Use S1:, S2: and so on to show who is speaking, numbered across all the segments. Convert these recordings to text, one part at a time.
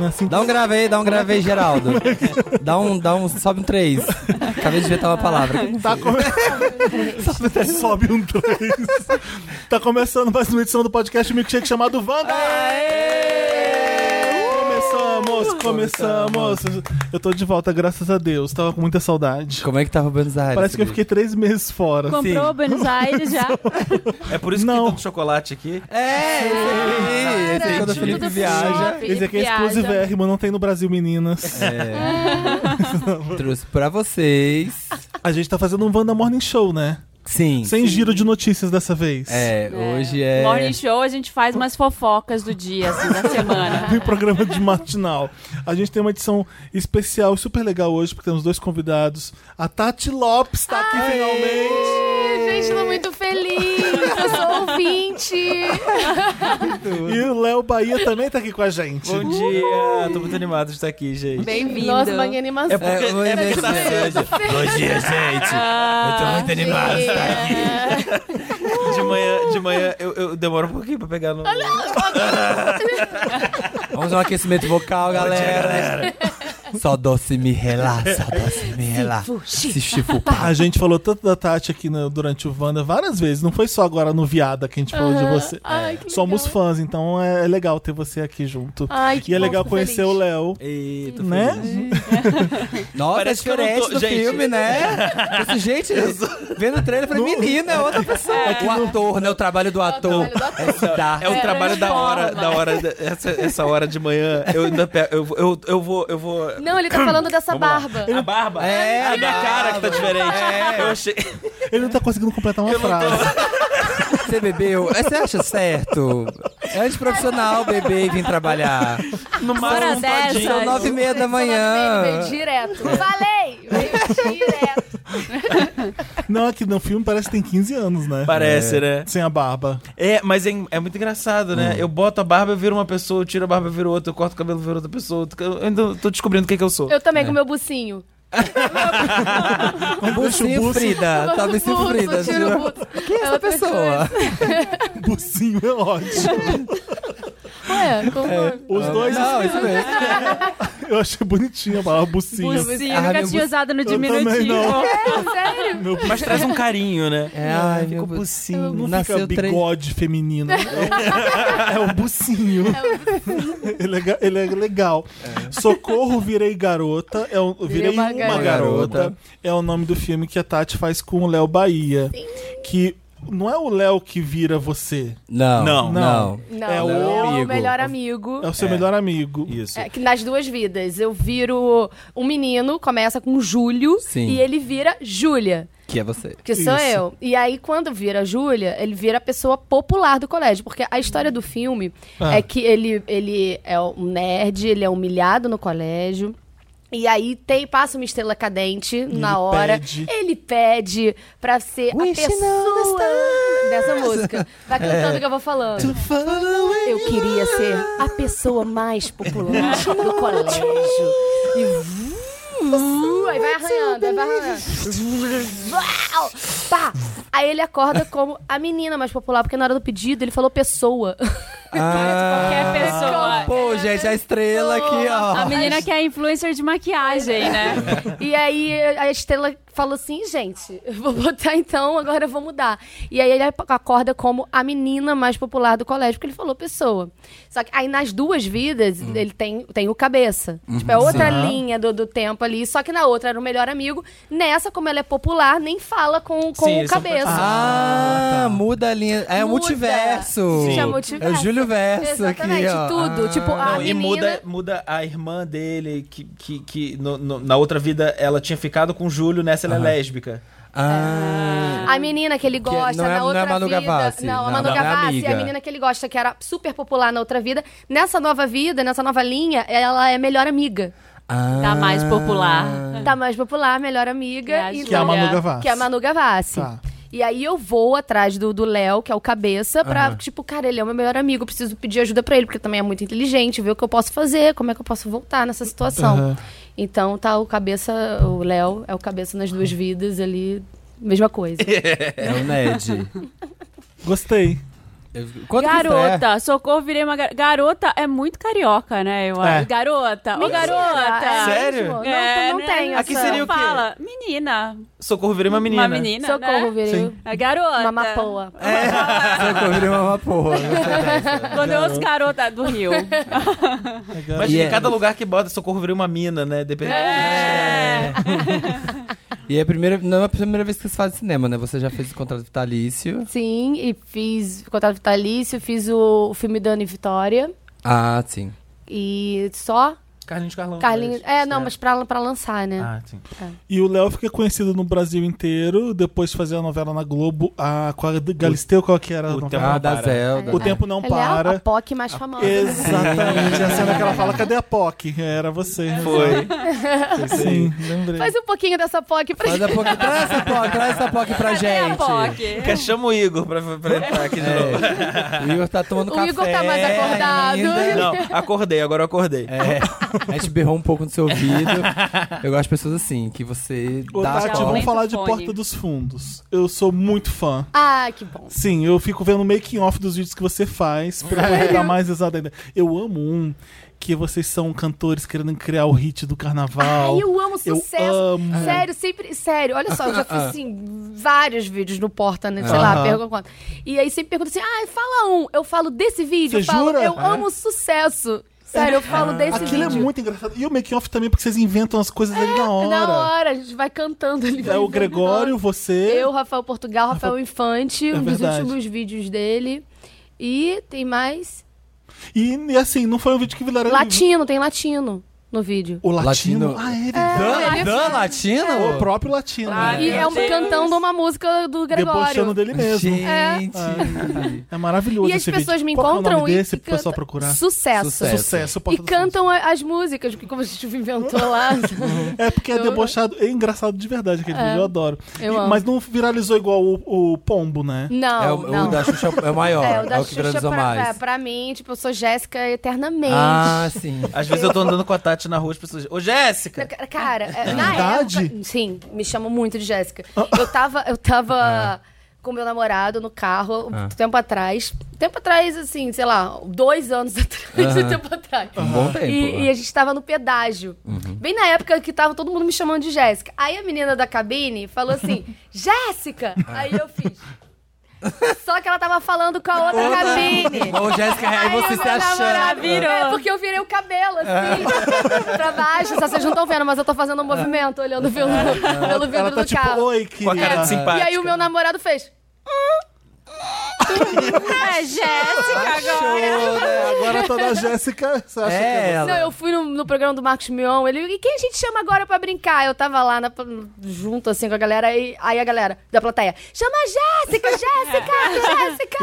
S1: Assim,
S2: Dá um grave aí, dá um grave aí,
S1: é
S2: Geraldo. Dá um, dá um, sobe um três. Acabei de inventar uma palavra.
S1: tá come... Sobe um três. tá começando mais uma edição do podcast Milkshake chamado Wanda. Começamos, começamos. Eu tô de volta, graças a Deus. Tava com muita saudade.
S2: Como é que tava Buenos Aires?
S1: Parece que eu fiquei três meses fora.
S3: Comprou
S4: Sim.
S3: Buenos Aires já?
S4: É por isso
S1: Não.
S4: que tem tanto chocolate aqui.
S2: É, esse aí, esse aí quando o
S3: Gente,
S2: Felipe
S3: tudo
S2: viaja.
S3: shopping,
S1: Esse aqui é
S3: viaja.
S1: exclusivérrimo, não tem no Brasil, meninas.
S2: É. Trouxe pra vocês.
S1: A gente tá fazendo um Wanda Morning Show, né?
S2: Sim.
S1: Sem giro de notícias dessa vez.
S2: É, hoje é.
S3: Morning show, a gente faz umas fofocas do dia, assim, da semana.
S1: Em programa de matinal. A gente tem uma edição especial e super legal hoje, porque temos dois convidados. A Tati Lopes tá aqui finalmente.
S5: Gente, tô muito feliz. Eu sou ouvinte.
S1: E o Léo Bahia também tá aqui com a gente.
S4: Bom dia, tô muito animado de estar aqui, gente.
S5: Bem-vindo. Nossa, mãe animação.
S4: É porque,
S2: É, oi,
S4: é porque tá
S2: gente.
S4: cedo. Bom dia, gente. Ah, eu tô
S3: Ah,
S4: muito animado.
S1: tá
S4: de estar aqui. De manhã, de manhã eu, eu demoro um pouquinho pra pegar no.
S2: Vamos a um aquecimento vocal, galera. Só doce me relaxa, doce me relaxa. Se chifupar.
S1: A gente falou tanto da Tati aqui no- durante o Wanda várias vezes, não foi só agora no Viada que a gente falou de você.
S5: É.
S1: É,
S5: Ai, que
S1: Somos
S5: legal.
S1: fãs, então é legal ter você aqui junto.
S5: Ai, que
S1: e é
S5: bom,
S1: legal
S5: fico
S1: conhecer
S5: feliz.
S1: o Léo.
S4: E tô
S1: Né?
S4: feliz.
S2: Nossa,
S4: Parece
S2: é
S4: que eu não
S2: diferente
S4: tô-
S2: do
S4: gente.
S2: filme, né? Esse, gente, vendo o trailer, eu falei, menina, é outra pessoa. O ator, né? O trabalho do ator.
S5: trabalho do ator.
S2: É se dar.
S4: É o
S3: É,
S4: trabalho da hora,
S3: transforma.
S4: da hora, da- essa, essa hora de manhã. Eu ainda pego, eu, vou- eu, eu vou, eu vou.
S5: Não, ele tá falando dessa
S4: Vamos lá.
S5: barba.
S4: A barba?
S2: É,
S4: a minha
S2: barba.
S4: cara que tá diferente. Eu achei.
S1: Ele não tá conseguindo completar uma frase.
S2: Você bebeu? É, Você acha certo? É antiprofissional beber e vir trabalhar.
S4: No
S3: Hora
S4: máximo, um
S3: dessa,
S4: todinho.
S2: São nove e meia da manhã.
S5: Veio direto. Falei! Veio direto.
S1: Não, aqui no filme parece que tem 15 anos, né?
S4: Parece, né?
S1: Sem a barba.
S4: É, mas é, é muito engraçado, né? Eu boto a barba, eu viro uma pessoa, eu tiro a barba, eu viro outra, eu corto o cabelo, eu viro outra pessoa. outra- Eu ainda tô descobrindo o que, que eu sou.
S5: Eu também
S1: É.
S5: com meu bucinho.
S2: Bucinho Um
S5: Ah,
S2: Frida. Tá
S5: Nosso
S2: bucinho
S5: buço,
S2: Frida.
S5: tiro o
S2: juro.
S5: buço. tá
S2: Quem é essa
S5: Outra
S2: pessoa?
S1: Bucinho é ótimo.
S5: Ué, como...
S1: Os dois.
S2: É. Não, isso mesmo.
S1: Eu achei bonitinho a palavra bucinho.
S3: Bucinho,
S2: Ah,
S3: nunca
S2: meu
S3: tinha
S2: buci-
S3: usado no
S1: também
S3: diminutivo. É,
S1: não.
S5: Sério?
S1: Meu
S4: Mas traz um carinho, né?
S2: É, ai,
S4: Fica
S2: meu
S4: um
S2: Deus.
S4: bucinho.
S1: Não
S2: Nasceu
S1: fica
S2: três.
S1: bigode feminino. É um, é um bucinho. ele, é, ga- ele é legal. Socorro, virei garota. É um, virei uma,
S5: uma
S1: garota.
S2: garota.
S1: É o nome do filme que a Tati faz com o Léo Bahia. Que não é o Léo que vira você.
S2: Não,
S4: Não.
S2: não, não.
S5: Não,
S1: É o
S5: ele
S2: amigo.
S5: melhor amigo.
S1: É o seu melhor amigo.
S4: Isso.
S5: É, que nas duas vidas eu viro um menino, começa com Júlio,
S2: Sim.
S5: e ele vira Júlia.
S2: Que é você.
S5: Que sou
S1: Isso.
S5: eu. E aí, quando vira a Júlia, ele vira a pessoa popular do colégio. Porque a história do filme
S1: Ah.
S5: é que ele, ele é um nerd, ele é humilhado no colégio. E aí tem, passa uma estrela cadente na hora.
S1: pede.
S5: Ele pede pra ser
S2: Wish
S5: a
S2: you know the É.
S5: pessoa dessa música. Vai cantando o que eu vou falando. Eu queria ser
S2: Ah.
S5: a pessoa mais popular do colégio. E vu- aí vai arranhando, aí vai arranhando. Uau! Pá! Aí ele acorda como a menina mais popular, porque na hora do pedido ele falou pessoa.
S3: Qualquer
S2: Ah,
S3: pessoa.
S2: pô, gente, a estrela aqui,
S4: Ah.
S3: A
S2: ó.
S3: menina que é influencer de maquiagem, né?
S5: E aí a estrela falou assim, gente, eu vou botar então, agora eu vou mudar. E aí ele acorda como a menina mais popular do colégio, porque ele falou pessoa. Só que aí nas duas vidas
S2: Hum.
S5: ele tem, tem o cabeça. Tipo,
S2: Uhum.
S5: é outra linha do, do tempo ali. Só que na outra era o melhor amigo. Nessa, como ela é popular, nem fala com, com
S4: Sim,
S5: o
S4: eles são
S5: cabeça.
S2: é um Ah, muda a linha. É o
S5: Muda.
S2: multiverso.
S5: Isso é
S2: É
S5: multiverso.
S2: o Júlio Verso
S5: Exatamente,
S2: aqui, ó.
S5: tudo.
S2: Ah.
S5: tipo, a
S4: Não,
S5: menina...
S4: e muda, muda a irmã dele, que, que, que no- no- na outra vida ela tinha ficado com o Júlio, nessa ela é lésbica.
S2: Ah.
S5: A menina que ele
S2: é-
S5: gosta
S2: não é- não
S5: na
S2: é
S5: outra
S2: Manu
S5: vida.
S2: Gavassi,
S5: Não,
S2: não,
S5: a Manu
S2: não é
S5: Gavassi
S2: amiga.
S5: é a menina que ele gosta, que era super popular na outra vida. Nessa nova vida, nessa nova linha, ela é melhor amiga.
S2: Ah.
S3: Tá mais popular.
S5: Tá mais popular, melhor amiga.
S3: É a
S5: então-
S1: Que é a Manu Gavassi.
S5: Que é a Manu Gavassi.
S1: Tá.
S5: E aí eu vou atrás do do Léo, que é o cabeça, pra, tipo, cara, ele é o meu melhor amigo, eu preciso pedir ajuda pra ele, porque também é muito inteligente, ver o que eu posso fazer, como é que eu posso voltar nessa situação.
S1: Aham.
S5: Então tá o cabeça, o Léo é o cabeça nas duas vidas ali, mesma coisa.
S2: É o Ned.
S1: Gostei.
S2: Eu- Quanto que estreia?
S3: Garota, socorro, virei uma gar... garota. É muito carioca, né? Eu
S1: É.
S3: acho. Garota, ô garota.
S5: É,
S4: Sério?
S5: mesmo? Não,
S3: É,
S5: não
S3: né?
S5: tem
S4: Aqui
S5: essa-
S4: seria o quê?
S3: Fala, menina.
S4: Socorro virei uma menina.
S3: Uma menina,
S5: Socorro,
S3: né?
S5: virei
S1: Sim. É.
S3: É garota.
S5: uma mapoa.
S2: É. Você cobriu uma porra.
S3: Quando eu ouço garota do Rio.
S4: Mas
S2: Yeah.
S4: em cada lugar que bota socorro virei uma mina, né? Dependendo.
S3: É.
S2: E é a primeira, não é a primeira vez que você faz cinema, né? Você já fez o contrato vitalício.
S5: Sim, e fiz Contrato Vitalício, fiz o, o filme Dani e Vitória.
S2: Ah, sim.
S5: E só
S4: Carlinhos Carlão.
S5: Carlinhos.
S4: faz.
S5: É, não, mas pra, pra lançar, né?
S4: Ah, sim.
S1: E o Léo fica conhecido no Brasil inteiro, depois de fazer a novela na Globo, a, com a Galisteu, qual que era a
S4: O
S1: novela?
S4: Tempo
S2: Ah,
S4: não
S2: da
S4: para.
S2: Zelda.
S1: O Tempo Não
S5: Ela é a- a
S1: Para. Ah,
S5: POC mais famosa. né?
S1: Exatamente, a cena que ela fala, cadê a POC? Era você.
S5: é.
S4: Foi.
S1: Sim, lembrei.
S5: Faz um pouquinho dessa POC pra
S2: Faz a POC, traz essa POC, traz essa POC pra
S3: É
S2: gente.
S3: a POC.
S4: Quer- Chama o Igor pra, pra entrar aqui de novo. É.
S2: É. O Igor tá tomando
S5: O
S2: café.
S5: Igor tá mais acordado.
S2: ainda.
S4: Não, acordei, agora eu acordei.
S2: É, a gente berrou um pouco no seu ouvido. Eu gosto de pessoas assim, que você
S1: Ô,
S2: dá tipo, a
S1: Tati,
S3: bom.
S2: bola.
S1: vamos falar de
S3: Fone.
S1: Porta dos Fundos. Eu sou muito fã.
S5: Ah, que bom.
S1: Sim, eu fico vendo o making off dos vídeos que você faz pra
S5: É.
S1: poder dar mais risada ainda. Eu amo um que vocês são cantores querendo criar o hit do carnaval.
S5: Ai, eu amo
S1: Eu
S5: sucesso.
S1: amo.
S5: Sério, sempre. Sério, olha só, eu já fiz assim, vários vídeos no Porta, né? Sei
S2: Aham.
S5: lá, pergunta quanto. E aí sempre pergunta assim: ah, fala um. Eu falo desse vídeo,
S1: Você
S5: eu falo,
S1: jura?
S5: eu
S1: É.
S5: amo sucesso. Sério, eu falo desse
S1: Aquilo é
S5: vídeo. É,
S1: muito engraçado. E o making off também, porque vocês inventam as coisas ali na hora.
S5: Na hora, a gente vai cantando ali.
S1: É
S5: vai
S1: o
S5: inventando.
S1: Gregório, você.
S5: Eu, Rafael Portugal, Rafael Infante,
S1: É
S5: um dos
S1: verdade.
S5: últimos vídeos dele. E tem mais.
S1: E, e assim, não foi um vídeo que viraram.
S5: Latino, tem latino no vídeo.
S1: O latino.
S2: Latino.
S1: Ah, ele.
S5: tá
S2: Dan, Dan Latino?
S5: É.
S1: O próprio latino.
S3: Ah,
S1: né?
S5: E é um
S3: Deus.
S5: cantando uma música do
S1: Debochando
S5: Gregório.
S1: dele mesmo.
S2: Gente.
S1: É maravilhoso
S5: E as
S1: esse
S5: pessoas
S1: vídeo.
S5: me
S1: Qual que é o
S5: encontram
S1: nome
S5: e-
S1: desse
S5: e
S1: pro pessoal
S5: canta-
S1: procurar?
S5: Sucesso.
S2: Sucesso.
S1: Sucesso,
S5: E
S1: Porta dos Fundos.
S5: cantam a- as músicas, que como a gente inventou lá.
S1: É porque é debochado, é engraçado de verdade aquele vídeo, eu adoro.
S5: É. Eu
S1: E-
S5: amo.
S1: Mas não viralizou igual o, o Pombo, né?
S5: Não,
S2: É o,
S5: não.
S2: o da Xuxa é o maior.
S5: É, o da
S2: que
S5: Xuxa,
S2: viralizou
S5: pra, é,
S2: mais.
S5: pra mim, tipo, eu sou Jéssica eternamente.
S2: Ah, sim.
S4: Às vezes eu tô andando com a Tati na rua, as pessoas. Ô, Jéssica!
S5: Ca- Cara, é, na
S1: verdade?
S5: época... Sim, me chamam muito de Jéssica. Eu tava, eu tava com meu namorado no carro, um
S2: Ah.
S5: tempo atrás. Tempo atrás, assim, sei lá, dois anos atrás,
S2: Aham.
S5: tempo atrás.
S2: Um bom tempo.
S5: E, e a gente tava no pedágio. Bem na época que tava todo mundo me chamando de Jéssica. Aí a menina da cabine falou assim: Jéssica! Aí eu fiz. Só que ela tava falando com a outra cabine.
S2: Ô,
S1: É,
S2: Jéssica, aí você
S5: o
S2: se
S5: meu namorado-
S2: achando.
S3: virou.
S5: É, porque eu virei o cabelo, assim,
S1: É.
S5: pra baixo. Só vocês não estão vendo, mas eu tô fazendo um movimento, olhando pelo, pelo vidro
S1: Ela tá
S5: do
S1: tipo,
S5: carro.
S1: oi,
S4: Com a
S1: querida.
S4: cara de
S5: e
S4: simpática.
S5: aí o meu namorado fez. "Hum."
S3: É Jéssica agora.
S2: Achou, né?
S1: Agora tá na Jéssica. Você acha que
S2: É
S1: é
S2: ela.
S5: Não, eu fui no, no programa do Marcos Mion, ele, e quem a gente chama agora pra brincar? Eu tava lá na- junto, assim, com a galera, aí, aí a galera da plateia, chama a Jéssica, Jéssica, Jéssica!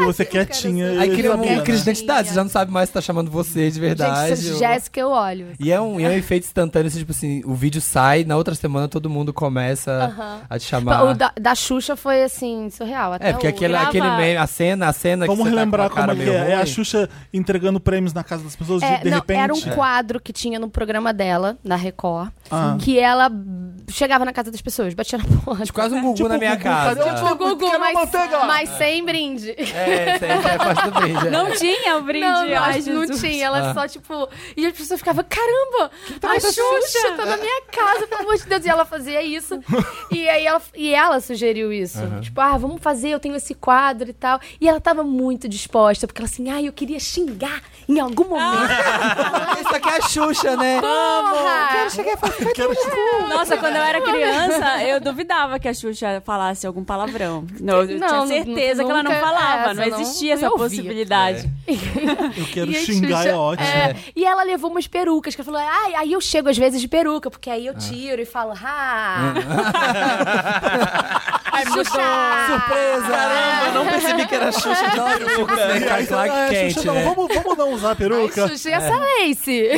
S1: E você
S5: Cara,
S1: quietinha.
S5: assim,
S2: Aí
S1: eu
S2: cria
S1: sabia,
S2: uma
S1: né?
S2: crise de identidade. Você já não sabe mais se tá chamando você de verdade.
S5: Gente, se
S2: ou-
S5: Jéssica, eu olho.
S2: E é, um, e é um efeito instantâneo, assim, tipo assim, o vídeo sai, na outra semana todo mundo começa
S5: Aham. Tipo,
S2: a te chamar.
S5: O da, da Xuxa foi, assim, surreal. Até
S2: É, porque
S5: o-
S2: aquele,
S3: grava-
S2: aquele meme, a cena, a cena
S1: Vamos
S2: que você tá com a
S1: relembrar como
S2: cara
S1: é que
S2: meio
S1: é. É
S2: ruim.
S1: a Xuxa entregando prêmios na casa das pessoas
S5: É,
S1: de, de
S5: não,
S1: repente.
S5: era um quadro que tinha no programa dela, na Record,
S1: Ah.
S5: que ela chegava na casa das pessoas, batia na porta.
S2: Quase um Gugu
S1: Tipo
S2: na minha casa.
S5: O Gugu, mas, mas sem brinde.
S2: É, isso aí é parte do vídeo. é.
S3: Não tinha o brinde,
S5: Não, não,
S3: ai,
S5: acho que não
S3: Jesus.
S5: tinha. Ela
S2: Ah.
S5: só, tipo. E as pessoas ficavam, caramba,
S3: com
S5: a
S3: essa Xuxa?
S5: Xuxa tá na minha casa, pelo amor de Deus. E ela fazia isso. E aí ela, e ela sugeriu isso. Tipo, ah, vamos fazer, eu tenho esse quadro e tal. E ela tava muito disposta, porque ela assim, ah, eu queria xingar em algum momento.
S2: Isso aqui é a Xuxa, né?
S5: Porra! né?
S3: Nossa, quando eu era criança, eu duvidava que a Xuxa falasse algum palavrão. Não, eu
S5: Não,
S3: tinha certeza que ela não
S5: nunca-
S3: falava,
S5: essa,
S3: não existia
S5: não-
S3: essa
S5: não ouvia.
S3: possibilidade.
S1: Eu quero
S5: E a
S1: xingar,
S5: Xuxa-
S1: é ótimo.
S5: é, E ela levou umas perucas, que ela falou, ai, aí eu chego às vezes de peruca, porque
S1: É.
S5: aí eu tiro e falo, ah! Xuxa!
S2: Surpresa!
S4: Caramba, não percebi que era a Xuxa de
S2: tá
S4: peruca.
S1: E aí,
S2: Clark
S1: ah,
S2: Kent,
S1: Xuxa, não,
S2: né?
S1: vamos, vamos não usar a peruca.
S5: Ai, Xuxa, e
S1: É.
S5: essa lace?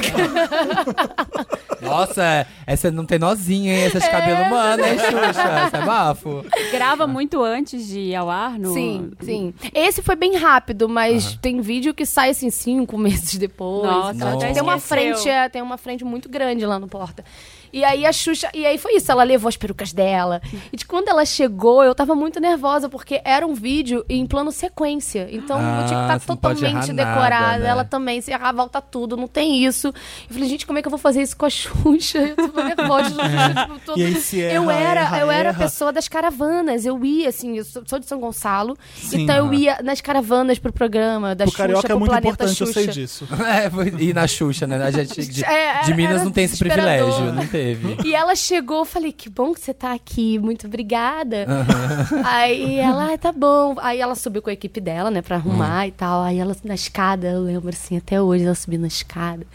S2: Nossa, essa não tem nozinha, hein? Essa de cabelo humano, hein, Xuxa? Essa é bafo.
S3: Grava muito antes de ir ao ar no...
S5: Sim, sim. Esse foi bem rápido, mas tem vídeo que sai assim cinco meses depois.
S3: Nossa,
S5: Então,
S2: Nossa.
S3: até
S5: Tem uma
S3: esqueceu.
S5: frente, é, tem uma frente muito grande lá no Porta. E aí a Xuxa. E aí foi isso, ela levou as perucas dela. E de quando ela chegou, eu tava muito nervosa, porque era um vídeo em plano sequência. Então eu tinha que
S2: Ah,
S5: estar
S2: você não pode errar
S5: totalmente
S2: nada,
S5: decorada.
S2: né?
S5: Ela também, se errar, volta tudo, não tem isso. Eu falei, gente, como é que eu vou fazer isso com a Xuxa? Eu tô nervosa, Xuxa, tipo, tô-
S1: E aí se erra,
S5: eu era,
S1: erra,
S5: eu era a
S1: erra.
S5: pessoa das caravanas. Eu ia, assim, eu sou sou de São Gonçalo.
S1: Sim.
S5: então eu ia nas caravanas pro programa da
S1: O
S5: Xuxa,
S1: carioca é
S5: pro
S1: muito
S5: Planeta
S1: importante,
S5: Xuxa.
S1: eu sei disso.
S2: É, foi- e na Xuxa, né? A gente de,
S5: É, era-
S2: de Minas
S5: era
S2: não tem esse
S5: desesperador.
S2: privilégio, né? não teve.
S5: E ela chegou, eu falei, que bom que você tá aqui, muito obrigada.
S2: Ah.
S5: Aí ela, ah, tá bom. Aí ela subiu com a equipe dela, né, pra
S2: Uhum.
S5: arrumar e tal. Aí ela na escada, eu lembro assim, até hoje ela subiu na escada.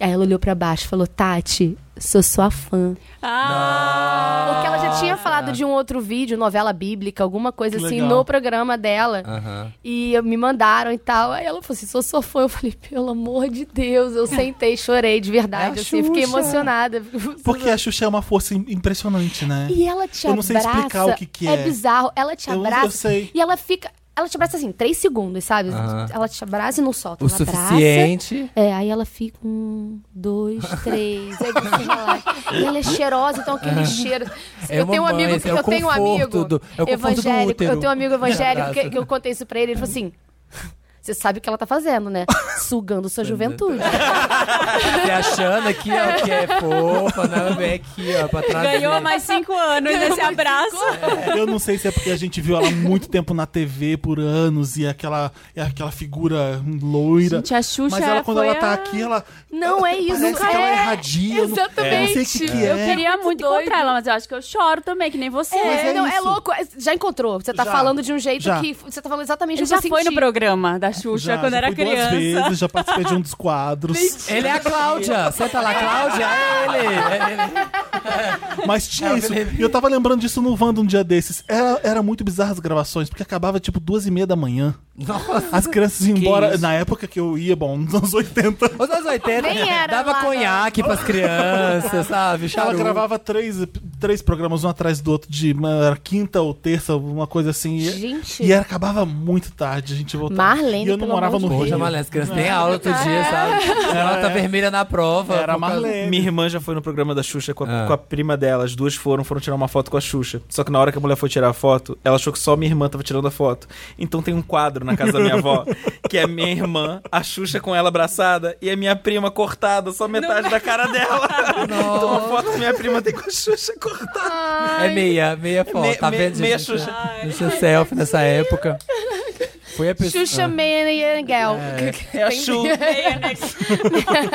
S5: Aí ela olhou pra baixo e falou, Tati, sou sua fã.
S3: Ah,
S5: Porque ela já tinha falado de um outro vídeo, novela bíblica, alguma coisa
S1: Que
S5: assim,
S1: legal. Ah.
S5: no programa dela.
S2: Aham.
S5: E me mandaram e tal. Aí ela falou assim: sou sua fã. Eu falei, pelo amor de Deus. Eu sentei, chorei de verdade.
S2: É a
S5: assim, fiquei
S2: Xuxa.
S5: emocionada.
S1: Porque a Xuxa é uma força im- impressionante, né?
S5: E ela te abraça.
S1: Eu não sei explicar o que que é.
S5: bizarro. Ela te
S1: Eu não- eu
S5: abraça.
S1: sei.
S5: E ela fica. Ela te abraça assim, três segundos, sabe?
S2: Aham.
S5: Ela te abraça e não solta.
S2: O
S5: ela abraça.
S2: suficiente.
S5: É, aí ela fica um, dois, três, aí você relaxa. E ela é cheirosa, então aquele cheiro.
S2: É
S5: eu tenho um
S2: uma
S5: amigo,
S2: mãe, é o
S5: eu tenho um amigo
S2: conforto do- é o conforto do
S5: evangélico.
S2: útero.
S5: eu tenho um amigo evangélico
S2: Abraça.
S5: que, que eu contei isso pra ele, ele falou assim. Você sabe o que ela tá fazendo, né? Sugando sua juventude.
S2: Tá Se achando aqui, ó, que é fofa, não vem aqui, ó, pra trás.
S3: ganhou mais cinco anos nesse abraço.
S1: Eu não sei se é porque a gente viu ela muito tempo na TV por anos e aquela, e aquela figura loira.
S3: Gente, a Xuxa
S1: Mas ela, quando
S3: foi
S1: ela tá
S3: a-
S1: aqui, ela.
S5: Não é isso,
S1: Parece que ela
S5: é.
S1: erradia. eu não-
S5: Exatamente.
S1: Eu não sei o que, que
S5: Eu
S1: é.
S3: Eu queria muito
S5: doido.
S3: encontrar ela, mas eu acho que eu choro também, que nem você.
S5: É,
S1: é
S5: não, é
S1: isso.
S5: louco. é- Já encontrou. Você tá
S1: Já,
S5: falando de um jeito
S1: já.
S5: que. Você tá falando exatamente
S3: Ele
S5: o que eu
S3: já foi no
S5: senti.
S3: programa da Xuxa quando era
S1: fui duas
S3: criança.
S1: vezes, já participei de um dos quadros.
S2: Ele é a Cláudia. Senta lá, Cláudia. É ele. É ele.
S1: Mas tinha
S2: É,
S1: isso.
S2: beleza.
S1: E eu tava lembrando disso no Wanda um dia desses. Era, era muito bizarro as gravações, porque acabava tipo duas e meia da manhã.
S2: Nossa.
S1: As crianças iam
S4: Que
S1: embora.
S4: isso?
S1: Na época que eu ia, bom, nos anos 80.
S2: Os anos 80
S5: Nem era
S2: dava
S5: lá,
S2: conhaque pras crianças, sabe?
S1: Ela
S2: Charuto.
S1: gravava três, três programas, um atrás do outro, de uma, era quinta ou terça, uma coisa assim. E-
S5: Gente.
S1: E era, acabava muito tarde, a gente voltava.
S5: Marlene,
S1: e eu não
S5: pelo
S1: morava no
S5: amor de Deus.
S2: Poxa,
S1: Rio.
S2: Marlene, as crianças
S5: É.
S2: têm aula outro dia, sabe? Ela tá vermelha na prova.
S1: É. Era a
S2: por causa-
S1: Marlene.
S4: Minha irmã já foi no programa da Xuxa com a,
S2: Ah.
S4: com a prima dela. As duas foram, foram tirar uma foto com a Xuxa. Só que na hora que a mulher foi tirar a foto, ela achou que só minha irmã tava tirando a foto. Então tem um quadro na casa da minha avó, que é minha irmã, a Xuxa com ela abraçada e a minha prima cortada, só metade da cara dela. então uma foto que minha prima tem com a Xuxa cortada.
S5: Ah,
S2: É meia, meia foto.
S4: Me-
S2: tá
S4: me-
S2: vendo?
S4: meia
S2: gente?
S4: Xuxa.
S2: No seu selfie nessa época. Foi a pessoa. Ah.
S5: Xuxa Menegel.
S4: É a Xuxa. né?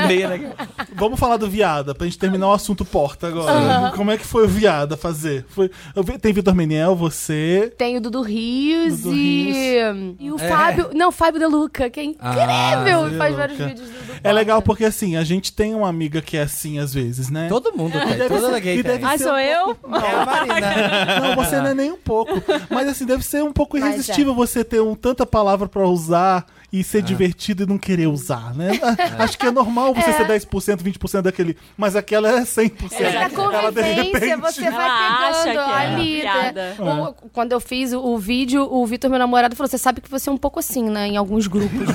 S4: Meia, né?
S1: Vamos falar do Viada, pra gente terminar o assunto porta agora. Como é que foi o Viada fazer? Foi, eu vi- tem Vitor Meniel, você.
S5: Tem o Dudu Rios
S1: Dudu
S5: e. E
S2: É.
S5: o Fábio. Não, Fábio Deluca, que é incrível.
S1: Ah,
S5: faz
S1: Deluca.
S5: vários vídeos do Dudu.
S1: É legal porque assim, a gente tem uma amiga que é assim às vezes, né?
S2: Todo mundo tem. Toda gay
S1: e
S2: tem.
S1: deve
S3: Ah, sou eu?
S2: É a Marina.
S1: Não, você não é nem um pouco. Mas assim, deve ser um pouco
S5: Mas é.
S1: irresistível você ter um, tanta palavra pra usar e ser divertido e não querer usar, né? A- Acho que é normal você ser 10%, 20% daquele, mas aquela é 100%.
S5: Ela convivência, você vai
S3: Ela acha
S5: pegando
S3: que é
S5: ali. né?
S3: piada.
S5: O-
S2: É.
S5: Quando eu fiz o, o vídeo, o Vitor, meu namorado, falou: Você sabe que você é um pouco assim, né? Em alguns grupos.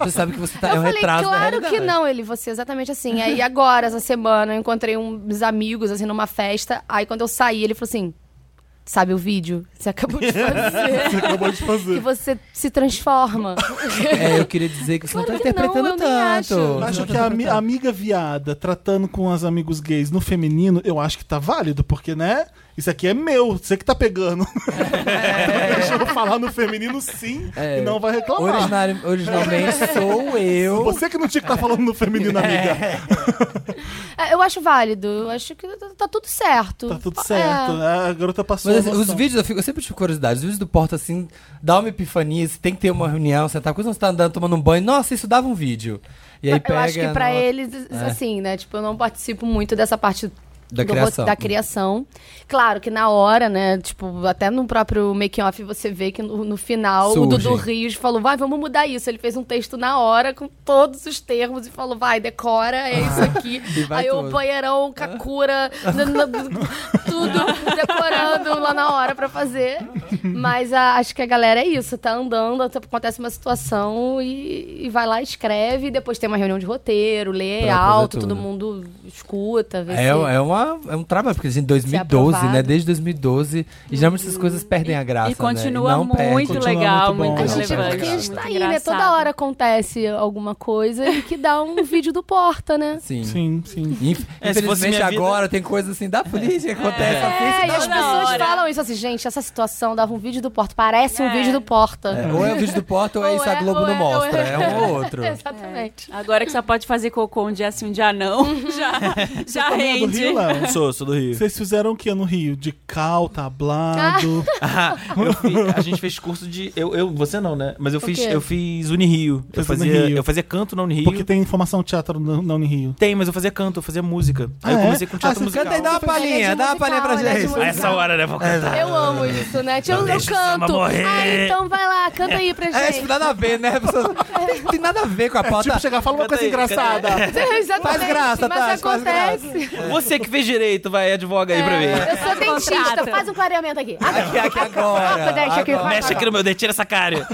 S2: Você sabe que você tá. é
S5: eu
S2: um
S5: falei,
S2: retrato da
S5: claro que
S2: realidade.
S5: não. Ele, você é exatamente assim. Aí agora, essa semana, eu encontrei uns amigos, assim, numa festa. Aí quando eu saí, ele falou assim: Sabe o vídeo? que Você acabou de fazer.
S1: Você acabou de
S5: que
S1: fazer.
S5: você se transforma.
S2: É, eu queria dizer que você não
S5: Claro
S2: tá
S5: que não,
S2: interpretando
S5: eu nem
S2: tanto.
S5: acho.
S2: Você
S1: Acho
S2: não tá
S1: que a ami-
S2: interpretando.
S1: amiga viada tratando com os amigos gays no feminino, eu acho que tá válido, porque, né? Isso aqui é meu, você que tá pegando.
S5: É.
S1: Deixa eu falar no feminino sim,
S2: É.
S1: e não vai reclamar.
S2: Originari- originalmente sou eu.
S1: Você que não tinha que estar falando no feminino, amiga.
S5: É, Eu acho válido. Eu acho que tá- tá tudo certo.
S1: Tá tudo certo.
S2: né?
S5: É.
S1: A garota passou.
S2: Mas assim,
S1: a
S2: os
S1: emoção.
S2: vídeos, eu, fico- eu sempre tive curiosidade. Os vídeos do Porta, assim, dá uma epifania, você tem que ter uma reunião, você tá, quando você tá andando, tomando um banho, nossa, isso dava um vídeo. E aí
S5: Eu
S2: pega.
S5: acho que pra
S2: no- É.
S5: eles, assim, né? Tipo, eu não participo muito dessa parte
S2: Da
S5: do-
S2: criação.
S5: da criação. Claro que na hora, né? Tipo, até no próprio making-off você vê que no, no final o
S2: Surgem.
S5: Dudu Rios falou, vai, vamos mudar isso. Ele fez um texto na hora com todos os termos e falou, vai, decora, é isso aqui.
S2: E vai
S5: Aí o
S2: tudo. Ah.
S5: banheirão, Kakura, n- n- tudo decorando lá na hora pra fazer. Mas a- acho que a galera é isso, tá andando, até- acontece uma situação e, e vai lá, escreve, e depois tem uma reunião de roteiro, lê
S2: Pra fazer
S5: alto,
S2: tudo.
S5: todo mundo escuta, vê
S2: É,
S5: se...
S2: é uma uma, é um trabalho, porque, gente, 2012, né?
S5: assim, aprovado. Hum,
S2: Desde 2012. E geralmente essas coisas perdem a graça.
S3: E continua
S2: né? Não
S3: muito
S2: perde.
S1: Continua
S3: legal,
S1: muito
S3: muito,
S1: bom. Não,
S5: A gente,
S1: não,
S5: é
S3: relevante.
S5: porque a gente
S3: muito
S5: tá aí, né?
S3: engraçado.
S5: Toda hora acontece alguma coisa e que dá um vídeo do Porta, né?
S2: Sim.
S1: Sim, sim.
S2: assim. Inf-
S4: É, se fosse
S2: Infelizmente
S4: minha vida-
S2: agora tem coisa assim da polícia que acontece.
S5: É, e
S3: toda
S5: as pessoas
S3: hora.
S5: falam isso assim, gente, essa situação dava um vídeo do Porta, parece um
S3: É.
S5: vídeo do Porta.
S2: É, Ou é o vídeo do Porta ou é
S5: Ou
S2: isso a
S5: é,
S2: Globo
S5: ou
S2: não
S5: é, ou
S2: mostra.
S5: é.
S2: É um ou outro.
S5: Exatamente.
S3: Agora que só pode fazer cocô um dia sim, um dia não, já, já
S1: Também é do
S3: rende.
S1: Rio, Léo?
S4: Sou, sou do Rio.
S1: Vocês fizeram o que no Rio? De cal, tablado.
S4: Ah, eu fi- a gente fez curso de. Eu, eu, você não, né? Mas eu
S5: O
S4: fiz,
S5: quê?
S4: eu fiz Unirio. Eu
S1: Fez
S4: fazia,
S1: Unirio.
S4: eu fazia canto na Unirio.
S1: Porque tem informação teatro no- na Unirio.
S4: Tem, mas eu fazia canto, eu fazia música.
S1: Ah,
S4: Aí eu
S1: é?
S4: comecei com
S1: Ah,
S4: teatro
S1: você
S4: musical.
S2: Canta aí, dá uma palhinha, dá uma palhinha pra
S5: musical, né, de
S2: gente.
S4: A essa hora, né? Vou
S1: É.
S4: cantar.
S5: Eu amo isso, né? Tinha
S4: Não
S5: um
S4: deixa o samba
S5: canto.
S4: morrer.
S5: Ah, então vai lá, canta aí pra
S2: É, tipo,
S5: gente.
S2: nada a ver, né? A pessoa- Tem, tem nada a ver com a pauta.
S1: Tipo, chegar e falar uma
S4: Canta
S1: coisa
S4: aí,
S1: engraçada.
S5: Exatamente.
S2: Faz graça, Tati,
S5: Mas
S2: faz
S5: acontece. É,
S4: Você que fez direito, vai, advoga aí pra mim.
S5: Eu sou dentista,
S3: Contrata.
S5: faz um clareamento aqui. Ah,
S2: Aqui, aqui agora.
S5: Ah, deixa que eu
S2: agora.
S5: faço.
S4: Mexe aqui no meu dedo, tira essa cara.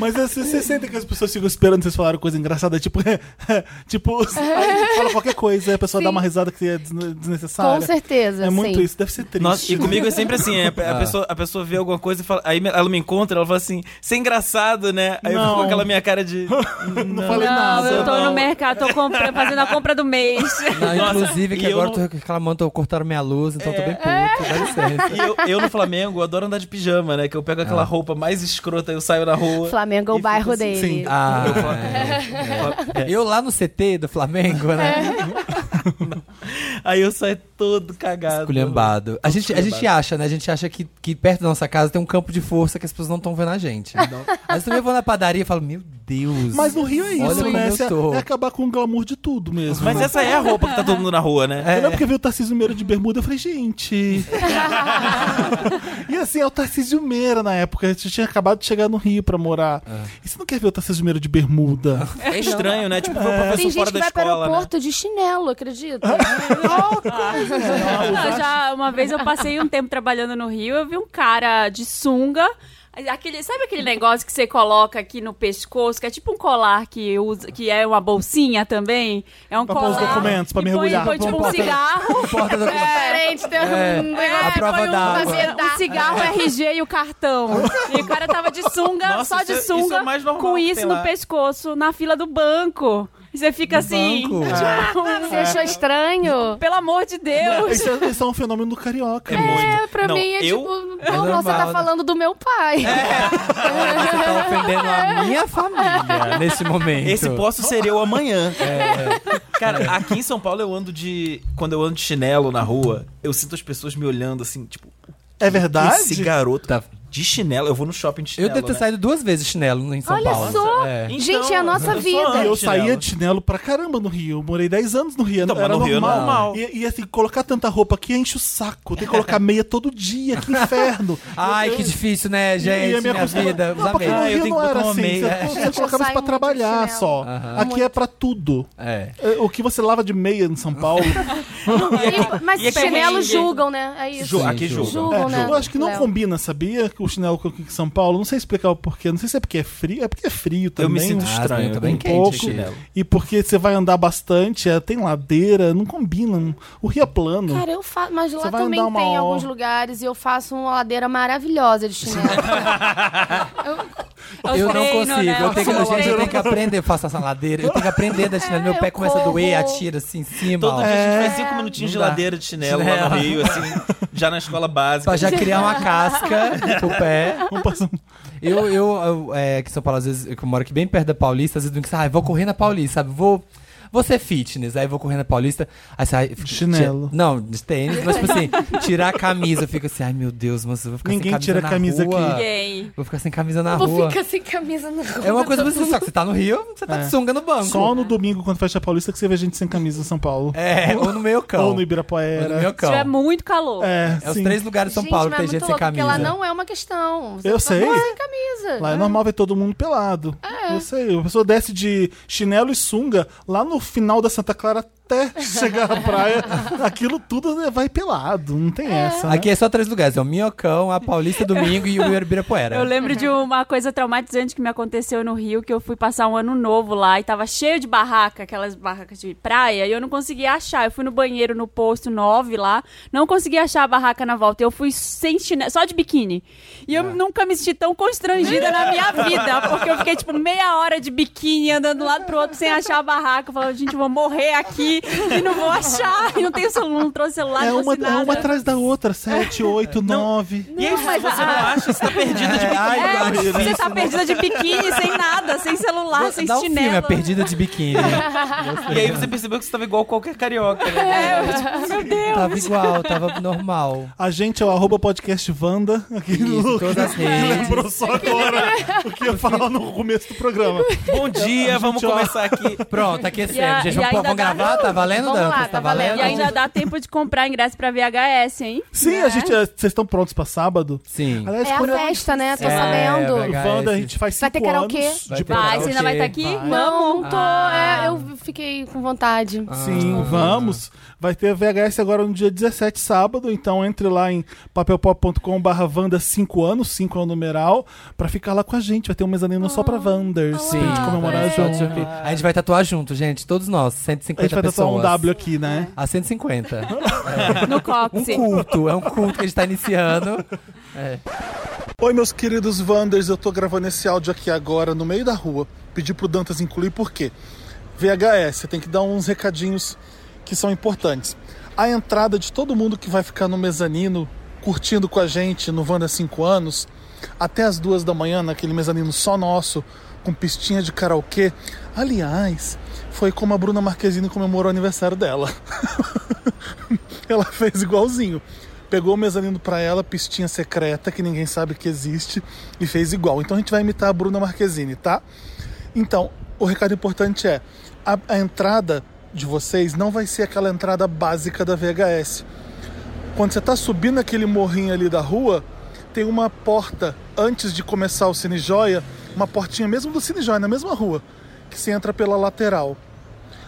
S1: Mas assim, vocês sentem que as pessoas ficam esperando vocês falarem coisa engraçada, tipo, tipo, aí fala qualquer coisa, a pessoa dá uma risada que é desne- desnecessária.
S5: Com certeza,
S1: É muito
S5: sim.
S1: isso, deve ser triste.
S4: Nossa, e comigo é sempre assim, é, a,
S1: Ah.
S4: pessoa, a pessoa vê alguma coisa e fala. Aí me- ela me encontra, ela fala assim, você é engraçado, né? Aí eu
S1: Não.
S4: fico com aquela minha cara de.
S1: não, falei
S3: Não,
S1: nada.
S3: eu tô
S4: não.
S3: no mercado, tô comprando- fazendo a compra do mês.
S2: Não,
S4: Nossa,
S2: inclusive, que
S4: e eu
S2: agora
S4: não-
S2: eu tô reclamando, tô- cortaram minha luz, então
S1: É.
S2: eu tô bem puto, dá licença.
S4: E eu, eu no Flamengo adoro andar de pijama, né? Que eu pego
S1: Ah.
S4: aquela roupa mais escrota, eu saio na rua.
S5: Flamengo é o
S4: E fica
S5: bairro
S4: assim,
S5: dele.
S1: sim.
S2: Ah,
S4: Eu falo-
S2: é. Eu lá no CT do Flamengo, né?
S4: Aí eu saio todo
S1: É.
S4: cagado.
S2: Esculhambado. A gente, a gente acha, né? A gente acha que, que perto da nossa casa tem um campo de força que as pessoas não estão vendo a gente. Mas também eu vou na padaria e falo, meu Deus.
S1: Mas no Rio é
S2: Olha
S1: isso,
S2: como
S1: né?
S2: eu
S1: Esse é-
S2: tô.
S1: É acabar com o glamour de tudo mesmo.
S4: Mas
S1: né?
S4: essa é a roupa que tá todo mundo na rua, né?
S5: É.
S1: Eu lembro que eu vi o Tarcísio Meira de bermuda, eu falei, gente... e assim, é o Tarcísio Meira na época, a gente tinha acabado de chegar no Rio pra morar. E você não quer ver o Tarcísio Meira de bermuda?
S4: É, estranho, né? Tipo, foi um
S5: Tem
S4: professor
S5: gente
S4: fora
S5: que
S4: da
S5: vai para o
S4: escola, né?
S5: aeroporto de chinelo, acredita? É um
S3: Não, já, uma vez eu passei um tempo trabalhando no Rio, eu vi um cara de sunga. Aquele, sabe aquele negócio que você coloca aqui no pescoço, que é tipo um colar que usa, que é uma bolsinha também? É um
S1: Pra pôr
S3: colar.
S1: os documentos, pra
S3: e põe-
S1: mergulhar.
S3: Põe, tipo um
S1: Pra-
S3: cigarro.
S2: Porta
S1: É,
S2: do...
S5: Diferente, tem um
S2: É.
S5: negócio
S2: A prova
S5: põe um
S2: d'água.
S5: fazer-
S3: Um cigarro, RG e o cartão. E o cara tava de sunga,
S4: Nossa,
S3: só de
S4: isso é-
S3: sunga,
S4: isso é o mais normal
S3: com
S4: que
S3: isso
S4: tem
S3: no
S4: lá.
S3: pescoço, na fila do banco. E você fica
S2: é
S3: assim.
S2: banco?
S3: tipo,
S5: Você achou estranho?
S3: Pelo amor de Deus!
S1: Isso é, isso é um fenômeno do carioca. né?
S4: muito.
S5: É, pra
S4: Não,
S5: mim é
S4: eu-
S5: tipo,
S2: É
S5: pô,
S2: normal,
S5: você tá
S2: né?
S5: falando do meu pai.
S2: Você tá ofendendo a minha família nesse momento.
S4: Esse posso ser eu amanhã. Cara, aqui em São Paulo eu ando de. Quando eu ando de chinelo na rua, eu sinto as pessoas me olhando assim, tipo,
S1: É verdade?
S4: esse garoto
S2: Tá.
S4: de chinelo. Eu vou no shopping de
S2: Eu
S4: chinelo.
S2: devo ter
S4: né?
S2: saído duas vezes de chinelo em São
S5: Olha
S2: Paulo.
S5: só!
S2: É.
S4: Então,
S5: Gente, é a nossa
S4: eu sou
S5: vida.
S4: anti-chinelo.
S1: Eu saía de chinelo pra caramba no Rio. Eu morei 10 anos no Rio.
S4: Então, mas
S1: era
S4: no Rio é
S1: normal.
S4: normal.
S1: E, e, assim, colocar tanta roupa aqui enche o saco. Tem que colocar meia todo dia, que inferno.
S2: Ai,
S1: Eu-
S2: que difícil, né, gente? minha
S1: costuma-
S2: vida.
S1: Não, porque no
S4: Ah, eu
S1: Rio
S4: tenho
S1: não
S4: que
S1: era
S4: botar uma
S1: assim.
S2: é.
S4: meia.
S1: Você- Você,
S5: Gente,
S1: colocava
S5: eu
S1: isso pra
S5: saio muito de
S1: trabalhar
S5: chinelo.
S1: só.
S2: Aham.
S1: Aqui é pra tudo.
S2: É.
S1: É, O que você lava de meia em São Paulo.
S5: E- mas
S4: E é
S5: chinelo
S4: perrengue.
S5: julgam, né? É isso.
S4: Ju-
S2: Sim,
S4: aqui
S2: julga.
S4: julga.
S5: Julgam,
S1: É,
S5: né?
S1: Eu acho que não
S5: Léo?
S1: combina, sabia? Que o chinelo com aqui em São Paulo. Não sei explicar o porquê. Não sei se é porque é frio. É porque é frio também.
S4: Eu me sinto
S1: né?
S4: estranho.
S2: eu também
S1: um
S2: quente
S1: pouco.
S2: aqui.
S4: Chinelo.
S1: E porque você vai andar bastante, é, tem ladeira, não combina. não- O Rio é plano.
S5: Cara, eu faço. Mas lá
S1: Você vai
S5: também
S1: andar uma
S5: tem
S1: hora.
S5: alguns lugares e eu faço uma ladeira maravilhosa de chinelo.
S3: É o
S2: Eu não
S3: treino,
S2: consigo.
S3: né?
S2: Eu tenho, que-
S3: É
S2: gente,
S3: o
S2: eu tenho
S3: treino.
S2: que aprender. Eu faço essa ladeira. Eu tenho que aprender da chinelo. Meu
S5: É,
S2: pé
S5: eu
S2: começa a doer,
S5: corro.
S2: atira assim em cima.
S4: Todo
S2: ó.
S4: dia a gente faz
S5: É.
S4: cinco minutinhos
S2: Não
S4: de
S2: dá.
S4: ladeira de chinelo, lá no
S2: Chinelo.
S4: Rio, assim, já na escola básica.
S2: Pra já criar uma casca pro pé.
S1: Vamos passar um-
S2: Eu, eu, eu, é, que São Paulo, às vezes, eu que moro aqui bem perto da Paulista, às vezes eu penso, ah, vou correr na Paulista, sabe? Vou. Vou ser fitness, aí vou correr na Paulista. Aí sai.
S1: chinelo.
S2: Não, de tênis, mas tipo assim, tirar a camisa. Eu fico assim, ai meu Deus, mas eu vou ficar
S1: Ninguém
S2: sem camisa.
S1: tira
S2: na
S1: camisa aqui.
S2: rua.
S3: Ninguém.
S2: Vou ficar sem camisa na
S5: É. Eu vou
S2: rua.
S5: ficar sem camisa na rua.
S2: É uma coisa pra você, só que você tá no Rio, você tá de sunga no banco.
S1: É. Só no domingo, quando fecha a Paulista, que você vê gente sem camisa em São Paulo.
S2: É, ou no meio cão.
S1: Ou no
S2: Ou
S1: Ibirapuera.
S2: no meio
S3: Se
S2: cão.
S3: tiver muito calor.
S1: É,
S2: É os
S1: sim.
S2: três lugares de São Paulo que
S5: mas
S2: tem
S5: é
S2: gente
S5: muito
S2: sem
S5: louco,
S2: camisa.
S5: Porque ela não é uma questão. Você tá
S1: Eu
S5: só
S1: sei.
S5: vai sem camisa.
S1: Lá é normal ver todo mundo
S5: É.
S1: pelado. Eu sei. A pessoa desce de chinelo e sunga. Lá no final da Santa Clara até chegar à praia. Aquilo tudo né, vai pelado, não tem essa. né?
S2: Aqui é só três lugares: é o Minhocão, a Paulista Domingo e o Ibirapuera.
S3: Eu lembro de uma coisa traumatizante que me aconteceu no Rio, que eu fui passar um ano novo lá e tava cheio de barraca, aquelas barracas de praia, e eu não conseguia achar. Eu fui no banheiro no posto 9 lá, não conseguia achar a barraca na volta. Eu fui sem chinelo, só de biquíni. E eu nunca me senti tão constrangida na minha vida, porque eu fiquei tipo meia hora de biquíni andando do lado pro outro sem achar a barraca. Eu falava, gente, eu vou morrer aqui e não vou achar. E não tenho celular, não trouxe celular,
S1: É
S3: não
S1: uma,
S3: trouxe
S1: é uma
S3: nada.
S1: atrás da outra, sete, oito, nove.
S4: E aí, se
S3: mas
S4: você
S3: a-
S4: não acha, você tá perdida de biquíni.
S2: ai,
S3: É,
S2: Eduardo,
S3: você
S2: isso
S3: tá perdida de biquíni, sem nada, sem celular, sem
S2: Dá um
S1: é
S3: chinelo.
S2: filme, a Perdida de Biquíni.
S4: E aí você percebeu que você tava igual qualquer carioca, né?
S3: É, eu, tipo, meu Deus.
S2: Tava igual, tava normal.
S1: A gente é o arroba podcast Wanda. Aqui
S2: Isso,
S1: no...
S2: todas as redes.
S1: Lembrou
S5: É.
S1: só agora o que ia falar no começo do programa.
S4: Bom dia, vamos
S1: ó.
S4: começar aqui.
S2: Pronto,
S3: E a-
S2: aquecemos. Gente,
S3: e
S2: vamos,
S3: ainda
S2: vamos
S3: dá-
S2: gravar? Tá valendo,
S5: Vamos lá,
S2: Dantas?
S5: tá valendo.
S2: É.
S3: E ainda dá tempo de comprar ingresso pra VHS, hein?
S1: Sim, a gente. é, Vocês estão prontos pra sábado?
S2: Sim.
S1: Aliás,
S5: É a
S1: quando eu-
S5: festa, né? Tô
S2: É,
S5: sabendo.
S2: velho.
S1: O Wanda, a gente faz
S5: Vai ter
S1: cinco
S5: karaokê?
S1: anos de
S2: Vai ter
S1: programa.
S3: Vai, você ainda vai estar aqui?
S2: Vai.
S5: Não, não tô.
S2: Ah.
S5: é, eu fiquei com vontade.
S1: Sim, vamos. Vai ter VHS agora no dia 17, sábado. Então entre lá em papelpop.com/barra Wanda 5 anos, 5 é o numeral, pra ficar lá com a gente. Vai ter um mezanino só pra Wanders,
S2: Ah,
S1: pra gente comemorar
S2: É,
S1: junto.
S2: A gente vai tatuar junto, gente. Todos nós,
S1: A
S2: 150
S1: gente vai
S2: pessoas.
S1: tatuar um W aqui, né?
S2: A 150.
S3: No
S2: Um
S3: Copse.
S2: culto, é um culto que a gente tá iniciando.
S1: Oi, meus queridos Wanders, eu tô gravando esse áudio aqui agora no meio da rua. Pedi pro Dantas incluir por quê? VHS, você tem que dar uns recadinhos que são importantes. A entrada de todo mundo que vai ficar no mezanino curtindo com a gente no Wanda 5 anos, até as duas da manhã, naquele mezanino só nosso, com pistinha de karaokê. Aliás, foi como a Bruna Marquezine comemorou o aniversário dela. ela fez igualzinho. Pegou o mezanino pra ela, pistinha secreta, que ninguém sabe que existe, e fez igual. Então a gente vai imitar a Bruna Marquezine, tá? Então, o recado importante é: a, a entrada de vocês não vai ser aquela entrada básica da VHS. Quando você tá subindo aquele morrinho ali da rua, tem uma porta antes de começar o Cine Joia, uma portinha mesmo do Cine Joia, na mesma rua, que você entra pela lateral.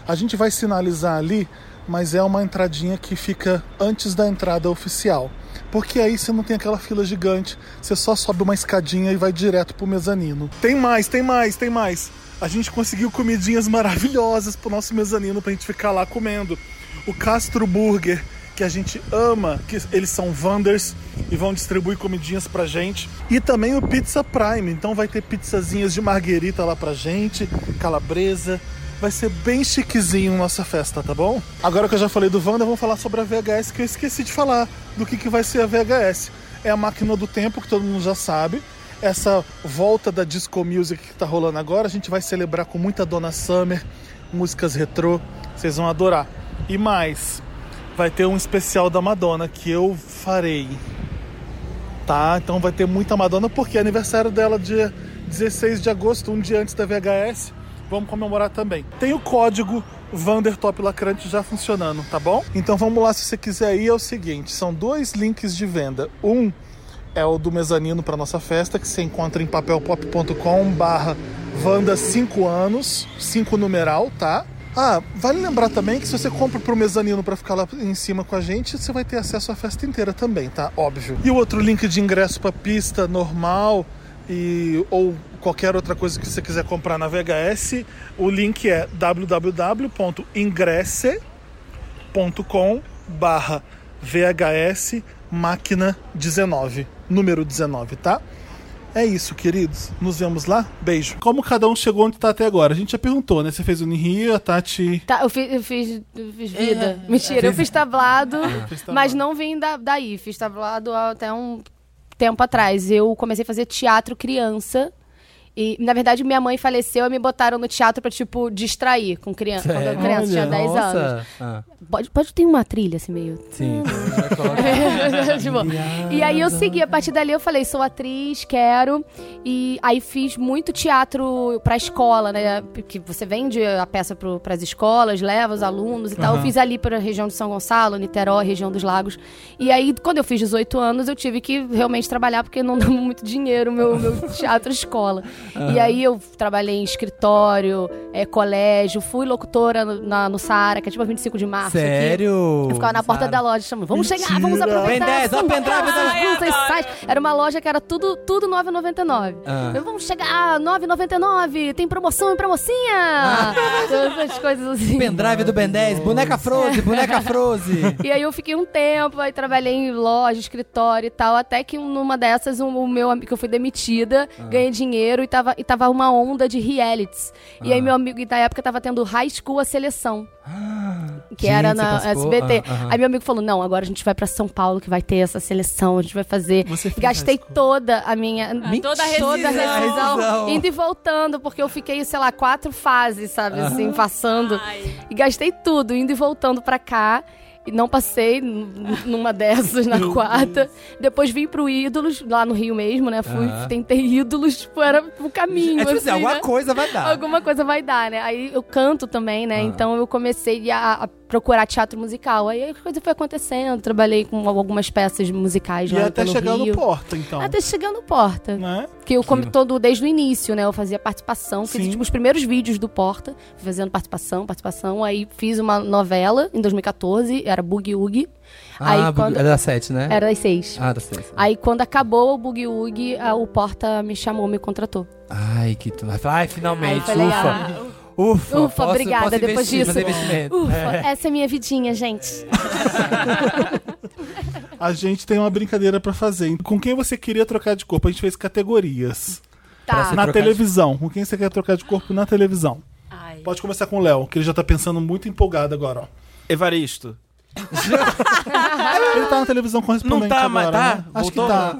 S1: A gente vai sinalizar ali, mas é uma entradinha que fica antes da entrada oficial. Porque aí você não tem aquela fila gigante, você só sobe uma escadinha e vai direto pro mezanino. Tem mais, tem mais, tem mais. A gente conseguiu comidinhas maravilhosas pro nosso mezanino pra gente ficar lá comendo. O Castro Burger, que a gente ama, que eles são Wanders e vão distribuir comidinhas pra gente. E também o Pizza Prime, então vai ter pizzazinhas de marguerita lá pra gente, calabresa, Vai ser bem chiquezinho nossa festa, tá bom? Agora que eu já falei do Wanda, vamos falar sobre a VHS, que eu esqueci de falar do que, que vai ser a VHS. É a máquina do tempo, que todo mundo já sabe. Essa volta da disco music que tá rolando agora, a gente vai celebrar com muita Dona Summer, músicas retrô, vocês vão adorar. E mais, vai ter um especial da Madonna que eu farei tá? Então vai ter muita Madonna, porque é aniversário dela dia 16 de agosto, um dia antes da VHS. Vamos comemorar também. Tem o código Vandertop Lacrante já funcionando, tá bom? Então vamos lá, se você quiser ir, é o seguinte: são dois links de venda. Um é o do mezanino para nossa festa, que você encontra em papelpop.com/barra Vanda 5 anos, 5 numeral, tá? Ah, vale lembrar também que se você compra pro mezanino para ficar lá em cima com a gente, você vai ter acesso à festa inteira também, tá? Óbvio. E o outro link de ingresso para pista normal e ou qualquer outra coisa que você quiser comprar na VHS, o link é www.ingresse facebook.com barra VHS Máquina 19, número 19, tá? É isso, queridos. Nos vemos lá. Beijo. Como cada um chegou onde tá até agora? A gente já perguntou, né? Você fez o Unirio, a Tati.
S5: Tá, eu fiz, eu fiz, eu fiz vida. Mentira, eu fiz tablado,
S1: Ah, Fiz tablado.
S5: mas não vim da, daí. Fiz tablado há até um tempo atrás. Eu comecei a fazer teatro criança. E, na verdade, minha mãe faleceu e me botaram no teatro pra, tipo, distrair com criança. Quando eu era criança, tinha 10 anos.
S2: Ah,
S5: Pode, pode ter uma trilha assim meio. Tipo,
S2: sim. Já coloca-
S5: De boa. E aí eu segui, a partir dali eu falei, sou atriz, quero. E aí fiz muito teatro pra escola, né? Que você vende a peça pro, pras escolas, leva os alunos e tal. Eu fiz ali pra região de São Gonçalo, Niterói, região dos lagos. E aí, quando eu fiz 18 anos, eu tive que realmente trabalhar, porque não dá muito dinheiro o meu, meu teatro escola. E aí eu trabalhei em escritório, é, colégio, fui locutora no, na- no Saara, que é tipo a 25 de março. aqui.
S2: Sério?
S5: Eu ficava na porta da loja chamando. Vamos chegar, vamos
S1: Mentira.
S5: aproveitar.
S2: Pen 10, ó,
S5: essa
S2: pendrive,
S5: mudança,
S3: ó.
S5: mudança,
S3: Ai, adoro.
S5: sais. Era uma loja que era tudo, tudo 9,99.
S2: Ah.
S5: Eu, Vamos chegar, 9,99. Tem promoção e promocinha. Ah. Todas essas coisas assim.
S2: Pendrive do Ben 10, boneca Froze, boneca Froze.
S5: E aí eu fiquei um tempo, aí trabalhei em loja, escritório e tal, até que numa dessas um- o meu amigo que eu fui demitida,
S2: Ah.
S5: ganhei dinheiro e tava, e tava uma onda de realities. E
S2: Ah.
S5: aí meu amigo e da época tava tendo high school a seleção. Que
S2: Ah, Gente,
S5: era
S2: você
S5: na
S2: participou?
S5: SBT.
S2: Ah, aham.
S5: Aí meu amigo falou: não, agora a gente vai pra São Paulo que vai ter essa seleção, a gente vai fazer.
S1: Você fez
S5: Gastei
S1: high school?
S5: toda a minha.
S3: Ah, toda a
S5: toda
S3: rescisão.
S5: a rescisão.
S2: Rescisão.
S5: Indo e voltando, porque eu fiquei, sei lá, quatro fases, sabe? Assim, passando.
S3: Ai.
S5: E gastei tudo, indo e voltando pra cá. E não passei n- n- numa dessas, na quarta. Depois vim pro Ídolos, lá no Rio mesmo, né? Fui,
S2: Aham.
S5: tentei Ídolos, tipo, era o caminho,
S2: É tipo
S5: assim,
S2: assim, alguma
S5: né?
S2: coisa vai dar.
S5: Alguma coisa vai dar, né? Aí eu canto também, né?
S2: Ah.
S5: Então eu comecei a, a procurar teatro musical. Aí a coisa foi acontecendo, trabalhei com algumas peças musicais
S1: E
S5: lá
S1: até
S5: pelo
S1: chegar
S5: tá Rio.
S1: no porta, então.
S5: Até chegando porta.
S1: Né?
S5: Que eu como todo desde o início, né? Eu fazia participação, fiz
S1: Sim.
S5: tipo, os primeiros vídeos do Porta, fazendo participação, participação. Aí fiz uma novela em 2014, era Boogie Woogie.
S2: Ah,
S5: aí quando
S2: é da 7, né?
S5: era das seis.
S2: Ah, da 6.
S5: Aí quando acabou o Boogie Woogie, a- o Porta me chamou, me contratou.
S2: Ai, que tu... Ai,
S5: Aí
S2: finalmente,
S5: eu falei,
S2: ufa.
S5: ah,
S2: Ufa,
S5: Ufa,
S2: posso-
S5: obrigada,
S2: posso
S5: depois
S2: investir,
S5: disso.
S2: fazer investimento.
S5: ufa, essa é minha vidinha, gente.
S1: A gente tem uma brincadeira pra fazer. Com quem você queria trocar de corpo? A gente fez categorias.
S5: Tá.
S2: Parece-
S1: Na
S2: trocar de-
S1: televisão. Com quem você quer trocar de corpo na televisão?
S3: Ai.
S1: Pode começar com o Léo, que ele já tá pensando muito empolgado agora, ó.
S4: Evaristo.
S1: Ele tá na televisão correspondente
S4: Não tá, mas
S1: agora,
S4: tá?
S1: né? Acho
S4: Voltou?
S1: que tá.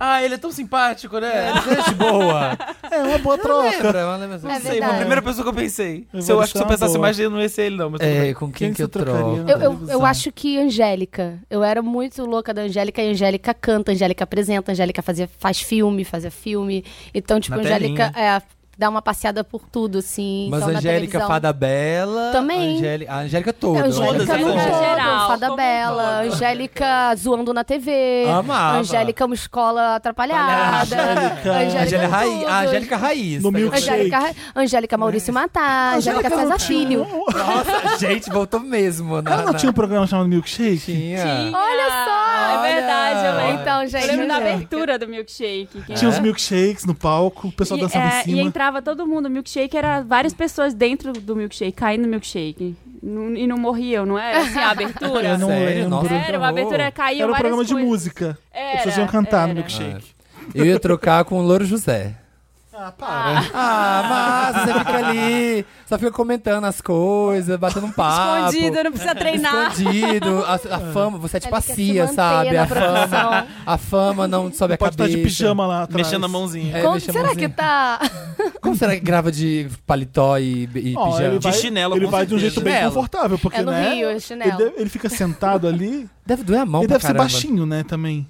S4: Ah, ele é tão simpático,
S5: É
S4: né?
S2: Gente boa.
S1: É uma boa troca.
S2: Lembra, né, mas lembra.
S4: Não
S5: É
S4: sei, foi a
S5: verdade.
S4: primeira pessoa que eu pensei.
S1: Eu
S4: se
S1: vou
S4: eu acho que se
S1: deixar
S4: eu
S1: uma
S4: pensasse
S1: boa.
S4: mais dele, não ia ser ele, não. Mas tudo
S2: É,
S4: bem.
S2: com
S1: Quem
S2: quem,
S1: que
S2: que eu
S1: você trocaria?
S2: troco?
S5: Eu, eu, eu
S1: televisão.
S5: acho que Angélica. Eu era muito louca da Angélica. E Angélica canta, Angélica apresenta, Angélica fazia, faz filme, fazia filme. Então, tipo,
S4: Na
S5: Angélica é, dá uma passeada por tudo, assim.
S2: Mas
S5: então, na
S2: Angélica,
S5: televisão.
S2: Fada Bela.
S5: Também.
S2: Angélica, a Angélica toda.
S5: É,
S2: eu acho.
S5: Angélica
S4: Todas,
S5: no
S4: né?
S5: todo,
S3: Geral,
S5: Fada
S3: como um
S5: Bela, Angélica zoando na TV,
S2: Amava.
S5: Angélica é uma escola atrapalhada,
S1: Angélica.
S5: Angélica,
S2: Angélica
S5: em
S2: Raiz.
S5: tudo.
S2: A Angélica Raiz.
S1: No
S2: tá ligado?
S1: milkshake.
S5: Angélica, é Angélica Maurício Matar,
S1: Ah,
S5: Angélica
S2: é
S5: César Filho.
S2: Nossa, gente, voltou mesmo. Na,
S1: Ela não
S2: na-
S1: tinha um programa chamado Milkshake?
S2: Tinha.
S1: Ah.
S3: Tinha.
S5: Olha só!
S3: É verdade, eu lembro.
S5: Então,
S3: Eu
S5: gente.
S3: lembro da
S5: né?
S3: abertura do milkshake. que-
S2: É.
S1: Tinha os milkshakes no palco, o pessoal
S3: E,
S1: dançando
S3: é,
S1: em
S3: e
S1: cima.
S3: entrava todo mundo. O milkshake era várias pessoas dentro do milkshake, caindo no milkshake. N- E não morriam, não era assim a abertura?
S1: Eu não
S2: Sério?
S1: lembro.
S2: Nossa, que
S3: Era, uma
S2: horror.
S3: abertura caía
S1: Era um
S3: várias
S1: programa de
S3: coisas.
S1: música.
S3: Era,
S1: As pessoas iam cantar no
S3: era.
S1: milkshake.
S2: Eu ia trocar com o Louro José.
S1: Ah, para.
S2: Ah, mas você fica ali, só fica comentando as coisas, batendo um papo.
S3: Escondido, não precisa treinar.
S2: Escondido, a, a fama, você é tipo
S5: Ela
S2: a
S5: quer se
S2: CIA,
S5: manter
S2: sabe?
S5: na
S2: A fama,
S5: profissão.
S2: a fama não sobe a
S1: Pode estar
S2: É, cabeça.
S1: de pijama lá atrás.
S4: Mexendo a mãozinha.
S2: É,
S5: Como-
S2: mexer a
S5: será que
S2: mãozinha.
S5: tá?
S2: Como será que grava de paletó e, e
S1: Ó,
S2: pijama?
S1: ele vai,
S4: De chinelo,
S1: Ele
S4: com
S1: vai de um
S4: certeza.
S1: jeito bem
S2: Chinelo.
S1: confortável, porque,
S5: É no
S1: né?
S5: Rio, é
S1: ele,
S5: chinelo.
S1: deve- ele fica sentado ali.
S2: Deve doer a mão
S1: ele
S2: pra
S1: deve ser
S2: caramba.
S1: baixinho, né, também.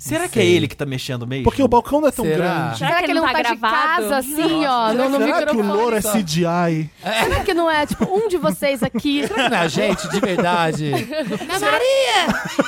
S4: Será que é
S2: Sei.
S4: ele que tá mexendo mesmo?
S1: Porque o balcão não é tão
S2: Será?
S1: grande.
S5: Será que ele não tá, de
S3: gravado?
S5: casa, assim, ó, no, no
S1: Será que o
S5: microfone?
S1: louro é CGI?
S5: Será que não é, tipo, um de vocês aqui
S2: Não é a gente, de verdade.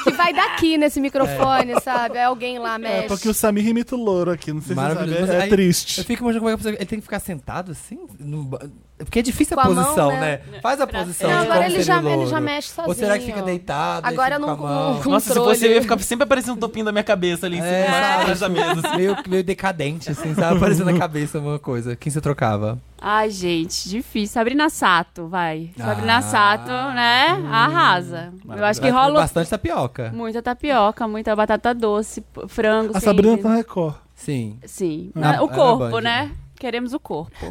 S5: que vai daqui nesse microfone, sabe? É alguém lá mexe.
S1: É, porque o Samir imita o louro aqui, não sei se você sabe.
S2: Maravilhoso.
S1: É, é
S2: Aí, Eu
S1: triste.
S2: fico imaginando como é que a pessoa- ele tem que ficar sentado assim? no ba- Porque é difícil
S5: Com
S2: a
S5: a mão,
S2: posição,
S5: né?
S2: né? Faz a posição.
S5: Não,
S2: de
S5: agora
S2: como
S5: ele
S2: seria
S5: já,
S2: o
S5: ele já
S2: louro.
S5: mexe sozinho.
S2: Ou será que fica deitado? aí
S5: Agora
S2: fica
S5: não
S2: com a mão?
S5: com um
S4: Nossa, se
S5: controle.
S4: fosse eu ia ficar sempre aparecendo um topinho da minha cabeça ali em cima,
S2: É, sabe?
S4: atrás da mesa. assim.
S2: meio, meio decadente, assim, sabe? Aparecendo na cabeça alguma coisa. Quem você trocava?
S3: Ai, gente, difícil. Sabrina Sato, vai. Sabrina
S2: Ah. Hum.
S3: Sato, né? Arrasa. Eu acho que
S2: Vai comer
S3: rola
S2: Bastante tapioca.
S3: muita tapioca, muita batata doce, p- frango.
S1: A
S3: sem-
S1: Sabrina tá na Record.
S2: Sim.
S3: Sim.
S2: Na-
S3: o
S2: na
S3: corpo,
S2: Band,
S3: né? Queremos o corpo.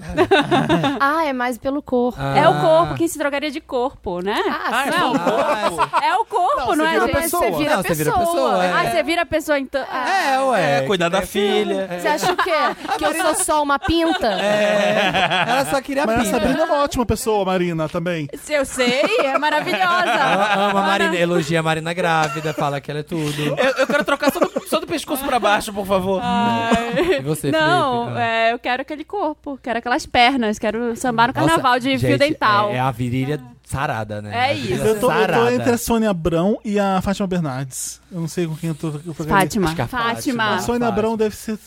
S5: Ah, é mais pelo corpo.
S2: Ah.
S3: É o corpo que se trocaria de corpo, né?
S5: Ah,
S4: Ah,
S5: sim.
S4: é o
S2: Ah,
S4: corpo.
S3: É o corpo, não,
S1: você
S3: é?
S1: vira
S5: Gente,
S1: pessoa.
S5: Você vira
S2: Não, você
S5: pessoa.
S2: vira pessoa, é.
S3: Ah, você vira a pessoa então. Ah,
S2: É, ué.
S4: É, cuidar da
S2: É,
S4: filha.
S5: Você acha o quê? Que eu sou só uma pinta?
S2: Ela só queria
S1: Mas a
S2: pinta.
S1: Sabrina é uma ótima pessoa, Marina, também.
S3: se eu sei, é maravilhosa. Ah,
S2: Ela ama a Marina, elogia a Marina grávida, fala que ela é tudo.
S4: Eu, eu quero trocar só do, Só do pescoço pra baixo, por favor.
S5: Ah.
S2: E você,
S3: É. Não,
S2: Felipe? Ah.
S3: é, eu quero aquele corpo, quero aquelas pernas, quero sambar no carnaval
S2: Nossa,
S3: de
S2: gente,
S3: fio dental.
S2: É, é a virilha sarada, né?
S3: É
S2: A virilha
S3: isso.
S1: Eu tô, eu
S2: sarada.
S1: tô entre a Sônia Abrão e a Fátima Bernardes. Eu não sei com quem eu tô. Eu tô
S3: Fátima.
S2: Acho que é a Fátima.
S3: Fátima.
S1: A Sônia
S2: Fátima.
S1: Abrão deve ser,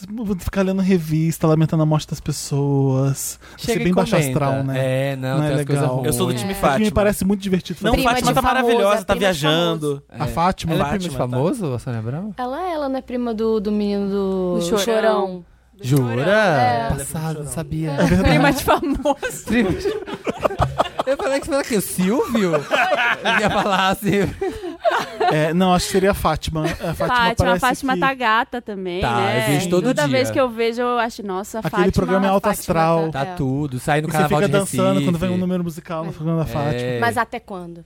S1: ficar lendo revista, lamentando a morte das pessoas.
S2: Chega
S1: ser
S2: e
S1: bem baixo
S2: comenta.
S1: astral, né?
S2: É, não,
S1: Não é
S2: tem as coisas
S1: legal.
S2: ruins.
S4: Eu sou do time
S1: Acho que me
S4: Fátima.
S1: parece muito divertido.
S4: Não,
S1: também.
S5: Prima
S4: Fátima
S5: de
S4: tá
S5: famoso,
S4: maravilhosa, tá
S5: prima de
S4: viajando.
S1: A Fátima.
S2: Ela é prima de
S4: Fátima,
S2: famoso, a Sônia Abrão?
S5: Ela, ela não é prima do, do menino do,
S3: Do Chorão.
S2: Jura?
S5: É.
S2: Passado, não sabia.
S3: Prima de famoso.
S2: Eu falei que você falou que o Silvio? Eu ia falar assim.
S1: É, não, acho que seria a Fátima. A Fátima,
S3: Fátima, a
S1: parece
S3: Fátima
S1: que
S3: tá gata também,
S2: Tá,
S3: né?
S2: eu vejo todo
S3: Toda
S2: dia.
S3: vez que eu vejo, eu acho, nossa,
S1: Aquele
S3: Fátima.
S1: programa é alto
S3: Fátima
S1: astral.
S2: Tá
S5: É.
S2: tudo, sai no
S1: E você
S2: carnaval
S1: fica
S2: de
S1: dançando
S2: Recife.
S1: quando vem um número musical no programa da Fátima.
S2: É,
S5: Mas até quando?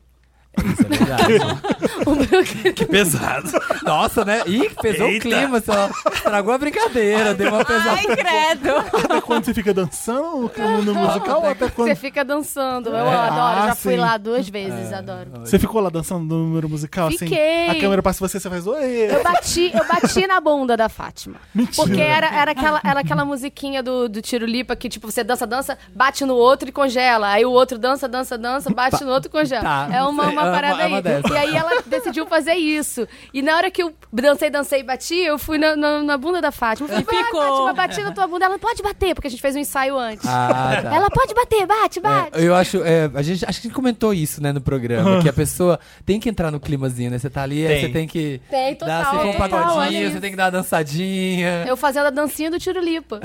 S2: isso é verdade.
S4: Que pesado.
S2: Nossa, né? Ih, pesou o
S4: Eita.
S2: clima, só estragou a brincadeira, deu uma pesada.
S3: Ai, credo.
S1: Até quando você fica dançando no número musical? ou até quando
S5: Você fica dançando. Eu
S1: É.
S5: adoro.
S1: Ah,
S5: já fui
S1: sim.
S5: lá duas vezes, adoro.
S1: Você ficou lá dançando no número musical,
S5: Fiquei.
S1: assim? A câmera passa em você, você faz... Oi!
S5: Eu bati, eu bati na bunda da Fátima.
S1: Mentira.
S5: Porque era, era, aquela, era aquela musiquinha do, do Tiro Lipa que, tipo, você dança, dança, bate no outro e congela. Aí o outro dança, dança, dança, bate no outro e congela.
S2: Tá,
S5: é uma,
S2: sei, é uma-
S5: uma parada
S2: é uma
S5: aí.
S2: dessa.
S5: E aí ela decidiu fazer isso. E na hora que eu dancei, dancei e bati, eu fui na, na, na bunda da Fátima. Eu Falei, vai,
S3: ficou.
S5: Fátima, bati na tua bunda. Ela pode bater, porque a gente fez um ensaio antes.
S2: Ah, tá.
S5: Ela pode bater, bate, bate.
S2: É, eu acho, é, a gente acho que comentou isso, né, no programa, que a pessoa tem que entrar no climazinho, né? Você tá ali, aí
S4: Tem.
S2: você tem que
S5: Tem,
S2: dar,
S5: total, é.
S2: você for um
S5: total, olha
S2: pagodinho,
S5: isso.
S2: você tem que dar uma dançadinha.
S5: Eu fazendo a dancinha do Tiro Lipa.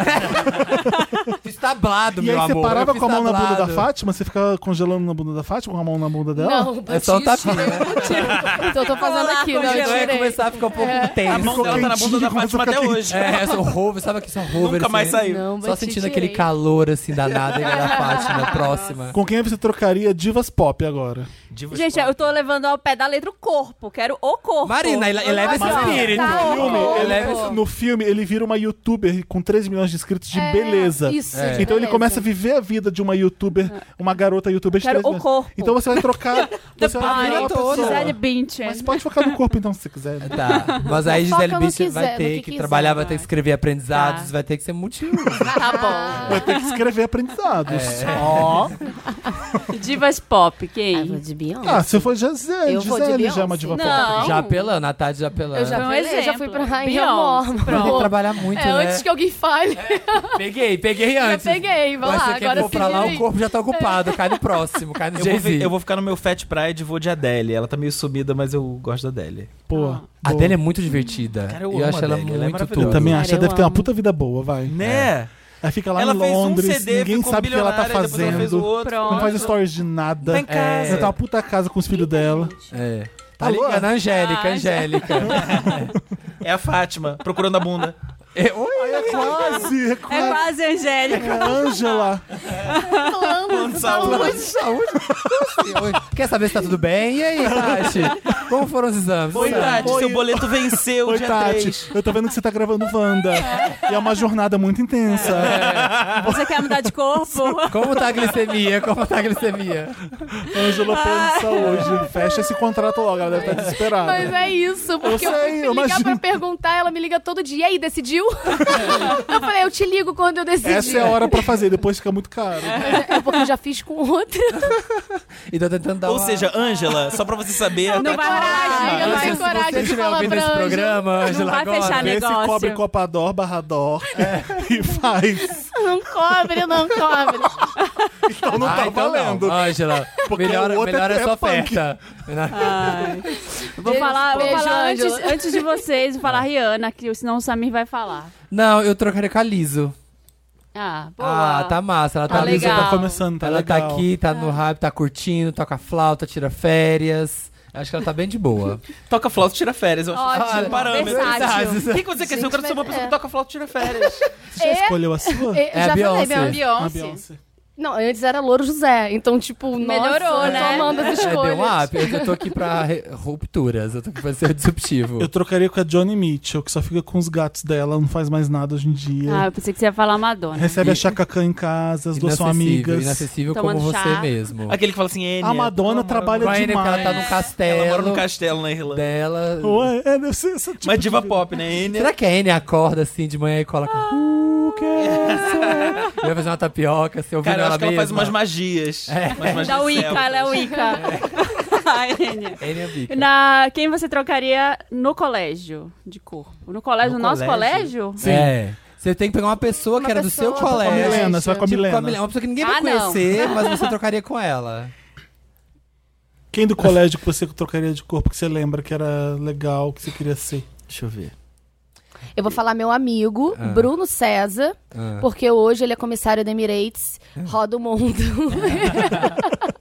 S2: Fiz tablado,
S1: E
S2: meu
S1: aí você
S2: amor. eu
S1: parava
S2: fiz
S1: com a mão na bunda da
S2: tablado.
S1: Fátima? Você ficava congelando na bunda da Fátima, com a mão na bunda dela?
S5: Não,
S2: É só um
S5: bati,
S2: tapinha.
S5: tiro. Então eu tô fazendo
S3: Olá,
S5: aqui, não, eu
S2: Então
S5: tirei.
S2: ia começar a ficar um
S5: É.
S2: pouco tenso.
S4: A
S1: É,
S4: mão
S1: Ficou
S4: dela tá na bunda
S1: quentinha,
S4: da
S1: começou
S4: Fátima
S1: a ficar
S4: até hoje.
S2: É, só rover, sabe aqui só rover.
S4: Nunca mais
S2: assim,
S4: saiu.
S5: Não,
S2: Só
S5: bati
S2: sentindo
S5: direito.
S2: aquele calor assim danado e da Fátima próxima.
S1: Com quem você trocaria divas pop agora?
S4: Divas
S3: Gente,
S4: pop.
S3: eu tô levando ao pé da letra o corpo. Quero o corpo.
S2: Marina, ele-
S1: é
S2: ele leva esse
S3: Olha só.
S2: espírito.
S5: Tá,
S1: filme,
S5: ó,
S1: ele-
S5: ó.
S1: no filme, ele vira uma youtuber com 3 milhões de inscritos de
S5: É,
S1: beleza.
S5: isso,
S1: então
S5: de
S1: ele
S5: beleza. Ah.
S1: começa a viver a vida de uma youtuber, uma garota youtuber de
S3: Quero
S1: 3
S3: o
S1: milhões.
S3: corpo.
S1: Então você vai trocar. você vai
S3: Ai,
S1: virar uma pessoa.
S3: Gisele Bündchen.
S1: Mas pode focar no corpo então, se você quiser. né?
S2: Tá, mas aí
S5: Foca
S2: Gisele
S5: no
S2: Bündchen
S5: que
S2: vai
S5: quiser, no
S2: ter
S5: que
S2: que,
S5: quiser.
S2: trabalhar, vai ter que escrever aprendizados,
S3: Tá.
S2: vai ter que ser multiuso.
S3: Tá
S5: Ah.
S3: bom.
S1: Vai ter que escrever aprendizados.
S2: É.
S1: Ó.
S3: Divas pop,
S5: Ah, eu
S3: quem? É
S5: vou de Beyoncé.
S1: Ah, se for Gisele,
S5: Eu vou de
S1: Gisele já é uma
S5: Beyoncé.
S1: diva pop.
S3: Não.
S2: Já apelando, a Tati já apelando.
S5: eu já,
S3: Foi um
S5: falei, eu Então é já fui
S3: exemplo.
S5: pra Rainha
S3: Beyoncé,
S5: Mormon.
S2: Vai ter que trabalhar muito,
S5: É,
S2: né?
S5: antes que alguém
S1: É,
S5: fale,
S2: Peguei, peguei
S5: eu
S2: antes.
S5: peguei. Vamos
S2: Mas
S5: lá,
S2: você quer
S5: agora
S2: for
S5: se
S2: pra lá, o
S5: virem.
S2: corpo já tá ocupado. Cai no próximo, cai no
S4: Eu vou, ver-
S2: Jay-Z.
S4: eu vou ficar no meu Fat Pride e vou de Adele. Ela tá meio sumida, mas eu gosto da Adele.
S1: Pô.
S5: Ah.
S2: A
S1: boa.
S2: Adele é muito divertida.
S4: Cara, eu
S2: eu
S4: amo
S2: acho ela
S4: a Adele,
S2: muito
S4: ela é maravilhosa.
S2: tudo.
S1: Eu também
S5: Cara,
S1: acho, ela
S5: eu
S1: deve ter uma
S5: amo.
S1: puta vida boa, vai. É,
S4: Né?
S1: Ela fica Tá lá
S4: ela
S1: em
S4: fez
S1: Londres,
S4: um CD,
S1: ninguém
S4: ficou
S1: sabe o que ela tá
S4: bilionária, depois ela fez o
S1: fazendo.
S4: outro.
S3: Pronto.
S1: Não faz stories de nada.
S4: Tá em casa.
S1: Ela tá uma puta casa com os filhos dela.
S2: É. Tá
S1: Alô?
S2: ligando a Angélica,
S3: Ah,
S2: Angélica.
S4: É a Fátima, procurando a bunda.
S2: É, oi?
S1: Aí é quase, é
S3: É
S1: quase.
S3: quase Angélica.
S1: É Angela.
S4: Plano de saúde.
S2: Saúde. Oi. Quer saber se tá tudo bem? E aí, Tati? Como foram os exames?
S4: Oi, Tati,
S1: Oi.
S4: seu boleto venceu
S1: Oi,
S4: um dia
S1: Tati.
S4: 3.
S1: Eu tô vendo que você tá gravando Wanda. E é uma jornada muito intensa. É
S3: Você quer mudar de corpo?
S2: Como tá a glicemia? Como tá a glicemia?
S4: É.
S1: Angela
S4: Ah.
S1: Pança hoje. Fecha esse contrato logo, ela deve estar desesperada.
S5: Mas é isso, porque eu,
S1: sei,
S5: fui
S1: eu
S5: ligar
S1: imagino.
S5: pra perguntar, ela me liga todo dia. E aí, decidiu? eu falei, eu te ligo quando eu decidir.
S1: Essa é a hora pra fazer, depois fica muito caro.
S5: É porque eu já fiz com outra.
S2: E tô tentando dar
S4: Ou
S2: uma-
S4: seja, Ângela, só pra você saber.
S3: Não vai
S5: Coragem,
S3: morar.
S5: eu
S2: Ângela,
S5: tenho
S2: se
S5: coragem
S2: você
S5: de
S2: estiver
S5: falar
S2: ouvindo
S5: pra
S2: esse
S5: Anjo.
S2: programa, Angela,
S3: vai
S2: agora.
S3: fechar
S1: Vê se
S3: negócio.
S1: cobre copador, barrador e faz.
S5: Não cobre, não cobre.
S1: Então não
S2: Ah,
S1: tá
S2: então não.
S1: valendo.
S2: Angela,
S1: Porque
S2: melhor,
S1: o outro é-
S2: melhor
S1: é
S2: essa
S1: punk.
S2: oferta.
S3: Ai. Vou
S5: Beijo,
S3: falar, vou
S5: beijo,
S3: falar antes,
S5: Ângela.
S3: antes de vocês, vou falar a Rihanna, que senão o Samir vai falar.
S2: Não, eu trocaria com a Liso.
S3: Ah, boa.
S2: Ah, tá massa. Ela tá,
S3: Tá
S1: a Lisa
S3: legal.
S1: tá começando, tá
S2: ela
S1: legal.
S2: tá aqui, tá no hype, tá curtindo, toca flauta, tira férias. Acho que ela tá bem de boa.
S4: Toca flauta, tira férias. Eu acho que isso é
S3: Ótimo,
S4: um parâmetro.
S3: versátil.
S4: O que que você quer dizer? Eu quero
S5: mas
S4: ser uma pessoa
S5: é.
S4: que toca flauta, tira férias.
S1: Você já
S5: É.
S1: escolheu a sua?
S5: Eu
S2: É a
S5: já
S2: Beyoncé.
S5: falei, minha
S3: Beyoncé.
S1: A Beyoncé.
S5: Não, antes era Louro José. Então, tipo,
S3: Melhorou,
S5: nossa, eu
S3: né?
S5: tô amando as
S2: É, deu
S5: escolhas.
S2: um up. Eu tô aqui pra re- rupturas, eu tô aqui pra ser disruptivo.
S1: Eu trocaria com a Johnny Mitchell, que só fica com os gatos dela, não faz mais nada hoje em dia.
S3: Ah, eu pensei que você ia falar Madonna.
S1: Recebe a Chacacã em casa, as duas são
S2: Inacessível,
S1: amigas.
S2: Inacessível
S3: Tomando
S2: como
S3: chá.
S2: você mesmo.
S4: Aquele que fala assim, Enya.
S1: A Madonna
S4: tu
S1: trabalha
S2: Brian, porque ela
S1: demais.
S2: tá num castelo.
S4: Ela mora num castelo na Irlanda.
S2: dela.
S1: Ué, é, deve ser esse tipo
S4: Uma diva
S1: de-
S4: pop, né? Enya.
S2: Será que a Anne acorda assim de manhã e coloca.
S1: Ah.
S2: "Who cares?" E vai fazer uma tapioca, se ouvindo
S4: Cara, eu
S2: ela
S4: acho que ela
S2: mesma.
S4: faz umas magias.
S1: É.
S4: Umas magias
S3: Da Wicca,
S4: celtas.
S3: ela é Wicca. A Enya.
S2: Anne é bica.
S3: Na, quem você trocaria no colégio de corpo? No colégio,
S4: No
S3: no, nosso
S4: colégio?
S3: colégio?
S2: É. Você tem que pegar uma pessoa
S5: Uma
S2: que era
S5: pessoa,
S2: do seu
S1: tá
S5: tipo,
S1: Com a
S2: colégio.
S1: Milena, você vai com a
S2: Tipo, com a
S1: Milena.
S2: Milena, Uma pessoa que ninguém vai
S3: Ah, não.
S2: conhecer, mas você trocaria com ela.
S1: Quem do colégio que você trocaria de corpo que você lembra que era legal, que você queria ser?
S4: Deixa eu ver.
S5: Eu vou falar meu amigo,
S2: Ah.
S5: Bruno César,
S2: Ah.
S5: porque hoje ele é comissário da Emirates,
S1: Ah.
S5: roda o mundo,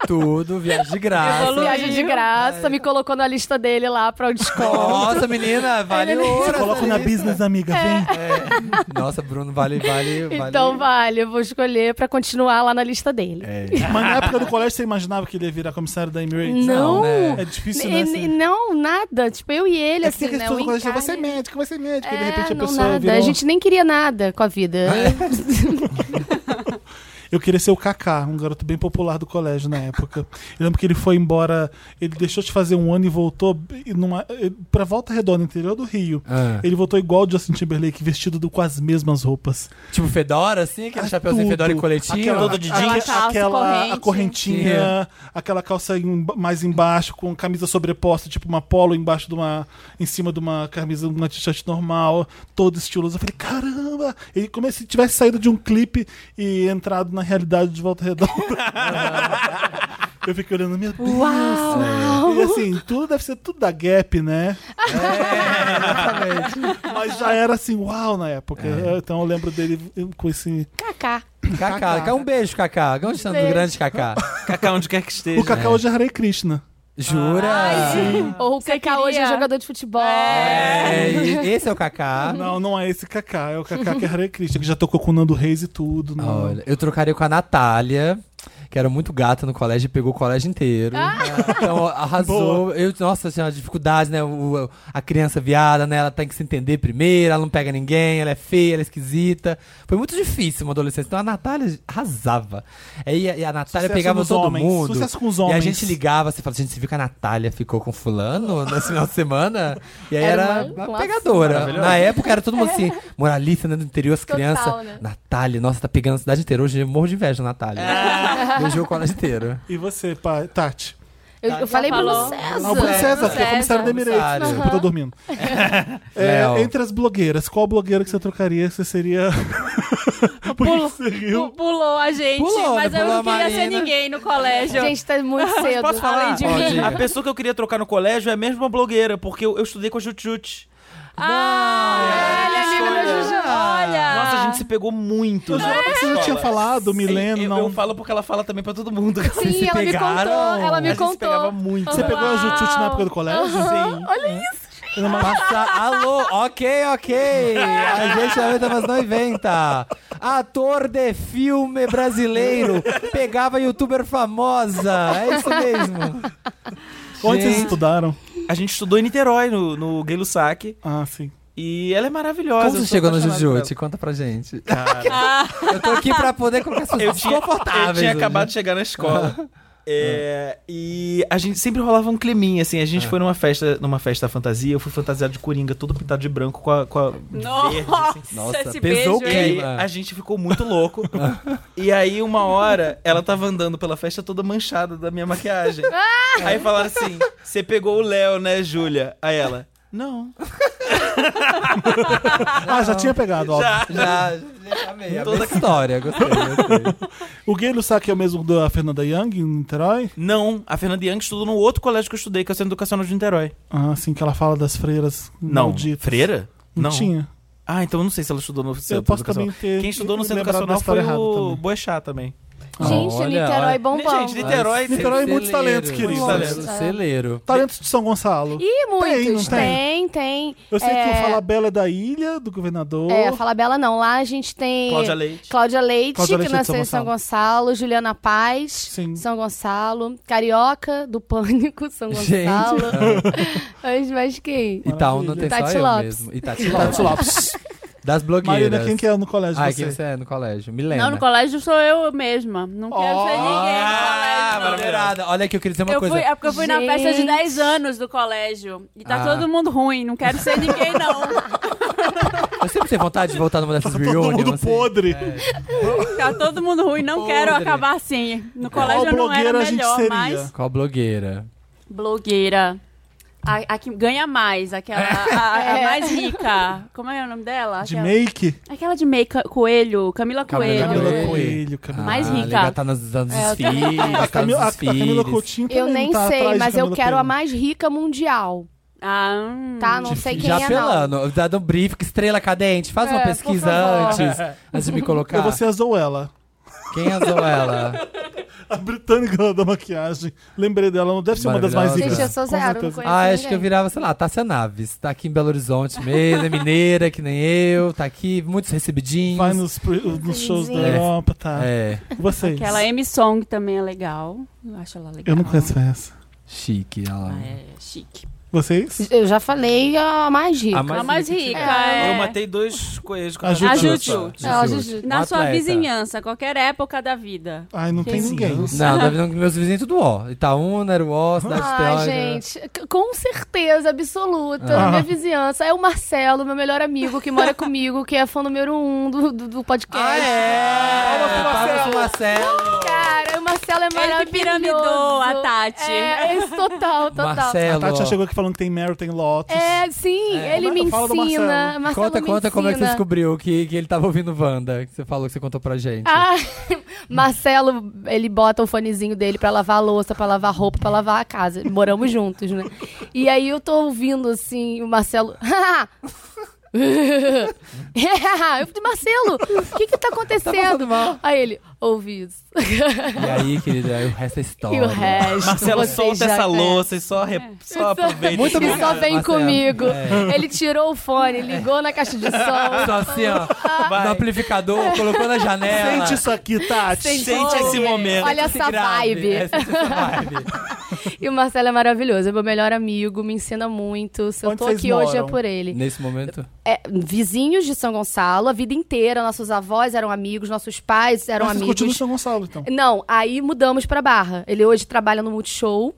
S2: Tudo, viagem de graça.
S3: Evoluiu.
S5: viagem de graça, me colocou na lista dele lá pra o desconto.
S2: Nossa, menina, vale ouro.
S1: tá Você coloca
S2: essa
S1: na
S2: lista.
S1: business, amiga, vem.
S2: É. Nossa, Bruno, vale, vale, vale.
S5: Então vale, eu vou escolher pra continuar lá na lista dele.
S2: É.
S1: Mas na época do colégio você imaginava que ele ia virar comissário da Emirates?
S5: Não,
S2: né?
S1: É difícil, né?
S5: N-
S1: Você-
S5: n- não, nada. Tipo, eu e ele,
S1: É que
S5: assim,
S1: tem
S5: né?
S1: pessoas
S5: o
S1: do colégio que
S5: encarne-
S1: vai ser médico, vai ser médico. e de
S5: É,
S1: repente a
S5: não,
S1: pessoa um
S5: nada.
S1: virou... É.
S5: A gente nem queria nada com a vida.
S1: Eu queria ser o Kaká, um garoto bem popular do colégio na época. Eu lembro que ele foi embora, ele deixou de fazer um ano e voltou e numa, eh, pra Volta Redonda, interior do Rio.
S2: Ah.
S1: Ele voltou igual o Justin Timberlake, vestido do- com as mesmas roupas.
S2: Tipo fedora, assim, aquele chapeuzinho
S1: Ah, Tudo.
S2: fedora e coletinho. É.
S1: Aquela,
S4: Todo de jeans.
S1: aquela, aquela- a
S3: corrente.
S1: correntinha, aquela calça em- um, mais embaixo, com camisa sobreposta, tipo uma polo embaixo de uma. em cima de uma camisa, uma t-shirt normal, todo estiloso. Eu falei, caramba! Ele como se tivesse saído de um clipe e entrado na realidade de volta redonda. Eu fiquei olhando, meu Deus! E assim, tudo deve ser tudo da Gap, né? É, Mas já era assim, uau, na época.
S2: É.
S1: Então eu lembro dele com esse.
S5: Kaká.
S2: Cacá, Cacá, um beijo, Cacá. Onde está o
S5: Beijo.
S2: grande Cacá?
S4: Cacá onde quer que esteja.
S1: O
S2: né?
S1: Cacau hoje é Hare Krishna.
S2: Jura?
S5: Ou o Kaká hoje é
S3: queria?
S5: jogador de futebol.
S2: É, e- esse é o Cacá.
S1: Não, não é esse Kaká, é o Kaká que é Hare Krishna, que já tocou com o Nando Reis e tudo. Não.
S2: Olha, eu trocaria com a Natália, que era muito gata no colégio e pegou o colégio inteiro. Então ó, arrasou. Eu, nossa, tinha uma dificuldade, né? O- a criança viada, né? Ela tem que se entender primeiro, ela não pega ninguém, ela é feia, ela é esquisita. Foi muito difícil uma adolescência. Então a Natália arrasava. Aí a- e a Natália
S1: Sucesso
S2: pegava
S1: nos
S2: todo
S1: homens,
S2: mundo.
S1: sucesso com os
S2: E a
S1: homens.
S2: gente ligava, você falava, gente, você viu que a Natália ficou com fulano nesse final de semana? E aí
S5: Era
S2: era,
S5: uma-
S2: uma
S5: uma-
S2: pegadora. Na época era todo mundo assim, moralista né, do interior, as
S5: Total,
S2: crianças.
S5: né?
S2: Natália, nossa, tá pegando a cidade inteira. Hoje eu morro de inveja, Natália. É. Beijou o colégio inteiro.
S1: E você, pai, Tati?
S5: Eu, eu falei Bruno
S3: falou.
S5: César.
S1: Ah, o Bruno César, que é
S3: César,
S1: comissário da Emirates.
S2: comissário.
S1: Desculpa, eu tô dormindo. É,
S2: Léo.
S1: entre as blogueiras, qual blogueira que você trocaria? Você seria. Por que você
S3: Pu-
S1: riu?
S3: Pulou a gente,
S2: Pulou,
S3: mas
S2: né?
S3: eu não
S2: Pulou a
S3: queria ser
S2: Marina.
S3: ninguém no colégio.
S5: Gente, tá muito cedo.
S4: Posso falar?
S5: Além de
S2: Pode.
S5: mim.
S4: A pessoa que eu queria trocar no colégio é a mesma blogueira, porque eu, eu estudei com a Jutjut.
S3: ah,
S5: Olha, amigo da Juju.
S3: olha!
S4: Nossa, a gente se pegou muito.
S1: Eu jurava que você já tinha falado, Milena.
S4: Eu,
S1: não.
S4: eu falo porque ela fala também pra todo mundo.
S2: Vocês se
S5: Sim, ela me
S2: pegaram?
S5: contou. Ela
S4: a
S5: me
S4: gente se pegava
S5: contou.
S4: muito.
S1: Você pegou a Jutute na época do colégio?
S5: Olha isso.
S2: Passa... Alô, ok, ok. A gente aumenta, mas não inventa. Ator de filme brasileiro. Pegava youtuber famosa. É isso mesmo.
S1: Onde vocês
S2: Gente.
S1: estudaram?
S4: A gente estudou em Niterói, no, no Gay Lussac.
S1: Ah, sim.
S4: E ela é maravilhosa.
S2: Como
S4: eu
S2: você
S4: sou
S2: chegou no
S4: apaixonado por ela.
S2: Jujute? Conta pra gente. Eu tô aqui pra poder colocar essas
S4: Eu tinha,
S2: desconfortáveis. né?
S4: eu tinha
S2: hoje.
S4: acabado de chegar na escola. É, e a gente sempre rolava um climinha, assim. A gente foi numa festa, numa festa fantasia, eu fui fantasiado de Coringa, todo pintado de branco com a. Com a verde, assim.
S3: Nossa,
S2: Nossa,
S3: esse
S2: pesou
S3: beijo,
S2: o
S3: hein?
S4: E
S2: quê?
S4: aí,
S2: Queima.
S4: a gente ficou muito louco. e aí, uma hora, ela tava andando pela festa toda manchada da minha maquiagem. aí falaram assim: Você pegou o Léo, né, Júlia? Aí ela. Não.
S1: Ah, já tinha pegado, ó.
S4: Já.
S2: Já, já amei.
S4: Toda
S2: Toda história, gostei, gostei.
S1: O Gay Lussac é o mesmo da Fernanda Young, em Niterói?
S4: Não, a Fernanda Young estudou no outro colégio que eu estudei, que é o Centro Educacional de Niterói.
S1: Ah, sim, que ela fala das freiras
S4: Não.
S1: malditas.
S4: Freira?
S1: Não, tinha.
S4: Ah, então eu não sei se ela estudou no Centro
S1: Eu posso
S4: Educacional.
S1: também ter.
S4: Quem estudou no Centro
S1: lembrado da
S4: Educacional foi
S1: história
S4: o
S1: errada também.
S4: Boechat também.
S5: Gente,
S2: Olha,
S5: Niterói
S2: olha.
S5: bombom.
S4: Gente, Niterói,
S1: Niterói- tem muitos talentos,
S2: Celeiro,
S1: querido.
S2: celeiro,
S5: Talentos.
S2: É. Celeiro.
S1: Talentos de São Gonçalo.
S5: E muitos.
S1: não
S5: Tem, tem.
S1: Eu sei que
S5: É,
S1: o Falabella é da ilha, do governador.
S5: É, Fala Bela não. Lá a gente tem.
S4: Cláudia Leite.
S5: Cláudia Leite,
S1: Cláudia Leite
S5: que
S1: é de
S5: nasceu
S1: São
S5: em São Gonçalo, Juliana Paz,
S1: Sim.
S5: São Gonçalo, Carioca do Pânico, São
S2: Gente. é.
S5: Gonçalo. Mas, mas quem?
S2: Itaú não tem
S5: Tati
S2: só eu
S5: Lopes.
S2: mesmo. E
S5: é
S2: Tati
S1: Tati
S2: Lopes.
S1: Lopes.
S2: Das blogueiras.
S1: Marina, quem que é no colégio
S2: Ah,
S1: você?
S2: quem você é no colégio? Milena.
S3: Não, no colégio sou eu mesma. Não quero
S1: Oh.
S3: ser ninguém no
S2: Ah,
S3: colégio. não.
S2: maravilhada. Olha que eu queria dizer uma
S3: Eu
S2: coisa.
S3: fui, é porque eu fui na festa de
S5: Gente.
S3: 10 anos do colégio. E tá
S2: Ah.
S3: todo mundo ruim, não quero ser ninguém, não.
S2: Eu sempre tenho vontade de voltar numa dessas
S1: Tá Todo
S2: reuniões.
S1: mundo
S2: assim.
S1: podre.
S5: É.
S3: Tá todo mundo ruim, não
S2: Podre.
S3: quero acabar assim. No colégio eu não era
S1: blogueira a gente
S3: melhor,
S1: seria?
S3: mas.
S2: Qual blogueira?
S3: Blogueira. A, a que ganha mais, aquela. A, a- a
S5: É.
S3: mais rica. Como é o nome dela?
S1: De
S3: Aquela-
S1: make?
S3: Aquela de meio ca- coelho, Camila Coelho.
S2: Camila
S1: Camila
S2: Coelho.
S1: Coelho, Camila.
S3: Mais
S2: ah,
S3: rica.
S2: legal, tá nas, nas
S5: É, eu tô-
S2: desfiles,
S1: A
S2: tá
S1: Camila, a- a
S2: nos
S1: Camila
S2: desfiles.
S1: Coutinho
S5: Eu
S1: também
S5: nem
S1: tá atrás
S5: sei,
S1: de
S5: mas eu
S1: Camila
S5: quero a
S1: Coelho.
S5: mais rica mundial,
S3: Ah, hum.
S5: tá? Não sei quem
S2: Já
S5: é, não.
S2: apelando, dá um brief, que estrela cadente, faz uma
S5: É, por
S2: pesquisa
S5: favor.
S2: antes, antes de me colocar.
S1: Eu vou ser a Zoela.
S2: Quem azou ela?
S1: A britânica lá da maquiagem. Lembrei dela, deve ser uma das mais
S2: Maravilhosa.
S1: ricas.
S5: Gente, eu sou
S1: né? Com
S5: zero, não
S1: certeza.
S5: conheço
S2: Ah, acho
S5: ninguém.
S2: que eu virava, sei lá, Tássia Naves. Tá aqui em Belo Horizonte mesmo, é mineira, que nem eu, tá aqui, muitos recebidinhos.
S1: Vai nos, pre- nos shows da
S2: É.
S1: Europa, tá?
S2: É,
S1: Vocês.
S3: Aquela Amy Song também é legal. Eu acho ela legal.
S1: Eu não conheço essa.
S2: chique ela.
S3: Ah, É chique.
S1: Vocês?
S5: Eu já falei a mais rica.
S2: A mais
S3: a mais
S2: rica que
S3: rica,
S5: tinha.
S3: é.
S4: Eu matei dois coelhos com
S1: A Juju.
S3: A
S4: minha
S3: Juju.
S4: espada.
S2: Juju.
S5: Ah, Juju.
S3: Na
S2: Uma
S3: sua
S2: Um atleta.
S3: vizinhança, qualquer época da vida.
S1: Ai, não tem
S5: Gente.
S1: ninguém.
S2: Não, tá vendo que meus vizinhos tudo ó. Itaúna, era o ó,
S1: Ah,
S2: Cidade
S5: Ai,
S2: Teórica.
S5: Ah, gente, c- com certeza absoluta,
S1: Ah.
S5: na minha vizinhança. É o Marcelo, meu melhor amigo, que mora comigo, que é fã número um do, do, do podcast.
S2: Ah, é! Palmas pro Marcelo!
S5: Cara, o Marcelo é
S3: Ele
S5: maravilhoso.
S3: que piramidou a Tati.
S5: É, esse total, total.
S1: A
S2: Marcelo!
S1: Tati já chegou aqui falando que tem Meryl, tem Lotus.
S5: É, sim,
S2: É.
S5: ele me
S1: Fala do Marcelo.
S5: ensina. Marcelo
S2: conta,
S5: me
S2: conta como é que você
S5: ensina.
S2: descobriu que, que ele tava ouvindo Wanda, que você falou que você contou pra gente.
S5: Ah, Marcelo, ele bota o fonezinho dele pra lavar a louça, pra lavar a roupa, pra lavar a casa. Moramos juntos, né? E aí eu tô ouvindo assim, o Marcelo. eu falei, Marcelo, o que que tá acontecendo? aí ele, ouvi isso.
S2: E aí, querida, aí o resto é história.
S5: E o resto.
S4: Marcelo,
S5: vocês
S4: solta
S5: já é.
S4: essa
S5: conhecem.
S4: louça e só, re... só aproveita.
S2: Muito
S5: Ele só
S2: obrigado,
S5: vem
S2: Marcelo.
S5: comigo.
S2: É.
S5: Ele tirou o fone, ligou na caixa de som.
S2: Só assim, ó,
S4: Vai.
S2: no amplificador, colocou na
S5: É.
S2: janela.
S1: Sente isso aqui, Tati.
S5: Sente
S4: Sente esse momento.
S5: Olha
S2: Se
S5: essa
S2: grave,
S5: vibe.
S2: é, sente essa vibe.
S5: E o Marcelo é maravilhoso, é meu melhor amigo, me ensina muito. Se eu
S1: Onde
S5: tô
S1: vocês
S5: aqui hoje é
S1: moram?
S5: por ele.
S2: Nesse momento,
S5: É, vizinhos de São Gonçalo, a vida inteira, nossos avós eram amigos, nossos pais eram
S1: Mas vocês continuam em
S5: amigos.
S1: São Gonçalo, então.
S5: Não, aí mudamos pra Barra. Ele hoje trabalha no Multishow.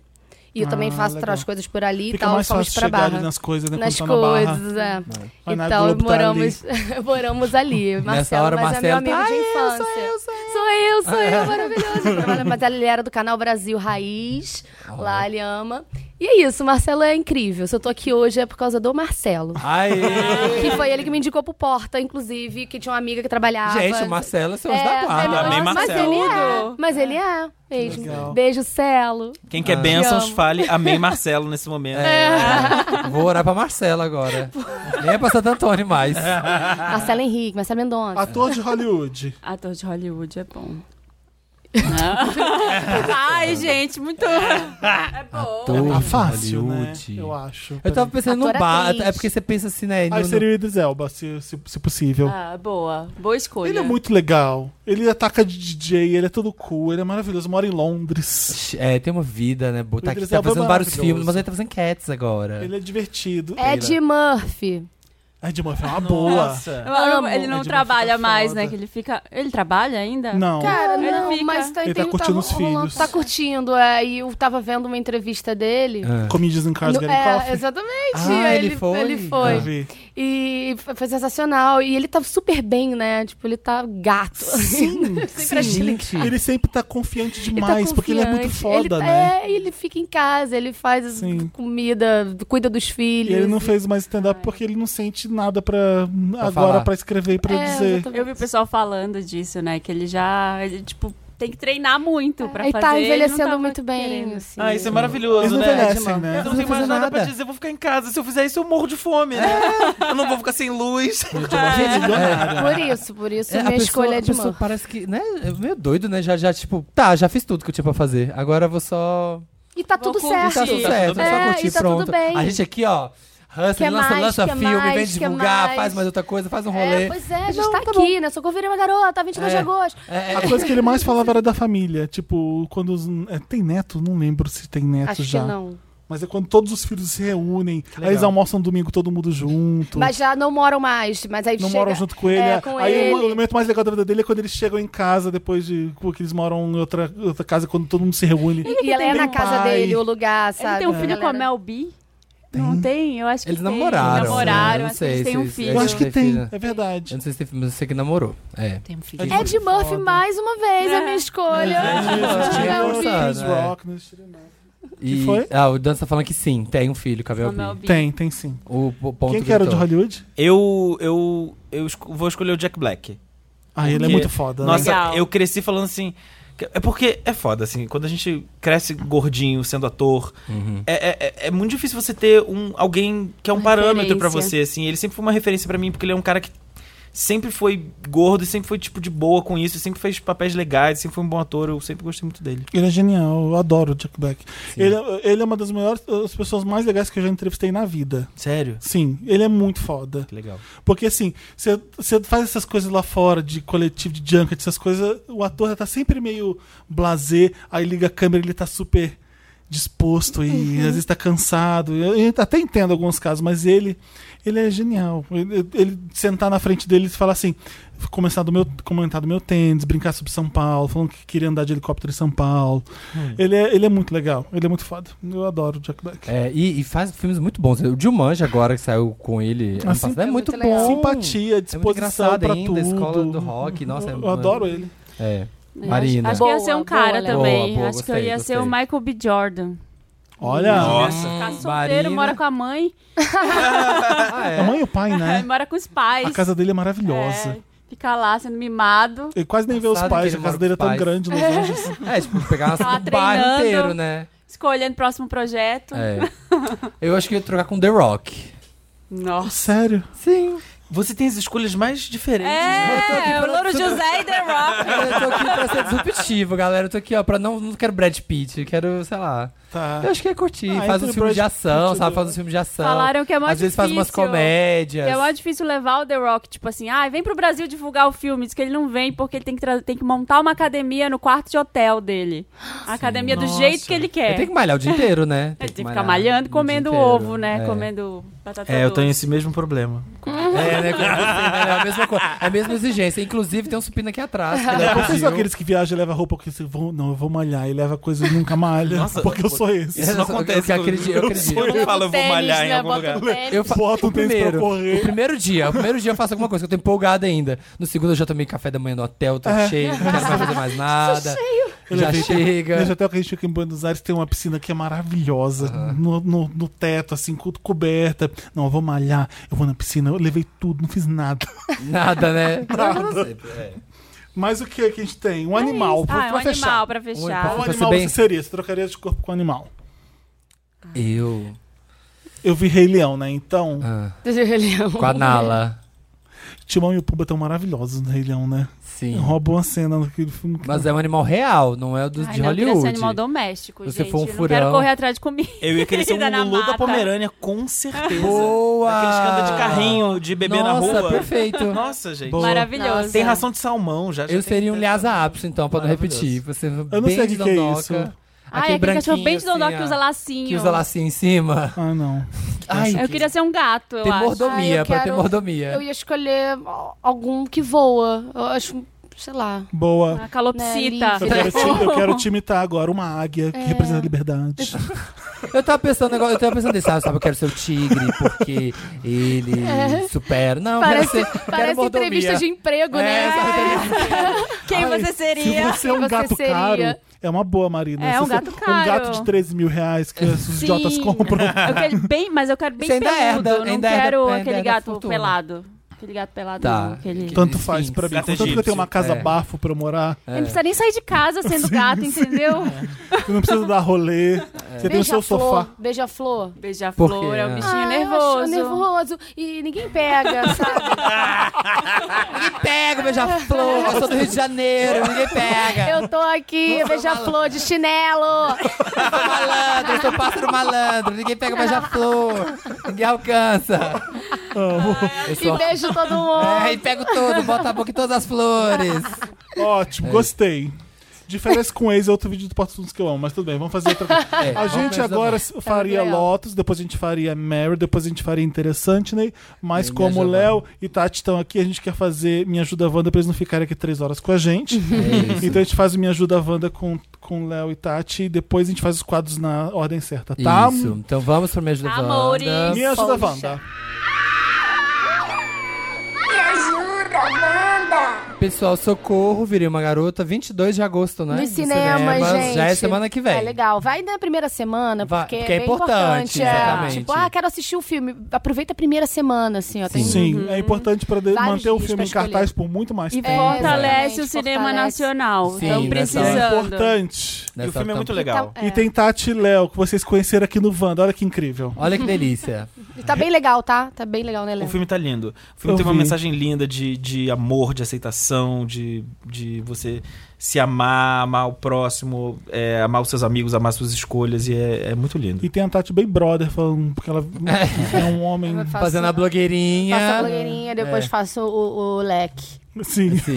S5: E eu
S1: Ah,
S5: também faço
S1: legal.
S5: as coisas por ali e
S1: Fica
S5: tal,
S1: mais
S5: fomos
S1: fácil
S5: pra
S1: chegar
S5: Barra.
S1: ali nas coisas, né?
S5: Nas
S1: quando tá na barra.
S5: coisas, é.
S1: Vai na
S5: Então,
S1: Globo, tá ali.
S5: moramos, moramos ali. Marcelo,
S2: hora,
S5: mas é
S2: Marcelo
S5: meu
S2: tá,
S5: amigo de
S2: "Ah,
S5: infância. Sou eu, sou eu. Sou eu, maravilhoso. Trabalha- Mas ele era do canal Brasil Raiz. Lá ele ama. E é isso, o Marcelo é incrível. Se eu tô aqui hoje é por causa do Marcelo.
S2: Aê!
S5: Que foi ele que me indicou pro Porta, inclusive, que tinha uma amiga que trabalhava.
S2: Gente, o Marcelo é seu anjo
S5: Ah, É,
S2: da
S5: é meu
S2: guarda.
S4: Amém,
S5: anjo- mas
S4: Marcelo.
S5: ele é. Mas ele é. Beijo,
S1: né? Legal.
S5: beijo Celo.
S4: Quem quer
S2: Ah.
S4: bênçãos,
S5: Te amo. É.
S4: fale amém Marcelo nesse momento.
S2: É. Vou orar pra Marcelo agora. Nem é pra Santo Antônio mais.
S1: Ah.
S5: Marcelo Henrique, Marcelo Mendonça.
S1: Ator de Hollywood.
S3: Ator de Hollywood é bom. Ai, gente, muito. É bom.
S2: Ator
S1: Tá
S2: de
S1: fácil, né?
S2: Hollywood.
S1: Eu acho.
S2: Eu tava pensando
S5: Ator,
S2: no bar.
S5: atriz.
S2: É porque você pensa assim, né? no-
S1: Aí
S2: no-
S1: seria o Idris Elba, se, se, se possível.
S3: Ah, boa. Boa escolha.
S1: Ele é muito legal. Ele ataca de DJ, ele é todo cool, ele é maravilhoso. Mora em Londres.
S2: É, tem uma vida, né? Bo- Tá, aqui,
S1: Idris
S2: tá
S1: Elba é
S2: fazendo vários
S1: maravilhoso.
S2: filmes, mas ele tá fazendo cats agora.
S1: Ele é divertido. É.
S5: Ed Murphy.
S1: Ed Murphy é uma boa.
S4: Nossa.
S3: Eu amo, Ele
S1: Amo.
S3: não
S1: Edmar
S3: trabalha
S1: fica
S3: mais,
S1: foda.
S3: né? Que ele fica. Ele trabalha ainda?
S1: Não.
S5: Cara,
S3: Ele
S5: não,
S3: fica-
S5: mas tá,
S1: Ele tá
S5: tem-
S1: curtindo os
S5: rolando-
S1: filhos.
S5: Tá curtindo, é. E eu tava vendo uma entrevista
S1: É,
S5: dele.
S2: Ah.
S1: Comedians in Cars
S5: No-
S1: Getting
S5: é,
S1: Coffee.
S5: exatamente.
S2: Ah, ele
S5: ele,
S2: foi?
S5: ele
S1: Eu
S5: foi.
S1: vi.
S5: E foi foi sensacional. E ele tá super bem, né? Tipo, ele tá gato.
S1: Sim, sim.
S5: Sempre
S2: Gente,
S1: Ele sempre tá confiante
S5: Ele tá
S1: demais, porque ele é muito
S5: confiante.
S1: foda,
S5: Ele tá-
S1: né?
S5: É, ele fica em casa, ele faz as-
S1: Sim.
S5: comida, cuida dos
S1: E
S5: filhos.
S1: ele não fez mais stand-up porque ele não sente nada pra, agora
S2: falar.
S1: pra escrever e pra
S5: É,
S1: dizer.
S5: exatamente.
S3: Eu vi o pessoal falando disso, né? Que ele já. Ele, tipo, tem que treinar muito pra
S5: E
S3: fazer.
S5: tá
S3: ele não
S5: envelhecendo
S3: tava
S5: muito bem.
S3: querendo.
S5: Assim.
S4: Ah, isso
S1: Eles
S4: é maravilhoso,
S1: não
S4: né?
S1: envelhecem, né?
S4: Eu não tenho
S2: fazer
S4: mais nada pra
S2: nada.
S4: dizer, eu vou ficar em casa. Se eu fizer isso, eu morro de fome, né?
S1: É.
S4: Eu não vou ficar sem luz.
S5: Ah,
S2: Gente, do nada.
S5: Por isso, por isso,
S2: É, a
S5: é. minha
S2: né? É, pessoa-
S5: escolha é
S2: a
S5: de
S2: pessoa
S5: mão.
S2: Parece que, né? É meio doido, né? Já, já, tipo, tá, já fiz tudo que eu tinha pra fazer. Agora eu vou só.
S5: E tá
S3: Vou
S5: tudo
S3: curtir.
S5: certo.
S2: Tá tudo certo,
S5: É,
S2: só
S5: e
S2: curtir,
S5: tá tudo
S2: pronto.
S5: bem.
S2: A gente aqui, ó. Hustling,
S5: Quer
S2: lança,
S5: mais,
S2: lança
S5: quer
S2: filme, vem
S5: mais, quer
S2: divulgar,
S5: mais.
S2: faz mais outra coisa, faz um rolê.
S5: É, pois é, a gente
S2: Não,
S5: tá,
S2: tá
S5: aqui, né? Socorro virei uma garota, 22 de
S2: É.
S5: agosto.
S2: É, é,
S1: A coisa que ele mais falava era da família. Tipo, quando. os- é, tem neto? Não lembro se tem neto
S5: Acho
S1: já.
S5: que não.
S1: Mas é quando todos os filhos se reúnem. Aí eles
S4: legal.
S1: almoçam domingo todo mundo junto.
S5: Mas já não moram mais, mas aí
S1: não
S5: chega...
S1: moram junto com ele.
S5: É, com
S1: aí
S5: ele.
S1: o momento mais legal da vida dele é quando eles chegam em casa depois de. Porque eles moram em outra, outra casa quando todo mundo se reúne.
S5: E ela é
S1: tem
S5: na
S1: pai.
S5: casa dele, o lugar,
S3: Ele
S5: sabe? é
S3: tem um filho com a
S5: Galera.
S3: Mel B? Não tem? Eu acho que
S2: Eles
S3: tem.
S2: namoraram, né?
S3: Namoraram,
S2: Eu não
S3: acho que eles
S2: sei
S3: têm
S2: se-
S3: um
S2: se-
S3: filho.
S1: Eu acho que tem,
S2: Filha.
S1: é
S2: Eu
S1: verdade.
S2: não sei se tem filme, mas eu sei que namorou. É.
S3: Tem um filho.
S5: É de Murphy
S1: Foda.
S5: mais uma vez, é a minha escolha.
S2: gente,
S5: É,
S2: eu
S5: um
S2: não
S5: filho.
S2: sabe.
S1: Chris
S2: né?
S1: Rock, né?
S2: E,
S1: Que foi?
S2: Ah, o Dan tá falando que sim, tem um filho, cabelo
S3: A Mel B.
S1: Tem, tem sim.
S2: O po- ponto
S1: Quem que era o de
S2: gritou.
S1: Hollywood?
S4: Eu, eu, eu esco- vou escolher o Jack Black.
S1: Ah, ele é
S4: Que-
S1: muito foda. né?
S4: Nossa,
S3: Legal.
S4: eu cresci falando assim. que- É porque é foda, assim, quando a gente cresce gordinho, sendo ator,
S2: Uhum.
S4: é, é- é- é muito difícil você ter um, alguém que é um
S5: Uma
S4: parâmetro pra
S5: referência.
S4: você, assim. Ele sempre foi uma referência pra mim, porque ele é um cara que sempre foi gordo e sempre foi, tipo, de boa com isso, sempre fez papéis legais, sempre foi um bom ator, eu sempre gostei muito dele.
S1: Ele é genial, eu adoro o Jack Black. Ele, é- ele é uma das melhores, as pessoas mais legais que eu já entrevistei na vida.
S4: Sério?
S1: Sim, ele é muito foda.
S4: Que legal.
S1: Porque assim, você- você faz essas coisas lá fora, de coletivo, de junket, essas coisas, o ator já tá sempre meio blazer, aí liga a câmera ele tá super disposto e
S5: Uhum.
S1: às vezes tá cansado. Eu, eu até entendo alguns casos, mas ele ele é genial. Ele, ele sentar na frente dele e falar assim, começar do meu, comentar do meu tênis, brincar sobre São Paulo, falando que queria andar de helicóptero em São Paulo. Ele, é, ele é muito legal, ele é muito foda. Eu adoro o Jack Black.
S2: Hum. É, e, e faz filmes muito bons. O Dilmanji agora que saiu com ele ano
S1: Assim,
S2: passado, é
S5: é
S2: muito
S5: muito
S2: bom.
S5: legal.
S1: Simpatia,
S2: É muito
S1: disposição
S2: engraçado
S1: pra
S2: ainda,
S1: tudo.
S2: escola do rock. Nossa, é
S1: eu, eu
S2: mano-
S1: adoro ele.
S2: É.
S3: Eu acho-
S2: Marina.
S3: Acho, que eu ia ser um
S5: Boa,
S3: cara
S5: boa,
S3: também.
S2: Léo. Boa,
S3: acho
S2: boa,
S3: que eu
S2: gostei,
S3: ia ser o
S2: gostei. Hum.
S3: Michael B. Jordan.
S1: Olha,
S4: Nossa.
S3: É, Ficar solteiro,
S2: Marina.
S3: mora com a mãe,
S2: Ah,
S1: a mãe e o pai, né?
S3: mora com os pais.
S1: A casa dele é
S3: É,
S1: maravilhosa.
S3: ficar lá sendo mimado.
S1: Ele quase nem vê os
S2: Engraçado
S1: pais,
S2: que
S1: a
S2: ele
S1: casa
S2: mora
S1: dele é
S2: com
S1: tão
S2: os pais.
S1: grande, Los Angeles.
S2: É, tipo, pegar
S3: Tava
S2: um bairro
S3: Tá treinando. Tá.
S2: inteiro, né?
S3: Escolhendo o próximo projeto.
S2: É. Eu acho que eu ia trocar com The Rock.
S3: Nossa.
S1: Sério.
S2: Sim.
S4: Você tem as escolhas mais diferentes.
S2: Eu tô aqui
S3: É, o
S2: pela-
S3: Louro José e The Rock.
S2: Eu tô aqui pra ser disruptivo, galera. Eu tô aqui, ó, pra não, não quero Brad Pitt, eu quero, sei lá.
S1: Tá.
S2: Eu acho que é curtir.
S1: Ah,
S2: faz um
S1: entre
S2: filme
S1: Brad
S2: de ação,
S1: Pitt né? e
S2: sabe?
S1: The
S2: Faz um filme de ação.
S3: Falaram que é mais
S2: Às vezes faz umas
S3: difícil.
S2: comédias.
S3: Que é mais difícil levar o The Rock, tipo assim, ah, vem pro Brasil divulgar o filme, diz que ele não vem porque ele tem que, tra- tem que montar uma academia no quarto de hotel dele. A academia do
S1: Nossa.
S3: jeito que ele
S2: Ele
S3: quer.
S2: tem que malhar o dia inteiro, né?
S3: Ele É, tem que
S2: malhar
S3: ficar malhando e
S2: o
S3: comendo
S2: dia inteiro.
S3: ovo, né?
S2: É.
S3: Comendo batata
S4: É, eu
S3: doce.
S4: tenho esse mesmo problema.
S2: É, né? Como você, né? É a mesma coisa. É a mesma exigência. Inclusive, tem um supino aqui atrás. que ele é
S1: Vocês são
S2: pediu.
S1: é aqueles que viajam e levam roupa que vocês vão. Não, eu vou malhar e leva coisa e nunca malha.
S4: Nossa,
S1: porque eu sou esse.
S4: Isso não
S2: Eu só- eu
S4: acontece.
S2: que acredito, eu
S4: comigo.
S2: acredito.
S4: Eu não
S5: Leva
S4: falo,
S5: o
S4: eu vou
S5: tênis,
S4: malhar em
S5: né?
S4: algum
S5: Bota
S4: lugar.
S5: o tênis.
S2: Eu fa-
S1: Bota um
S2: o
S1: tênis pra
S2: é primeiro,
S1: correr.
S2: O primeiro dia, o primeiro dia eu faço alguma coisa, que eu tô empolgada ainda. No segundo eu já tomei café da manhã no hotel, tô
S1: É.
S2: cheio, não quero mais fazer mais nada.
S1: Eu
S2: Já
S1: levei- Nesse
S2: chega.
S1: hotel que a gente fica em Buenos Aires tem uma piscina que é maravilhosa. No, no, no teto, assim, co- coberta. Não, eu vou malhar, eu vou na piscina. Eu levei tudo, não fiz nada.
S2: Nada, né?
S1: Mas o que é que a gente tem? Um animal. pra,
S3: Ah, é um
S1: pra
S3: animal
S1: fechar.
S3: pra
S2: pra
S3: fechar.
S1: Qual
S2: Fosse
S1: animal
S2: bem-
S1: você seria? Você trocaria de corpo com animal?
S2: Eu.
S1: Eu vi Rei Leão, né? Então,
S2: Ah, com
S5: Com
S2: a Nala.
S1: Timão e o Pumba tão maravilhosos no Rei Leão, né?
S2: Sim.
S1: Roubam a cena naquele filme. que- tá-
S2: Mas é um animal real, não é o dos
S3: Ai,
S2: de
S3: não, eu queria ser
S2: Hollywood.
S3: animal doméstico,
S2: Se você
S3: gente.
S2: for um
S3: Eu não quero
S2: furão.
S3: correr atrás de comida.
S4: Eu ia querer ser
S3: Ainda na
S4: um Lulu da
S3: mata.
S4: Pomerânia, com certeza.
S2: Boa!
S4: Aqueles que andam de carrinho, de bebê na
S2: Nossa,
S4: rua.
S2: perfeito.
S4: Nossa, gente.
S1: Boa.
S3: Maravilhoso.
S5: Nossa.
S4: Tem ração de salmão, já. já
S2: Eu
S4: tem
S2: seria um
S4: tanta-
S2: Lhasa Apso, então, pra não
S4: Maravilhoso.
S2: repetir. Você eu
S1: não sei o que que é isso.
S3: Ah, é aquele cachorro bem de dodó que usa lacinho.
S2: assim, Que usa lacinho em cima.
S1: Ah, não.
S2: Ai,
S3: Eu queria ser um gato, eu
S2: tem
S3: acho.
S2: mordomia,
S5: Ah, eu
S2: pra ter
S5: quero-
S2: mordomia.
S5: Eu ia escolher al- algum que voa. Eu acho, sei lá.
S1: Boa.
S3: A calopsita.
S1: Eu
S5: Né,
S1: quero, te, eu quero te imitar agora uma águia que representa a liberdade.
S2: Eu tava pensando, um negócio- eu tava pensando, sabe, sabe, eu quero ser o tigre, porque ele supera. Não, eu quero
S5: Parece,
S2: ser, eu quero
S5: parece
S2: mordomia.
S5: entrevista de emprego,
S2: É,
S5: né?
S2: sabe,
S3: Quem
S1: Ai,
S3: você
S1: Se
S3: seria?
S1: você é um
S5: Você
S1: gato
S5: seria.
S1: caro, é uma boa, Marina.
S3: É,
S1: Se
S3: um
S1: você-
S3: gato
S1: Um
S3: caro.
S1: gato de 13 mil reais que os
S3: Sim.
S1: idiotas compram.
S3: Eu quero bem, mas eu quero bem
S2: Você ainda
S3: peludo.
S2: herda-
S3: não
S2: ainda herda-
S3: quero
S2: ainda
S3: aquele
S2: herda a
S3: gato
S2: fortuna.
S3: pelado. aquele gato pelado.
S2: Tá.
S3: não, aquele...
S2: Que-
S1: Tanto faz
S2: Sim,
S1: pra mim.
S4: gato
S1: Tanto que eu tenho
S4: egípcio,
S1: uma casa
S2: é.
S1: bafo pra eu morar.
S3: Ele não precisa nem sair de casa sendo gato, entendeu?
S1: Eu não preciso dar
S2: É.
S1: rolê. Você tem o seu
S5: Beija-flor,
S1: sofá.
S5: beija-flor.
S3: Beija-flor é um
S2: Por quê?
S3: bichinho
S5: Ah, eu
S3: nervoso.
S5: acho nervoso. E ninguém pega, sabe?
S2: Ninguém pega, beija-flor. Eu sou do Rio de Janeiro, ninguém pega.
S5: Eu tô aqui, beija-flor de chinelo.
S2: sou malandro, eu sou pássaro malandro. Ninguém pega beija-flor. Ninguém alcança. Eu
S5: E
S2: sou...
S5: beijo todo mundo.
S2: É, e pego tudo, bota a boca em todas as flores. É.
S1: Ótimo, gostei. De férias com ex é outro vídeo do Porto Fundos que eu amo, mas tudo bem, vamos fazer outra coisa.
S2: É,
S1: A
S2: vamos
S1: gente
S2: pensar
S1: agora
S2: mais.
S1: faria
S5: legal.
S1: Lotus, depois a gente faria Mary, depois a gente faria Interessante, Ney. Mas
S2: Bem,
S1: como
S2: viajando.
S1: Léo e Tati estão aqui, a gente quer fazer Minha Ajuda Wanda pra eles não ficarem aqui três horas com a gente.
S2: É isso.
S1: Então a gente faz o Me Ajuda Wanda com, com Léo e Tati e depois a gente faz os quadros na ordem certa, tá?
S2: Isso. Então vamos pro Me Ajuda
S3: Tá,
S2: Wanda.
S3: Maurício.
S1: Me Ajuda
S5: Poxa.
S1: Wanda.
S6: Me ajuda, Wanda!
S2: Pessoal, socorro, virei uma garota, 22 de agosto, né?
S5: Nos cinemas, gente.
S2: Já é semana que vem.
S5: É legal. Vai na primeira semana,
S2: Vai,
S5: porque,
S2: porque é
S5: é bem
S2: importante,
S5: importante. é.
S2: exatamente.
S5: Tipo, ah, quero assistir o filme. Aproveita a primeira semana, assim, ó. Tem
S1: Sim, é importante para
S5: Vários
S1: manter o
S5: dias
S1: filme em
S5: pra
S1: cartaz por muito mais
S3: E
S1: tempo.
S3: fortalece
S5: É, exatamente,
S3: o cinema
S5: fortalece.
S3: nacional.
S2: Sim,
S3: Estão
S2: nessa
S1: É
S2: hora.
S3: precisando.
S1: importante.
S4: E o
S2: Nessa
S4: filme é
S2: tam-
S4: muito legal.
S5: Então,
S1: E tem Tati e Léo, que vocês conheceram aqui no Wanda. Olha que incrível.
S2: Olha que delícia.
S5: E tá bem legal, tá? Tá bem legal, né,
S4: O
S5: Léo?
S4: filme tá lindo. O filme
S1: Eu
S4: tem uma
S1: vi.
S4: mensagem linda de, de amor, de aceitação, de, de você se amar, amar o próximo, é, amar os seus amigos, amar suas escolhas, e é, é muito lindo.
S1: E tem a Tati bem brother, falando porque ela é um homem.
S5: Eu faço-
S2: Fazendo a blogueirinha.
S5: Faço a blogueirinha, depois
S2: É.
S5: faço o, o leque.
S1: Sim.
S2: Sim.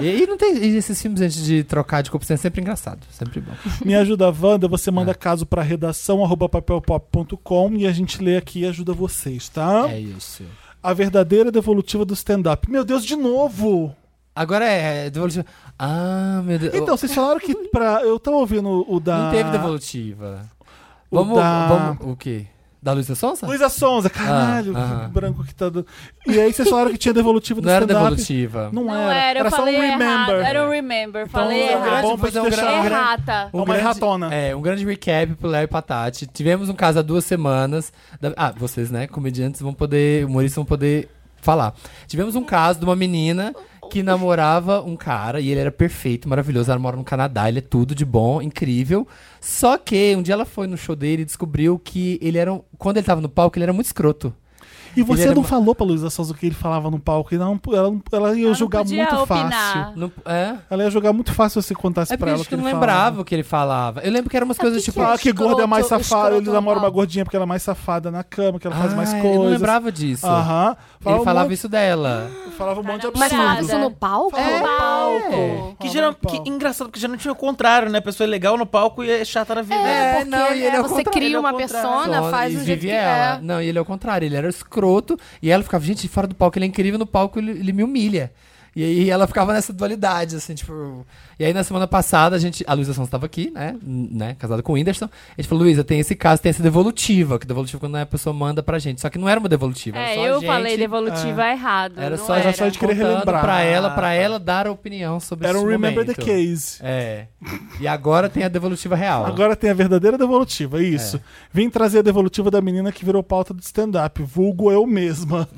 S2: E, e não tem. e esses filmes, gente, de trocar de corpo é sempre engraçado. Sempre bom.
S1: Me ajuda, Wanda.
S2: É.
S1: Você manda caso para redação arroba papelpop.com e a gente lê aqui e ajuda vocês, tá?
S2: É isso.
S1: A verdadeira devolutiva do stand-up. Meu Deus, de novo!
S2: Agora é. é Devolutiva. Ah, meu Deus.
S1: Então,
S2: Oh,
S1: vocês falaram que pra. Eu tava ouvindo o da.
S2: Não teve devolutiva.
S1: O
S2: Vamos,
S1: da-
S2: vamos. O quê? Da Luísa Sonsa?
S1: Luísa Sonza, caralho,
S2: Ah, aham.
S1: que branco que tá dando. E aí vocês falaram que tinha devolutivo do
S2: Não era
S1: stand-up.
S2: devolutiva.
S1: Não,
S3: Não
S1: era,
S3: era, eu
S1: só um
S3: falei errado.
S1: remember.
S3: Era um remember, falei
S1: é
S3: errado.
S1: bom pra
S2: fazer
S1: te
S2: um
S1: deixar
S2: grande-
S3: Errata.
S1: Uma erratona.
S2: É, um grande recap pro Léo e pra Tati. Tivemos um caso há duas semanas. da- ah, vocês, né? Comediantes vão poder. Humoristas vão poder falar. Tivemos um caso de uma menina que namorava um cara e ele era perfeito, maravilhoso. Ela mora no Canadá, ele é tudo de bom, incrível. Só que um dia ela foi no show dele e descobriu que ele era. um- quando ele tava no palco, ele era muito escroto.
S1: E
S2: Ele
S1: você
S2: é era
S1: não
S2: uma-
S1: falou pra Luísa Souza o que ele falava no palco. e Não, ela, não- ela ia
S3: Ah, não
S1: julgar
S3: podia
S1: muito
S3: opinar.
S1: fácil.
S2: Não- é?
S1: Ela ia julgar muito fácil se você contasse
S2: É porque
S1: pra
S2: eu
S1: ela.
S2: acho que eu
S1: ele
S2: não
S1: falava.
S2: lembrava o que ele falava. Eu lembro que era umas coisas tipo.
S1: Ah, que gorda é mais
S5: Escroto,
S1: safada. Ele
S5: escroto
S1: namora uma
S5: normal.
S1: gordinha porque ela é mais safada na cama, que ela faz mais
S2: "Ah,
S1: coisas.
S2: Eu não lembrava disso.
S1: Aham.
S2: Ele falava
S1: um monte,
S2: isso dela.
S1: falava um monte de
S5: Mas
S1: absurdo.
S3: namorada.
S5: fala isso no palco?
S1: É.
S5: palco.
S4: Que,
S1: Falava
S4: geral,
S1: no palco.
S4: que engraçado, porque geralmente é o contrário, né? A pessoa é legal no palco e é chata na vida.
S2: É,
S5: porque
S2: não, e ele é ao
S5: você
S2: contrário, ele é
S5: cria
S2: ao
S5: uma
S2: contrário.
S5: persona,
S2: Só-
S5: faz
S2: e
S5: um jeito
S2: vive
S5: que
S2: ela.
S5: é.
S2: Não, e ele é o contrário, ele era escroto e ela ficava, gente, fora do palco, ele é incrível no palco, ele, ele me humilha. E aí ela ficava nessa dualidade, assim, tipo. E aí na semana passada, a gente. A Luísa Sons estava aqui, né? N- né? Casada com o Whindersson. A gente falou, Luísa, tem esse caso, tem essa devolutiva, que devolutiva é quando a pessoa manda pra gente. Só que não era uma devolutiva.
S3: É,
S2: era só a
S3: eu
S2: gente-
S3: falei devolutiva errado.
S2: Era
S3: não
S2: só,
S3: era.
S2: era
S1: só de querer
S2: contando
S1: relembrar.
S2: Pra ela, pra ela dar a opinião sobre
S1: tá. Era
S2: esse
S1: um Remember
S2: momento.
S1: the Case.
S2: É. E agora tem a devolutiva real.
S1: Agora tem a verdadeira devolutiva, é isso. Vim trazer a devolutiva da menina que virou pauta do stand-up, vulgo eu mesma.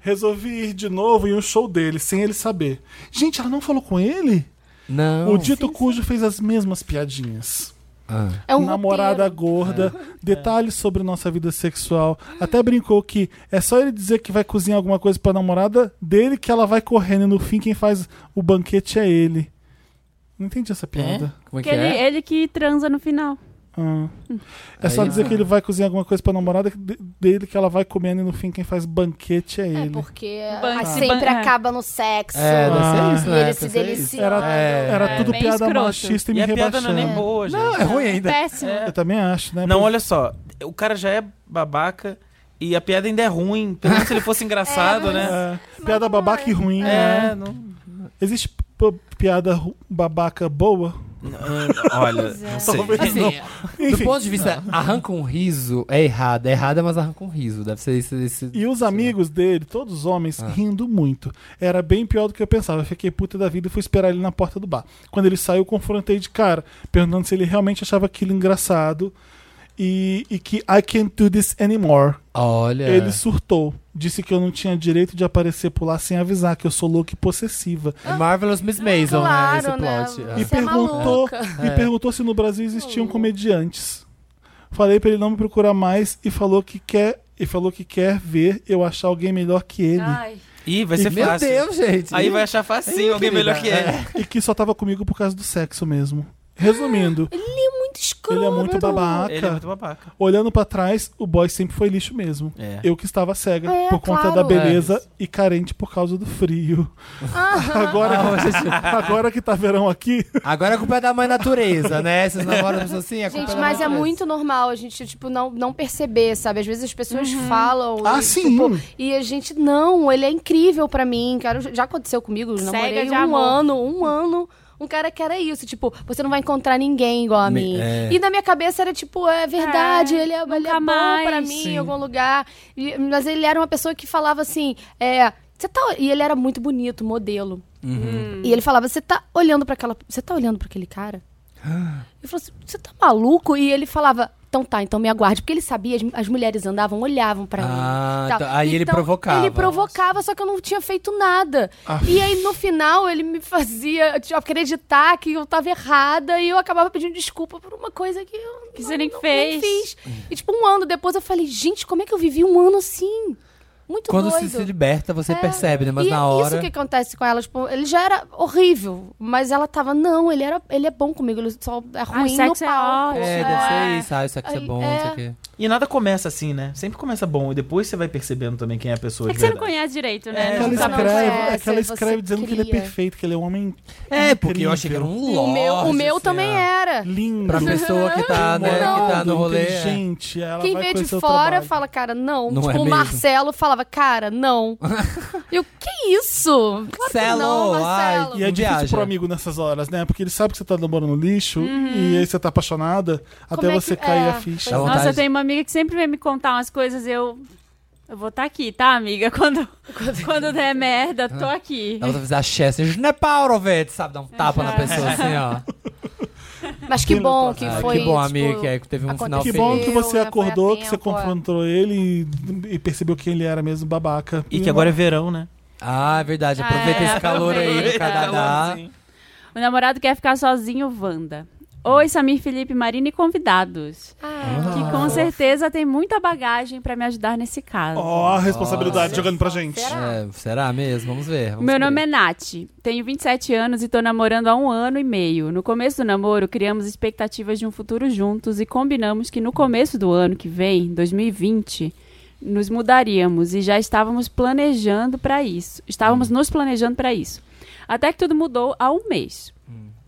S1: Resolvi ir de novo em um show dele, sem ele saber. Gente, ela não falou com ele?
S2: Não.
S1: o dito cujo fez as mesmas piadinhas.
S2: Ah.
S5: É um
S1: Namorada
S5: roteiro.
S1: gorda, detalhes sobre nossa vida sexual. Até brincou que é só ele dizer que vai cozinhar alguma coisa pra namorada dele que ela vai correndo. E no fim, quem faz o banquete é ele. Não entendi essa piada.
S2: Como é
S3: Porque
S2: que
S3: ele,
S2: é?
S3: ele que transa no final.
S1: Ah. É só
S2: Aí-
S1: dizer que ele vai cozinhar alguma coisa pra namorada de- dele que ela vai comendo e no fim quem faz banquete é
S5: É
S1: ele.
S5: porque
S3: Ban-
S5: mas
S3: Ah.
S5: sempre
S3: Ban- é.
S5: acaba no sexo.
S2: É, deve
S1: Ah.
S2: ser isso,
S5: E
S2: né?
S5: ele
S2: Deve
S5: se
S2: ser isso.
S5: delicia.
S1: Era, era
S3: É,
S1: tudo
S3: bem
S1: piada
S3: escroto.
S1: machista e me
S4: E a piada
S1: rebaixando.
S4: não é nem boa, gente.
S2: Não, é ruim ainda.
S3: Péssimo.
S1: Eu também acho,
S2: É
S1: né?
S4: Não,
S1: Pois-
S4: olha só, o cara já é babaca e a piada ainda é ruim. Pelo menos se ele fosse engraçado, né?
S1: É, piada babaca e ruim, né?
S4: É, não.
S1: Existe p- piada ru- babaca boa?
S4: Ah, Olha,
S3: é.
S4: não sei.
S2: Assim, do
S1: Enfim.
S2: ponto de vista, arranca um riso é errado. É errada, mas arranca um riso. Deve ser esse. esse-
S1: E os amigos dele, todos os homens, rindo muito. Era bem pior do que eu pensava. Eu fiquei puta da vida e fui esperar ele na porta do bar. Quando ele saiu, eu confrontei de cara, perguntando se ele realmente achava aquilo engraçado. e, e que I can't do this anymore.
S2: Olha.
S4: É.
S1: Ele surtou. Disse que eu não tinha direito de aparecer por lá sem avisar, que eu sou louca e possessiva.
S5: Ah.
S2: É Marvelous Miss Maisel, né? Esse plot.
S1: E
S5: Você é
S1: perguntou,
S5: maluca.
S4: É.
S1: e perguntou se no Brasil existiam comediantes. Falei pra ele não me procurar mais e falou que quer e falou que quer ver eu achar alguém melhor que ele
S5: Ah.
S3: Ai.
S4: Ih, vai ser
S2: Meu
S4: fácil.
S2: Deus, gente.
S4: Aí vai achar facinho alguém melhor que ele.
S2: É,
S1: e que só tava comigo por causa do sexo mesmo. Resumindo,
S5: Ele é muito escroto.
S1: ele é muito babaca.
S4: Ele é muito babaca.
S1: Olhando pra trás, o boy sempre foi lixo mesmo.
S4: É.
S1: Eu que estava cega
S5: É,
S1: por conta
S5: claro.
S1: da beleza
S2: É.
S1: e carente por causa do frio. Agora,
S2: Ah,
S1: agora que tá verão aqui,
S2: Agora a culpa é da mãe natureza, né? Esses namoros assim, a culpa
S5: Gente,
S2: da
S5: mas
S2: mãe
S5: é
S2: natureza.
S5: muito normal a gente, tipo, não, não perceber, sabe? Às vezes as pessoas falam.
S1: Ah,
S5: e,
S1: sim.
S5: tipo, e a gente, não, ele é incrível pra mim. Cara, já aconteceu comigo, eu
S3: Cega
S5: namorei
S3: de
S5: um
S3: amor.
S5: ano, um ano. Um cara que era isso, tipo, você não vai encontrar ninguém igual a
S2: Me-
S5: mim.
S2: é.
S5: E na minha cabeça era tipo, é verdade,
S3: É,
S5: ele é, ele é
S3: nunca
S5: bom
S3: mais.
S5: pra mim
S2: Sim.
S5: em algum lugar. E- mas ele era uma pessoa que falava assim, é. Você tá... E ele era muito bonito, modelo. E ele falava: Você tá olhando pra aquela. Você tá olhando pra aquele cara? Ele falou assim: Você tá maluco? E ele falava. Então tá, então me aguarde. Porque ele sabia, as, as mulheres andavam, olhavam pra
S2: Ah,
S5: mim. Então,
S2: tá. Aí ele provocava. Ah.
S5: Ele provocava, só que eu não tinha feito nada. E aí no final ele me fazia tipo, acreditar que eu tava errada e eu acabava pedindo desculpa por uma coisa que eu
S3: Que você nem fez.
S5: fiz. E tipo, um ano depois eu falei, gente, como é que eu vivi um ano assim? Muito
S2: Quando
S5: doido.
S2: se, se liberta, você percebe, né? Mas
S5: E
S2: na
S5: é
S2: hora.
S5: Isso que acontece com ela, tipo, ele já era horrível, mas ela tava, não, ele, era, ele é bom comigo, ele só é
S3: o
S5: ruim no
S3: sexo é
S5: palco.
S3: ótimo.
S2: É,
S3: É.
S2: deve ser isso. Ah, isso aqui é
S5: Aí,
S2: bom,
S5: é.
S2: isso aqui.
S4: E nada começa assim, né? Sempre começa bom e depois você vai percebendo também quem é a pessoa
S3: É
S4: de
S3: que você não
S4: verdade.
S3: conhece direito,
S1: é
S3: né?
S1: que ela
S3: Não sabe como
S1: escreve,
S5: é,
S1: é que ela
S5: você
S1: escreve dizendo que ele é
S5: cria.
S1: perfeito, que ele é um homem
S2: É, porque
S1: incrível,
S2: eu achei que era um
S5: E o meu,
S2: lorde,
S5: o meu
S2: assim,
S5: também é.
S2: ó.
S5: era.
S1: lindo.
S2: Pra pessoa que tá, né, que tá no rolê. é.
S1: Gente, ela
S5: Quem
S1: vai
S5: vê de
S1: conhecer o
S5: fora
S1: trabalho.
S5: fala, cara, não.
S2: Não
S5: tipo,
S2: é
S5: o
S2: mesmo?
S5: Marcelo falava, cara, não. Eu, que isso? Claro que
S2: Marcelo,
S5: não, Marcelo.
S1: E
S2: Não
S1: é difícil
S2: viaja.
S1: pro amigo nessas horas, né? Porque ele sabe que você tá namorando lixo e aí você tá apaixonada até
S5: Uhum. é que-
S1: você cair
S5: é,
S1: a ficha.
S2: Dá
S3: Nossa,
S2: vontade.
S3: eu tenho uma amiga que sempre vem me contar umas coisas, eu. Eu vou estar aqui, tá, amiga? Quando, quando der merda, tô aqui.
S2: Dá pra fazer a chest, assim, Nepaurovic, sabe? Dá um tapa na pessoa assim, ó.
S5: Mas que bom que
S2: Ah,
S5: foi.
S2: que bom,
S5: tipo,
S2: amigo, que aí teve um final
S1: Que
S5: aconteceu,
S1: bom que
S5: né?
S1: você
S5: Foi a
S1: acordou, que
S5: tempo,
S1: você
S5: é.
S1: confrontou ele e, e percebeu que ele era mesmo babaca.
S4: E que agora é verão, né?
S2: Ah, é verdade. Aproveita
S3: É,
S2: esse calor aí do
S3: aproveita.
S2: Canadá.
S3: O namorado quer ficar sozinho, Wanda. Oi, Samir Felipe Marina e convidados.
S2: Ah.
S3: Que
S5: Ah.
S3: com certeza tem muita bagagem pra me ajudar nesse caso.
S1: Ó, a responsabilidade
S2: Nossa.
S1: jogando pra gente.
S2: É, será mesmo? Vamos ver.
S3: Meu nome é Nath, tenho 27 anos e tô namorando há um ano e meio. No começo do namoro, criamos expectativas de um futuro juntos e combinamos que no começo do ano que vem, 2020, nos mudaríamos e já estávamos planejando pra isso. Estávamos nos planejando pra isso. Até que tudo mudou há um mês.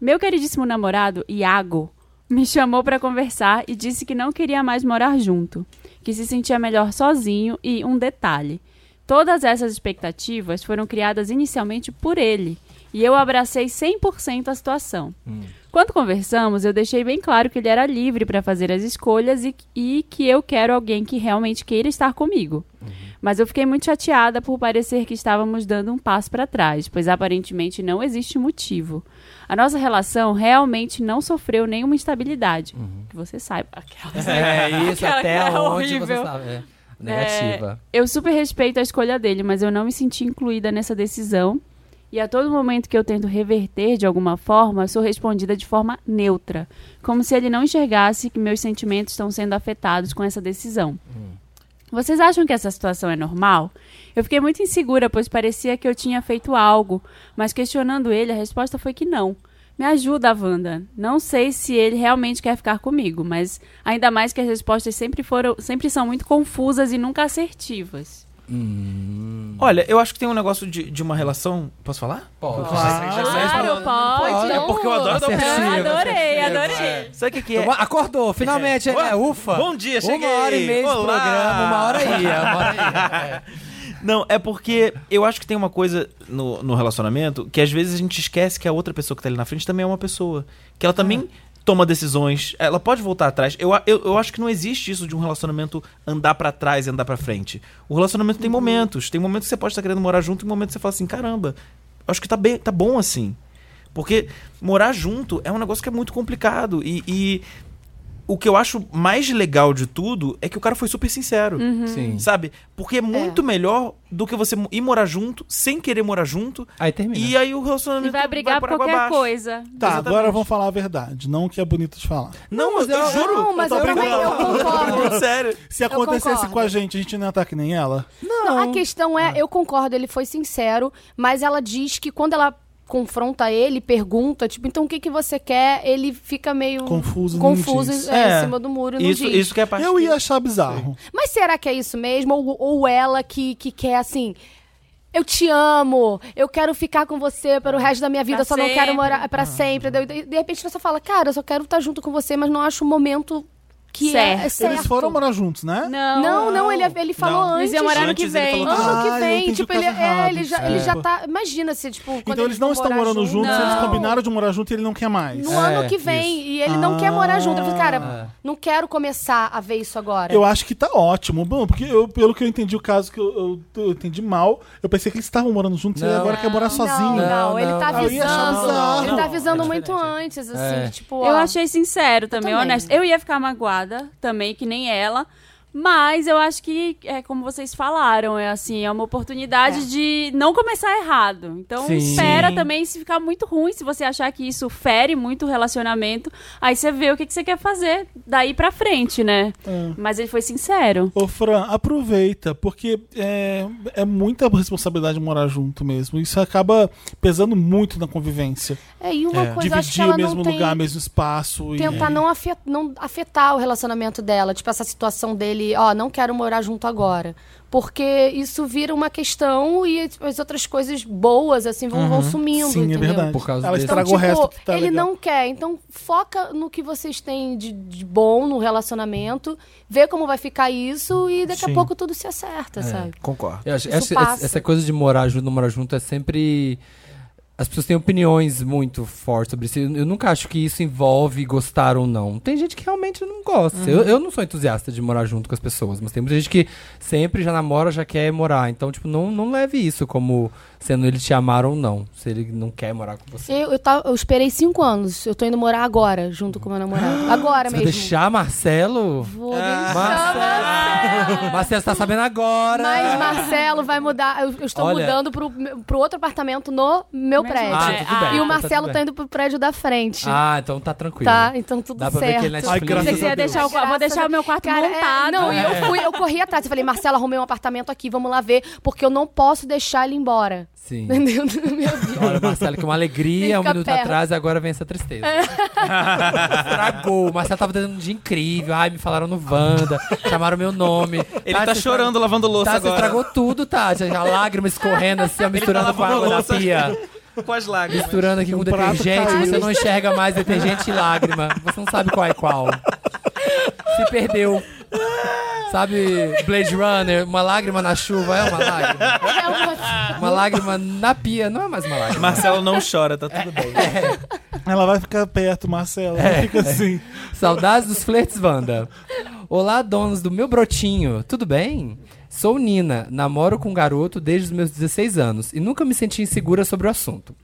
S3: Meu queridíssimo namorado, Iago, me chamou pra conversar e disse que não queria mais morar junto, que se sentia melhor sozinho e um detalhe. Todas essas expectativas foram criadas inicialmente por ele, e eu abracei 100% a situação. Quando conversamos, eu deixei bem claro que ele era livre para fazer as escolhas e, e que eu quero alguém que realmente queira estar comigo. Mas eu fiquei muito chateada por parecer que estávamos dando um passo para trás, pois aparentemente não existe motivo. A nossa relação realmente não sofreu nenhuma instabilidade. Que você saiba. Aquelas...
S2: É isso,
S3: Aquela
S2: até
S3: cara
S2: onde você
S3: horrível.
S2: sabe. É. Negativa.
S4: É.
S3: Eu super respeito a escolha dele, mas eu não me senti incluída nessa decisão. E a todo momento que eu tento reverter de alguma forma, sou respondida de forma neutra, como se ele não enxergasse que meus sentimentos estão sendo afetados com essa decisão. Vocês acham que essa situação é normal? Eu fiquei muito insegura, pois parecia que eu tinha feito algo, mas questionando ele, a resposta foi que não. Me ajuda, Wanda. Não sei se ele realmente quer ficar comigo, mas ainda mais que as respostas sempre foram, sempre são muito confusas e nunca assertivas.
S4: Olha, eu acho que tem um negócio de, de uma relação. Posso falar?
S2: Pode.
S3: Claro, pode.
S4: É porque eu adoro né? dar
S2: Assertiva.
S4: opinião.
S3: Adorei, adorei.
S4: Sabe o que, que é?
S2: Então, Acordou, finalmente. É.
S4: Ué,
S2: ufa.
S4: bom dia, cheguei.
S2: Uma hora e meia de
S4: Olá.
S2: programa, uma hora aí. Uma hora aí. É.
S4: Não, é porque eu acho que tem uma coisa no, no relacionamento que às vezes a gente esquece que a outra pessoa que tá ali na frente também é uma pessoa. Que ela também toma decisões, ela pode voltar atrás. Eu, a- eu, eu acho que não existe isso de um relacionamento andar pra trás e andar pra frente. O relacionamento tem momentos. Tem momentos que você pode estar querendo morar junto e momentos que você fala assim: caramba, acho que tá, bem, tá bom assim. Porque morar junto é um negócio que é muito complicado. E, e o- o que eu acho mais legal de tudo é que o cara foi super sincero.
S3: Uhum.
S2: Sim.
S4: Sabe? Porque é muito melhor do que você ir morar junto, sem querer morar junto,
S2: Aí termina.
S4: e aí o
S3: E
S4: relacionamento
S3: vai brigar
S4: por
S3: por
S4: água
S3: qualquer
S4: abaixo.
S3: coisa.
S1: Tá,
S4: Exatamente.
S1: agora vamos falar a verdade, não o que é bonito de falar.
S4: Não, mas eu, eu juro.
S5: Não, mas
S4: tô
S5: eu, também eu
S4: brincando.
S5: concordo.
S4: Sério.
S1: Se acontecesse
S5: concordo.
S1: com a gente, a gente não ia estar que nem ela.
S5: Não, a questão é, eu concordo, ele foi sincero, mas ela diz que quando ela confronta ele, pergunta, tipo, então o que que você quer? Ele fica meio
S1: Confuso, não diz.
S5: confuso é,
S4: É.
S5: em cima do muro, não
S4: Isso,
S5: diz.
S4: isso que é a parte.
S1: Eu
S4: que-
S1: ia achar bizarro.
S5: Mas será que é isso mesmo? Ou, ou ela que, que quer assim. Eu te amo, eu quero ficar com você pelo resto da minha vida,
S3: Pra
S5: só não quero
S3: sempre."
S5: morar é, pra sempre. entendeu? E De, de repente você fala, cara, eu só quero estar junto com você, mas não acho o momento que é, é
S3: Certo.
S5: certo.
S1: Eles foram morar juntos, né?
S3: Não.
S5: Não, não, ele, é, ele falou
S4: Não.
S5: antes.
S3: Eles iam morar ano que
S4: Antes ele
S3: vem.
S4: falou que-
S5: Ano
S1: Ah,
S5: que
S1: eu
S5: vem,
S1: entendi
S5: tipo,
S1: o
S5: ele,
S1: caso
S5: é,
S1: errado.
S5: ele, já,
S1: É.
S5: ele já tá. Imagina se, tipo. quando
S1: Então eles não
S5: vão
S1: estão
S5: morar
S1: morando
S5: junto.
S1: juntos, eles
S3: Não.
S1: combinaram de morar junto e ele não quer mais.
S5: No
S2: É,
S5: ano que vem, e ele não quer morar junto. Eu falei, cara, não quero começar a ver isso agora.
S1: Eu acho que tá ótimo. Bom, porque eu- pelo que eu entendi o caso que eu, eu- eu entendi mal, eu pensei que eles estavam morando juntos e ele
S2: Não.
S1: agora quer morar
S5: Não,
S1: sozinho.
S5: não, ele
S2: Não,
S5: tá
S1: não, eu ia achar
S5: avisando.
S1: bizarro.
S5: Ele tá
S1: Não,
S5: avisando
S2: é
S5: muito
S2: diferente,
S5: antes, assim,
S2: É.
S5: tipo, ó.
S3: Eu achei sincero também,
S5: Eu também.
S3: honesto. Eu ia ficar magoada também, que nem ela. Mas eu acho que é como vocês falaram, é assim, é uma oportunidade
S5: É.
S3: de não começar errado. Então
S2: Sim.
S3: espera
S4: Sim.
S3: também se ficar muito ruim, se você achar que isso fere muito o relacionamento, aí você vê o que, que você quer fazer daí pra frente, né? Mas ele foi sincero.
S1: Ô, Fran, aproveita, porque é, é muita responsabilidade morar junto mesmo. Isso acaba pesando muito na convivência.
S5: É, e uma coisa, eu acho
S1: Dividir o
S5: que ela não
S1: mesmo
S5: tem...
S1: lugar, mesmo espaço. e-
S5: Tentar não afet- não afetar, o relacionamento dela, tipo essa situação dele, ó, não quero morar junto agora. Porque isso vira uma questão e as outras coisas boas, assim, vão, vão sumindo,
S1: Sim,
S5: entendeu?
S1: é verdade.
S2: Por causa
S1: Ela
S2: desse-
S1: estragou
S5: Então,
S1: o resto
S5: tipo,
S1: que tá
S5: ele
S1: legal.
S5: não quer. Então, foca no que vocês têm de, de bom no relacionamento, vê como vai ficar isso e daqui
S1: Sim.
S5: a pouco tudo se acerta,
S2: É.
S5: sabe?
S4: Concordo.
S2: Eu acho-
S5: Isso
S2: essa,
S5: passa.
S2: essa coisa de morar junto, não morar junto é sempre. As pessoas têm opiniões muito fortes sobre isso. Eu eu nunca acho que isso envolve gostar ou não. Tem gente que realmente não gosta.
S5: Uhum.
S2: Eu, eu não sou entusiasta de morar junto com as pessoas, mas tem muita gente que sempre já namora, já quer morar. Então, tipo, não, não leve isso como sendo ele te amar ou não. Se ele não quer morar com você.
S5: Eu, eu, tava- eu esperei cinco anos. Eu tô indo morar agora, junto com meu namorado. Agora
S2: Você Ah. vai
S5: mesmo.
S2: deixar Marcelo?
S5: Vou deixar.
S2: Marcelo! Marcelo, você tá sabendo agora!
S5: Mas Marcelo vai mudar. Eu, eu estou
S2: Olha.
S5: mudando pro, meu- pro outro apartamento no meu prédio.
S2: Ah,
S3: É,
S2: tudo bem.
S5: e o
S2: então tá
S5: Marcelo
S2: tudo
S5: tá
S2: bem.
S5: indo pro prédio da frente.
S2: Ah, então tá tranquilo.
S5: Tá, então tudo
S2: Dá pra ver
S5: certo.
S2: que ele é
S1: Ai, graças
S3: Pensei que você ia
S1: a Deus.
S3: deixar o, vou deixar o meu quarto
S5: Cara, é,
S3: montado.
S5: não, e eu fui, eu corri atrás. Eu falei, Marcelo, arrumei um apartamento aqui, vamos lá ver, porque eu não posso deixar ele embora.
S2: Sim.
S5: Entendeu? Meu Deus.
S2: Olha, Marcelo, que uma alegria um
S5: Fica
S2: minuto
S5: perto.
S2: atrás e agora vem essa tristeza. Estragou. O Marcelo tava tendo um dia incrível. Ai, me falaram no Wanda, chamaram meu nome.
S4: Ele
S2: Tati,
S4: tá
S2: você
S4: chorando lavando
S2: Tá,
S4: louça
S2: você
S4: agora.
S2: estragou tudo, tá? Tati. A lágrima escorrendo assim, ó, misturando
S4: Ele tá
S2: com a água
S4: lavando
S2: da
S4: louça.
S2: pia.
S4: Com as lágrimas.
S2: Misturando aqui com
S1: Um prato
S2: detergente.
S1: caiu.
S2: Você não enxerga mais detergente e lágrima. Você não sabe qual é qual. Se perdeu. Sabe Blade Runner? Uma lágrima na chuva é uma lágrima.
S5: É uma-
S2: Uma lágrima na pia não é mais uma lágrima.
S4: Marcelo não chora, tá tudo bem.
S1: Ela vai ficar perto, Marcela. Ela
S2: É.
S1: fica assim.
S2: Saudades dos flertes, Wanda. Olá, donos do meu brotinho, tudo bem? Sou Nina, namoro com um garoto desde os meus 16 anos e nunca me senti insegura sobre o assunto.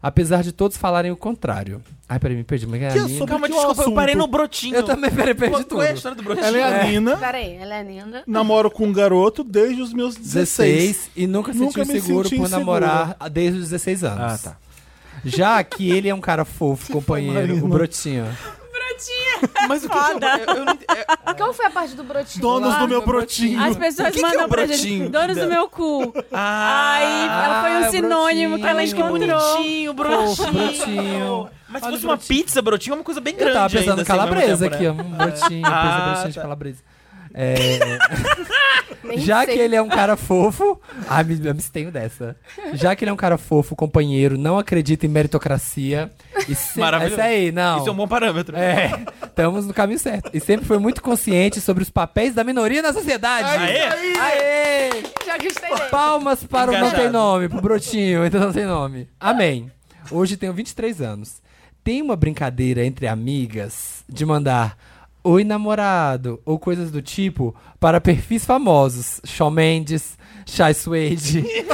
S2: Apesar de todos falarem o contrário. Ai, peraí, me perdi. Mas é a
S1: Que
S2: Nina?
S1: sobre
S4: Calma,
S1: que o
S4: desculpa, eu parei no
S1: assunto?
S4: brotinho.
S2: Eu também, peraí, perdi
S4: Qual,
S2: tudo.
S4: qual é a história do brotinho?
S1: Ela é a Nina,
S5: Peraí, ela é linda.
S1: namoro com um garoto desde os meus 16.
S2: 16 e nunca,
S1: Nunca
S2: senti
S1: me
S2: inseguro
S1: senti
S2: por
S1: insegura.
S2: namorar desde os 16 anos. Ah, tá. Já que ele é um cara fofo, companheiro, o
S1: Marina.
S2: brotinho.
S4: Mas o que que é o- eu- eu não ent- é-
S5: Qual foi a parte do brotinho?
S1: Donos
S2: Olá,
S1: do meu
S2: meu
S1: brotinho.
S3: As pessoas
S4: O que que é
S3: mandam
S4: o
S3: pra
S4: brotinho
S3: gente. Donos do
S4: dela?
S3: meu cu.
S4: Ah,
S3: Aí ela foi
S2: Ah,
S3: um sinônimo que ela
S2: brotinho.
S3: encontrou.
S4: brotinho,
S2: Fofo, brotinho.
S4: Mas se fosse uma pizza, brotinho, é uma coisa bem grande
S2: Eu tava pensando
S4: ainda, assim, ao mesmo
S2: calabresa
S4: tempo,
S2: aqui,
S4: né?
S2: ó. Um brotinho,
S4: Ah,
S2: pizza, brotinho de
S4: tá.
S2: calabresa. É... Já que ele é um cara fofo. Ai, me, eu me abstenho dessa. Já que ele é um cara fofo, companheiro, não acredita em meritocracia. E se...
S4: Maravilhoso.
S2: Essa é aí, não.
S4: Isso é um bom parâmetro.
S2: É, estamos no caminho certo. E sempre foi muito consciente sobre os papéis da minoria na sociedade.
S4: Aê!
S2: Aê!
S5: Já gostei dele.
S2: Palmas para o
S4: Engajado.
S2: Não Tem Nome, pro Brotinho, ainda não tem nome. Amém. Hoje tenho 23 anos. Tem uma brincadeira entre amigas de mandar oi namorado ou coisas do tipo para perfis famosos. Shawn Mendes, Chai Suede. é uma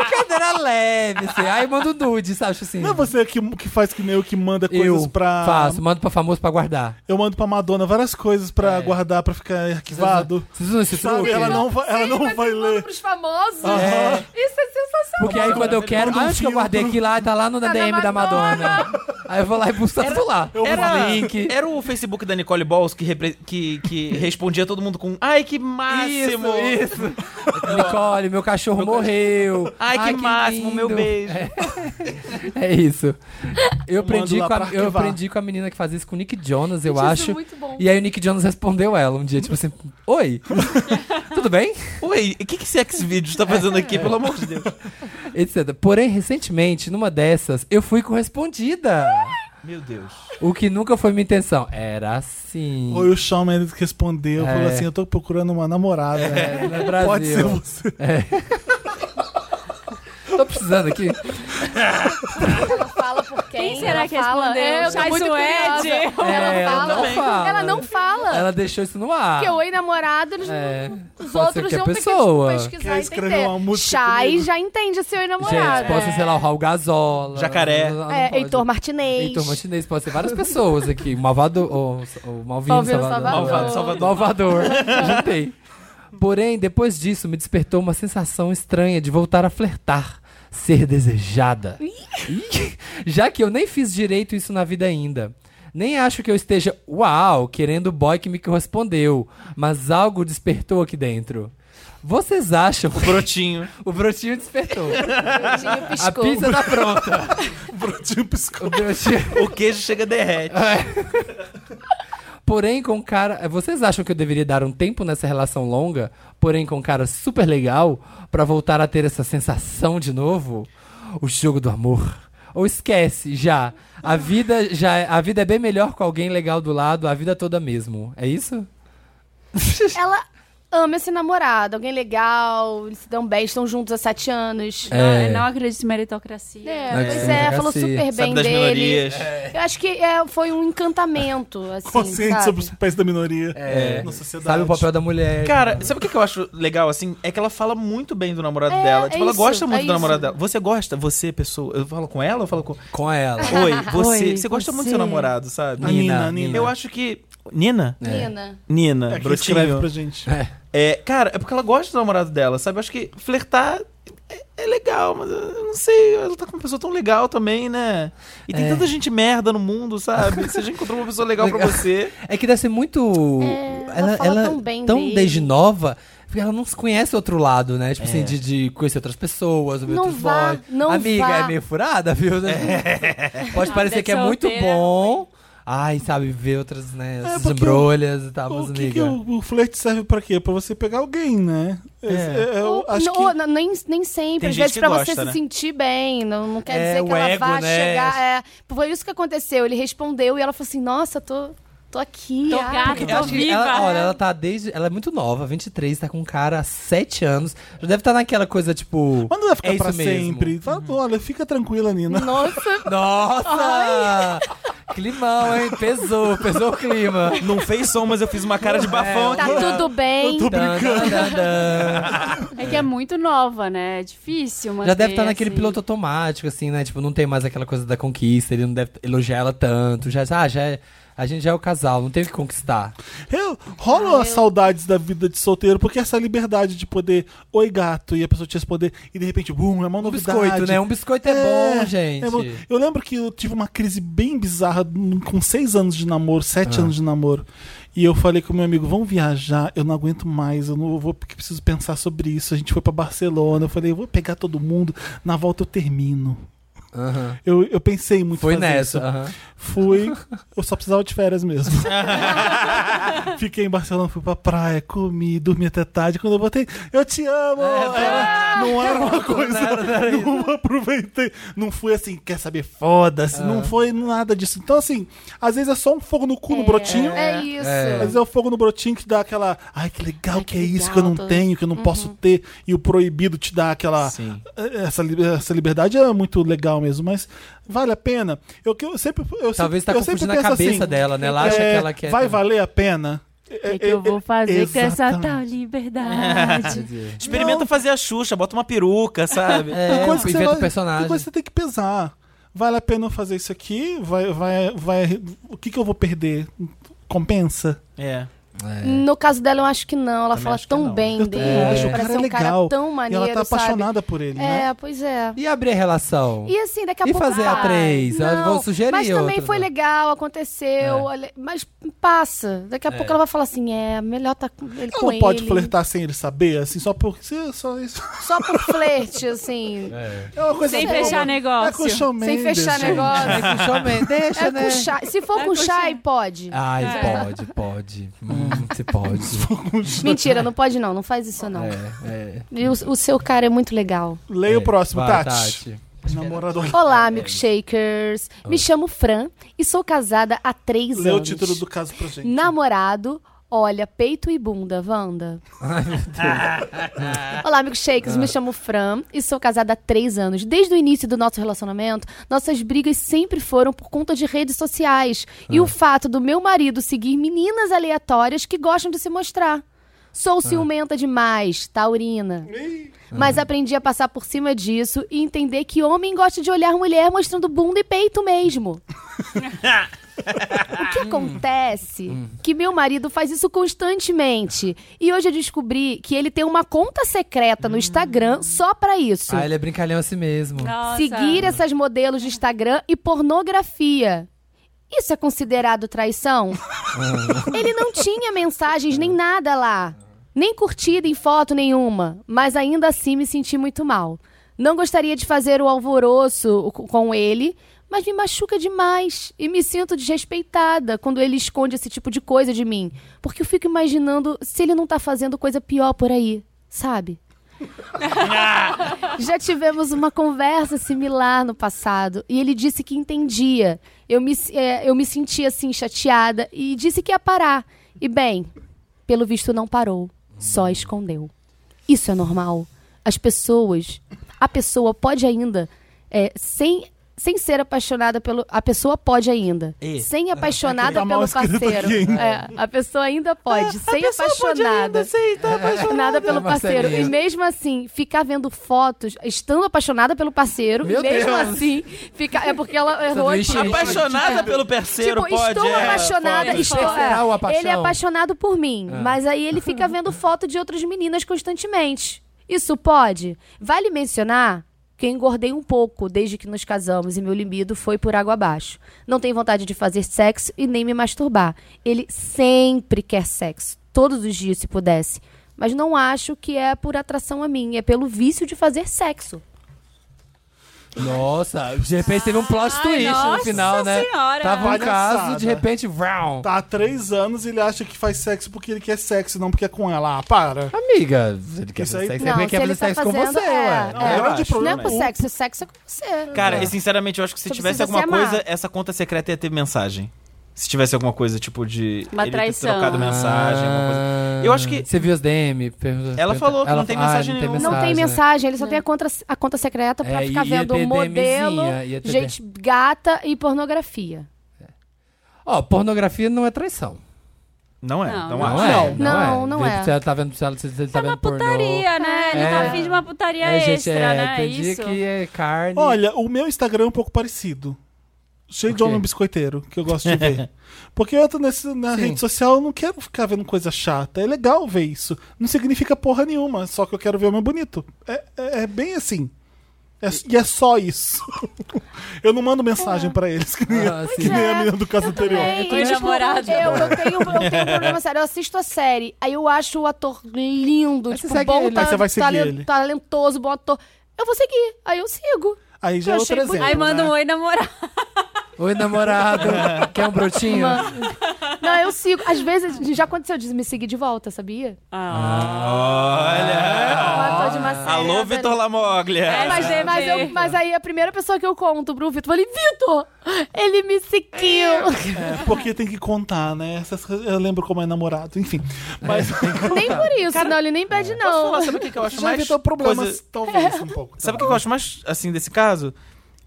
S2: brincadeira fica leve, assim. Aí manda o nude, sabe? Tipo Assim,
S1: Não é você que, que faz que nem eu que manda coisas
S2: eu
S1: pra.
S2: faço, mando pra famoso pra guardar.
S1: Eu mando pra Madonna várias coisas pra
S2: É.
S1: guardar, pra ficar arquivado.
S2: Vocês usam esse
S1: Sabe,
S2: truque?
S1: ela não, vai, ela
S5: Sim,
S1: não
S5: mas
S1: vai
S5: eu mando
S1: ler.
S5: pros famosos.
S2: É.
S5: Isso é sensacional.
S2: Porque aí quando eu quero,
S1: Manda um
S2: ah, acho que eu guardei
S1: filtro.
S2: aqui lá, tá lá no
S5: na
S2: DM da Madonna. Aí eu vou lá e busco tá tudo lá.
S4: Era,
S2: link.
S4: era o Facebook da Nicole Balls que, repre- que, que respondia todo mundo com Ai, que máximo!
S2: Isso, isso. Nicole, meu cachorro morreu.
S4: Ai, que máximo, meu
S2: lindo.
S4: beijo.
S2: É, É isso. Eu aprendi,
S1: lá
S2: com a,
S1: pra
S2: eu
S1: arquivar.
S2: aprendi com a menina que fazia isso com o Nick Jonas, eu
S5: Gente, isso é
S2: acho.
S5: muito bom.
S2: E aí o Nick Jonas respondeu ela um dia, tipo assim, oi, tudo bem?
S4: Ué, o que, que esse X-Videos tá fazendo aqui, pelo amor de Deus?
S2: Etc. Porém, recentemente, numa dessas, eu fui correspondida.
S4: Meu Deus.
S2: o que nunca foi minha intenção. Era assim.
S1: Ou o Shawn Mendes respondeu, falou
S2: É.
S1: assim: Eu tô procurando uma namorada.
S2: É, no Brasil. É.
S1: Pode ser você.
S2: Tô precisando aqui.
S5: Ela fala por quem?
S3: Quem será
S5: ela
S3: que
S5: fala?
S3: respondeu?
S5: É, eu tô
S3: Chai
S5: muito
S3: Suede?
S5: curiosa. Ela,
S2: É, ela
S5: fala.
S2: não fala.
S5: Ela não fala.
S2: Ela deixou isso no ar.
S5: Porque o ex-namorado, eles
S2: É, pode
S5: os
S2: ser
S5: outros
S2: que a
S5: iam ter
S2: pessoa.
S5: que tipo, pesquisar
S1: Quer
S5: e
S1: escrever
S5: entender.
S1: uma música
S5: Chay
S1: comigo?
S5: já entende seu namorado.
S2: Gente, pode ser, sei lá, o Raul Gazola.
S4: Jacaré.
S2: Não, não
S5: É,
S2: pode.
S5: Heitor Martinez.
S2: Heitor Martinez, pode ser várias pessoas aqui. Um Malvado. Ou, ou Malvino
S5: Malvino
S2: Salvador.
S5: Salvador.
S4: Malvado Salvador.
S2: Malvador. Juntei. Porém, depois disso, me despertou uma sensação estranha de voltar a flertar. Ser desejada. Ih, Já que eu nem fiz direito isso na vida ainda. Nem acho que eu esteja, uau, querendo o boy que me correspondeu. Mas algo despertou aqui dentro. Vocês acham?
S4: O brotinho.
S2: O brotinho despertou.
S5: Martinez
S2: A
S5: piscou.
S2: pizza tá pronta.
S1: Brotinho
S2: O
S1: piscou.
S2: brotinho...
S4: O queijo chega derrete.
S2: Porém, com um cara. Vocês acham que eu deveria dar um tempo nessa relação longa, porém com um cara super legal, pra voltar a ter essa sensação de novo? O jogo do amor. Ou esquece, já. A vida já é- a vida é bem melhor com alguém legal do lado, a vida toda mesmo. É isso?
S5: Ela ama esse namorado, alguém legal, eles se dão bem, estão juntos há sete anos.
S2: É.
S3: Não, eu não acredito em meritocracia.
S5: É,
S2: Não,
S5: pois
S2: que
S5: é,
S2: sim.
S5: falou super bem
S4: Sabe das
S5: dele.
S4: minorias.
S5: Eu acho que é, foi um encantamento, assim,
S1: Consciente
S5: sabe?
S1: sobre os pés da minoria É. na sociedade.
S2: Sabe o papel da mulher.
S4: Cara, sabe o que que eu acho legal, assim? É que ela fala muito bem do namorado
S5: É,
S4: dela. Tipo,
S5: é
S4: ela
S5: isso,
S4: gosta muito
S5: é
S4: do namorado
S5: isso.
S4: dela. Você gosta? Você, pessoa... Eu falo com ela ou eu falo com...
S2: com ela.
S4: Oi, você.
S3: Oi,
S4: você gosta muito do
S3: você.
S4: seu namorado, sabe?
S1: A Nina, a Nina.
S4: Eu acho que... Nina?
S5: Nina.
S4: Nina,
S1: É, que escreve pra
S4: brotinho.
S1: gente.
S4: É, cara, é porque ela gosta do namorado dela, sabe? Eu acho que flertar é, é legal, mas eu não sei. Ela tá com uma pessoa tão legal também, né? E tem
S2: É.
S4: tanta gente merda no mundo, sabe? Você já encontrou uma pessoa legal pra
S2: Legal.
S4: você.
S2: É que deve ser muito.
S5: É, ela fala tão bem dele.
S2: desde nova. Porque ela não se conhece outro lado, né? Tipo assim, de, de conhecer outras pessoas, ouvir
S5: Não
S2: outros
S5: vá,
S2: boys.
S5: não
S2: Amiga,
S5: vá.
S2: é meio furada, viu? Pode parecer
S3: deve
S2: que é
S3: ser
S2: muito
S3: solteira,
S2: bom. Ai, sabe, ver outras, né? As
S1: porque
S2: embrulhas e tal, mas
S1: O, que
S2: amiga.
S1: que o, o flerte serve pra quê? Pra você pegar alguém, né? Esse-
S2: É.
S1: eu
S5: Ou-
S1: acho
S5: não-
S1: que...
S5: ou não- nem, nem sempre.
S4: Tem
S5: Às
S4: gente
S5: vezes,
S4: que
S5: pra
S4: gosta,
S5: você
S4: né?
S5: se sentir bem. Não, não quer
S2: É,
S5: dizer que
S2: o
S5: ela
S2: ego,
S5: vá
S2: né?
S5: chegar. É, foi isso que aconteceu. Ele respondeu e ela falou assim: Nossa, tô, tô aqui.
S3: Tô
S5: ah."
S3: gata,
S2: Eu
S3: tô
S2: acho que
S3: viva.
S2: ela, olha, ela tá desde. Ela é muito nova, 23, tá com um cara há 7 anos. Já deve estar naquela coisa, tipo.
S1: Mas não vai ficar
S2: é isso
S1: pra
S2: mesmo.
S1: sempre. Fala, Olha, fica tranquila, Nina.
S5: Nossa,
S2: Nossa! Climão, hein? Pesou, pesou o clima.
S4: Não fez som, mas eu fiz uma cara de bafão
S5: tá
S4: aqui.
S5: tudo bem.
S1: Eu tô brincando.
S2: Dan, dan, dan.
S3: É que é muito nova, né? É difícil manter,
S2: Já deve estar naquele
S3: assim.
S2: piloto automático, assim, né? Tipo, não tem mais aquela coisa da conquista, ele não deve elogiar ela tanto. Já, ah, já é- a gente já é o casal, não teve que conquistar.
S1: Eu,
S5: Ah,
S1: rola as saudades da vida de solteiro, porque essa liberdade de poder, oi gato, e a pessoa te responder, e de repente, bum, é uma
S2: Um
S1: novidade.
S2: biscoito, né? Um biscoito é, bom, gente.
S1: é bom. Eu lembro que eu tive uma crise bem bizarra num- com seis anos de namoro, sete
S2: Ah.
S1: anos de namoro. E eu falei com meu amigo, vamos viajar, eu não aguento mais, eu não vou porque preciso pensar sobre isso. A gente foi pra Barcelona, eu falei, eu vou pegar todo mundo, na volta eu termino.
S2: Aham.
S1: Eu, eu pensei muito em
S2: Foi
S1: fazer
S2: nessa.
S1: isso.
S2: aham.
S1: Fui, eu só precisava de férias mesmo. Fiquei em Barcelona, fui pra praia, comi, dormi até tarde. Quando eu voltei, eu te amo! Era- não era uma coisa, não aproveitei. Não fui assim, quer saber, foda-se. Não foi nada disso. Então, assim, às vezes é só um fogo no cu no brotinho.
S5: É isso.
S1: Às vezes é o fogo no brotinho que dá aquela. Ai, que legal Uhum. que, é isso que eu não tenho, que eu não posso ter. E o proibido te dá aquela.
S4: Sim.
S1: É, Essa, li- essa liberdade é muito legal mesmo, mas vale a pena. Eu, que eu sempre. Eu
S2: Talvez
S1: sempre,
S2: tá
S1: eu sempre
S2: confundindo a
S1: penso
S2: cabeça
S1: assim,
S2: dela, né? Ela acha
S1: é,
S2: que ela quer.
S1: Vai valer a pena? É,
S3: O que, que eu vou fazer com essa
S1: Exatamente.
S3: tal liberdade?
S4: Experimenta fazer a Xuxa, bota uma peruca, sabe?
S2: É,
S1: Tem coisa que você
S2: inventa
S1: vai-
S2: o personagem.
S1: Tem coisa que você tem que pesar. Vale a pena eu fazer isso aqui? Vai, vai, vai. O que, que eu vou perder? Compensa?
S4: É.
S2: É.
S5: No caso dela, eu acho que não. Ela
S4: Também
S5: fala
S4: acho que
S5: tão
S4: não.
S5: bem
S1: Eu
S5: dele.
S1: também acho, o
S5: parece
S1: cara é
S5: um
S1: legal.
S5: cara tão
S1: E
S5: maneiro,
S1: ela tá
S5: sabe?
S1: apaixonada por ele, né?
S5: É, pois é.
S2: E abrir a relação?
S5: E assim, daqui a
S2: E
S5: pouco.
S2: fazer a
S5: vai.
S2: três? Eu
S5: Não,
S2: vou sugerir
S5: Mas também
S2: outra,
S5: foi
S2: né?
S5: legal, aconteceu.
S1: É.
S5: olha- Mas passa. Daqui a pouco ela vai falar assim: é, melhor tá com ele
S1: Ela
S5: com
S1: não pode
S5: ele.
S1: flertar sem ele saber, assim, só porque. Só isso.
S5: Só por flerte, assim.
S1: É uma coisa
S3: Sem
S1: boba.
S3: fechar
S1: É com o
S3: negócio.
S1: Shawn
S5: sem
S1: Mendes,
S5: fechar
S1: gente.
S5: negócio.
S2: É com chame- deixa,
S5: É
S2: né?
S5: com chá. Se for
S3: É
S5: com
S3: com
S5: chá,
S3: chá.
S5: pode.
S2: Ai,
S3: É.
S2: pode, pode. Hum, se pode.
S5: Mentira, não pode não. Não faz isso, não.
S2: É, é.
S5: E o, o seu cara é muito legal.
S1: Leia o próximo,
S2: Vai,
S1: Tati. Namorador.
S5: Olá, milkshakers. Me chamo Fran e sou casada há três
S1: Lê Ah. o
S5: anos.
S1: título do caso pra gente.
S5: Namorado, olha, peito e bunda, Wanda. Olá, amigos shakes.
S1: Ah.
S5: Me chamo Fran e sou casada há três anos. Desde o início do nosso relacionamento, nossas brigas sempre foram por conta de redes sociais e
S1: Ah.
S5: o fato do meu marido seguir meninas aleatórias que gostam de se mostrar. Sou ciumenta demais, taurina. Mas aprendi a passar por cima disso e entender que homem gosta de olhar mulher mostrando bunda e peito mesmo. O que acontece que meu marido faz isso constantemente. E hoje eu descobri que ele tem uma conta secreta no Instagram só pra isso.
S2: Ah, ele é brincalhão assim mesmo.
S3: Nossa.
S5: Seguir essas modelos de Instagram e pornografia. Isso é considerado traição?
S2: Ah,
S5: ele não tinha mensagens nem nada lá. Nem curtida em foto nenhuma. Mas ainda assim me senti muito mal. Não gostaria de fazer o alvoroço c- com ele, mas me machuca demais. E me sinto desrespeitada quando ele esconde esse tipo de coisa de mim. Porque eu fico imaginando se ele não tá fazendo coisa pior por aí, sabe? Já tivemos uma conversa similar no passado e ele disse que entendia. Eu me, é, eu me senti assim, chateada e disse que ia parar. E bem, pelo visto não parou, só escondeu. Isso é normal. As pessoas. A pessoa pode ainda, é, sem, sem ser apaixonada pelo. A pessoa pode ainda.
S4: E?
S5: Sem apaixonada
S1: Tá mal
S5: pelo
S1: escrito
S5: parceiro.
S1: aqui, hein?
S5: É, a pessoa ainda pode, sem apaixonada. Nada pelo parceiro. E
S2: Marcelinho.
S5: mesmo assim, ficar vendo fotos, estando apaixonada pelo parceiro,
S2: Meu
S5: mesmo
S2: Deus.
S5: assim, fica... é porque ela errou
S2: não
S5: aqui.
S2: enche-
S4: Apaixonada pelo parceiro,
S5: Tipo,
S4: pode.
S5: estou
S4: é,
S5: apaixonada.
S4: pode.
S5: estou-
S2: Terceira ou a
S5: é,
S2: paixão? É.
S5: ele é apaixonado por mim, mas aí ele fica vendo foto de outras meninas constantemente. Isso pode? Vale mencionar que eu engordei um pouco desde que nos casamos e meu libido foi por água abaixo. Não tenho vontade de fazer sexo e nem me masturbar. Ele sempre quer sexo, todos os dias se pudesse. Mas não acho que é por atração a mim, é pelo vício de fazer sexo.
S2: Nossa, de repente teve um plot
S3: Ai,
S2: twist no
S3: nossa
S2: final, né?
S3: senhora. Tá
S2: Tava um
S1: Palhaçada.
S2: caso, de repente, vroom.
S1: Tá há três anos e ele acha que faz sexo porque ele quer sexo, não porque é com ela. Ah, para.
S2: Amiga, ele quer
S1: Isso
S2: fazer
S1: aí-
S2: sexo,
S5: Não,
S2: ele
S5: se
S2: quer
S5: ele
S2: é fazer
S5: tá
S2: sexo com
S5: fazendo,
S2: você, ué. um
S5: é,
S1: O
S5: é.
S1: maior de
S5: Não é
S1: problema
S5: com
S1: é
S5: sexo, sexo é com você.
S4: Cara, e sinceramente, eu acho que se
S5: Só
S4: tivesse
S5: precisa se
S4: alguma
S5: amar.
S4: coisa, essa conta secreta ia ter mensagem. Se tivesse alguma coisa, tipo, de
S3: Uma
S4: ele
S3: traição.
S4: ter trocado mensagem, alguma
S1: Ah.
S4: coisa. Eu acho que-
S2: Ah, Você viu as DM? Pergunta-
S4: Ela falou que não
S2: Ela
S4: tem
S2: fa- ah,
S4: mensagem nenhuma.
S5: Não tem
S2: né?
S5: mensagem, ele só tem a conta, a conta secreta pra
S2: É,
S5: ficar
S2: e
S5: vendo
S2: EPDMzinha,
S5: modelo,
S2: e EPD.
S5: gente gata e pornografia.
S2: Ó, pornografia não é traição.
S4: Não é,
S3: Não,
S4: não,
S3: não
S4: acho.
S2: Não, é,
S5: Não, não, não é.
S2: Se ela tá vendo, se ela, se ele tá
S3: É uma
S2: vendo pornô.
S3: putaria, né? Ele tá
S2: É.
S3: afim de uma putaria
S2: É, gente,
S3: extra,
S2: é,
S3: né?
S2: tem dia
S3: Isso.
S2: que é carne.
S1: Olha, o meu Instagram é um pouco parecido. Cheio
S2: Por
S1: de
S2: quê?
S1: homem biscoiteiro, que eu gosto de ver. Porque eu entro nesse, na
S2: Sim.
S1: rede social, eu não quero ficar vendo coisa chata. É legal ver isso. Não significa porra nenhuma, só que eu quero ver o meu bonito. É, é- é bem assim. É- e é só isso. eu não mando mensagem pra eles, que nem,
S2: Ah,
S1: que
S5: é.
S2: sim.
S1: nem a menina do caso anterior.
S4: É
S5: Também,
S3: Oi,
S5: tipo,
S3: namorado.
S5: Eu, eu tenho, eu tenho um problema sério. Eu assisto a série, aí eu acho o ator lindo,
S2: Aí você
S5: tipo,
S2: segue
S5: bom,
S2: ele. Aí
S1: você vai seguir
S5: talen-
S1: ele.
S5: talentoso, bom ator. Eu vou seguir, aí eu sigo.
S1: Aí já é
S5: Eu
S1: outro
S5: achei muito-
S1: exemplo.
S3: Aí manda um
S1: né?
S3: oi namorado.
S2: Oi, namorado. Quer um brotinho?
S5: Não, eu sigo. Às vezes, já aconteceu de me seguir de volta, sabia?
S2: Ah.
S4: Olha!
S5: Um ator de uma série,
S4: Alô,
S5: eu adorei.
S4: Vitor Lamoglia!
S3: É,
S5: Mas,
S3: Essa
S5: mas eu-
S3: vez.
S5: mas aí a primeira pessoa que eu conto pro Vitor, eu falei, Vitor, ele me seguiu.
S1: É, porque tem que contar, né? Essas coisas- eu lembro como é namorado, enfim.
S4: É,
S1: Mas
S5: nem por isso, não, ele nem
S3: É.
S5: pede
S4: Posso
S5: não.
S4: falar, sabe o que, que eu acho
S1: já
S4: mais.
S1: evitou problemas,
S4: coisa-
S1: talvez, um pouco.
S4: Sabe o que eu acho mais, assim, desse caso?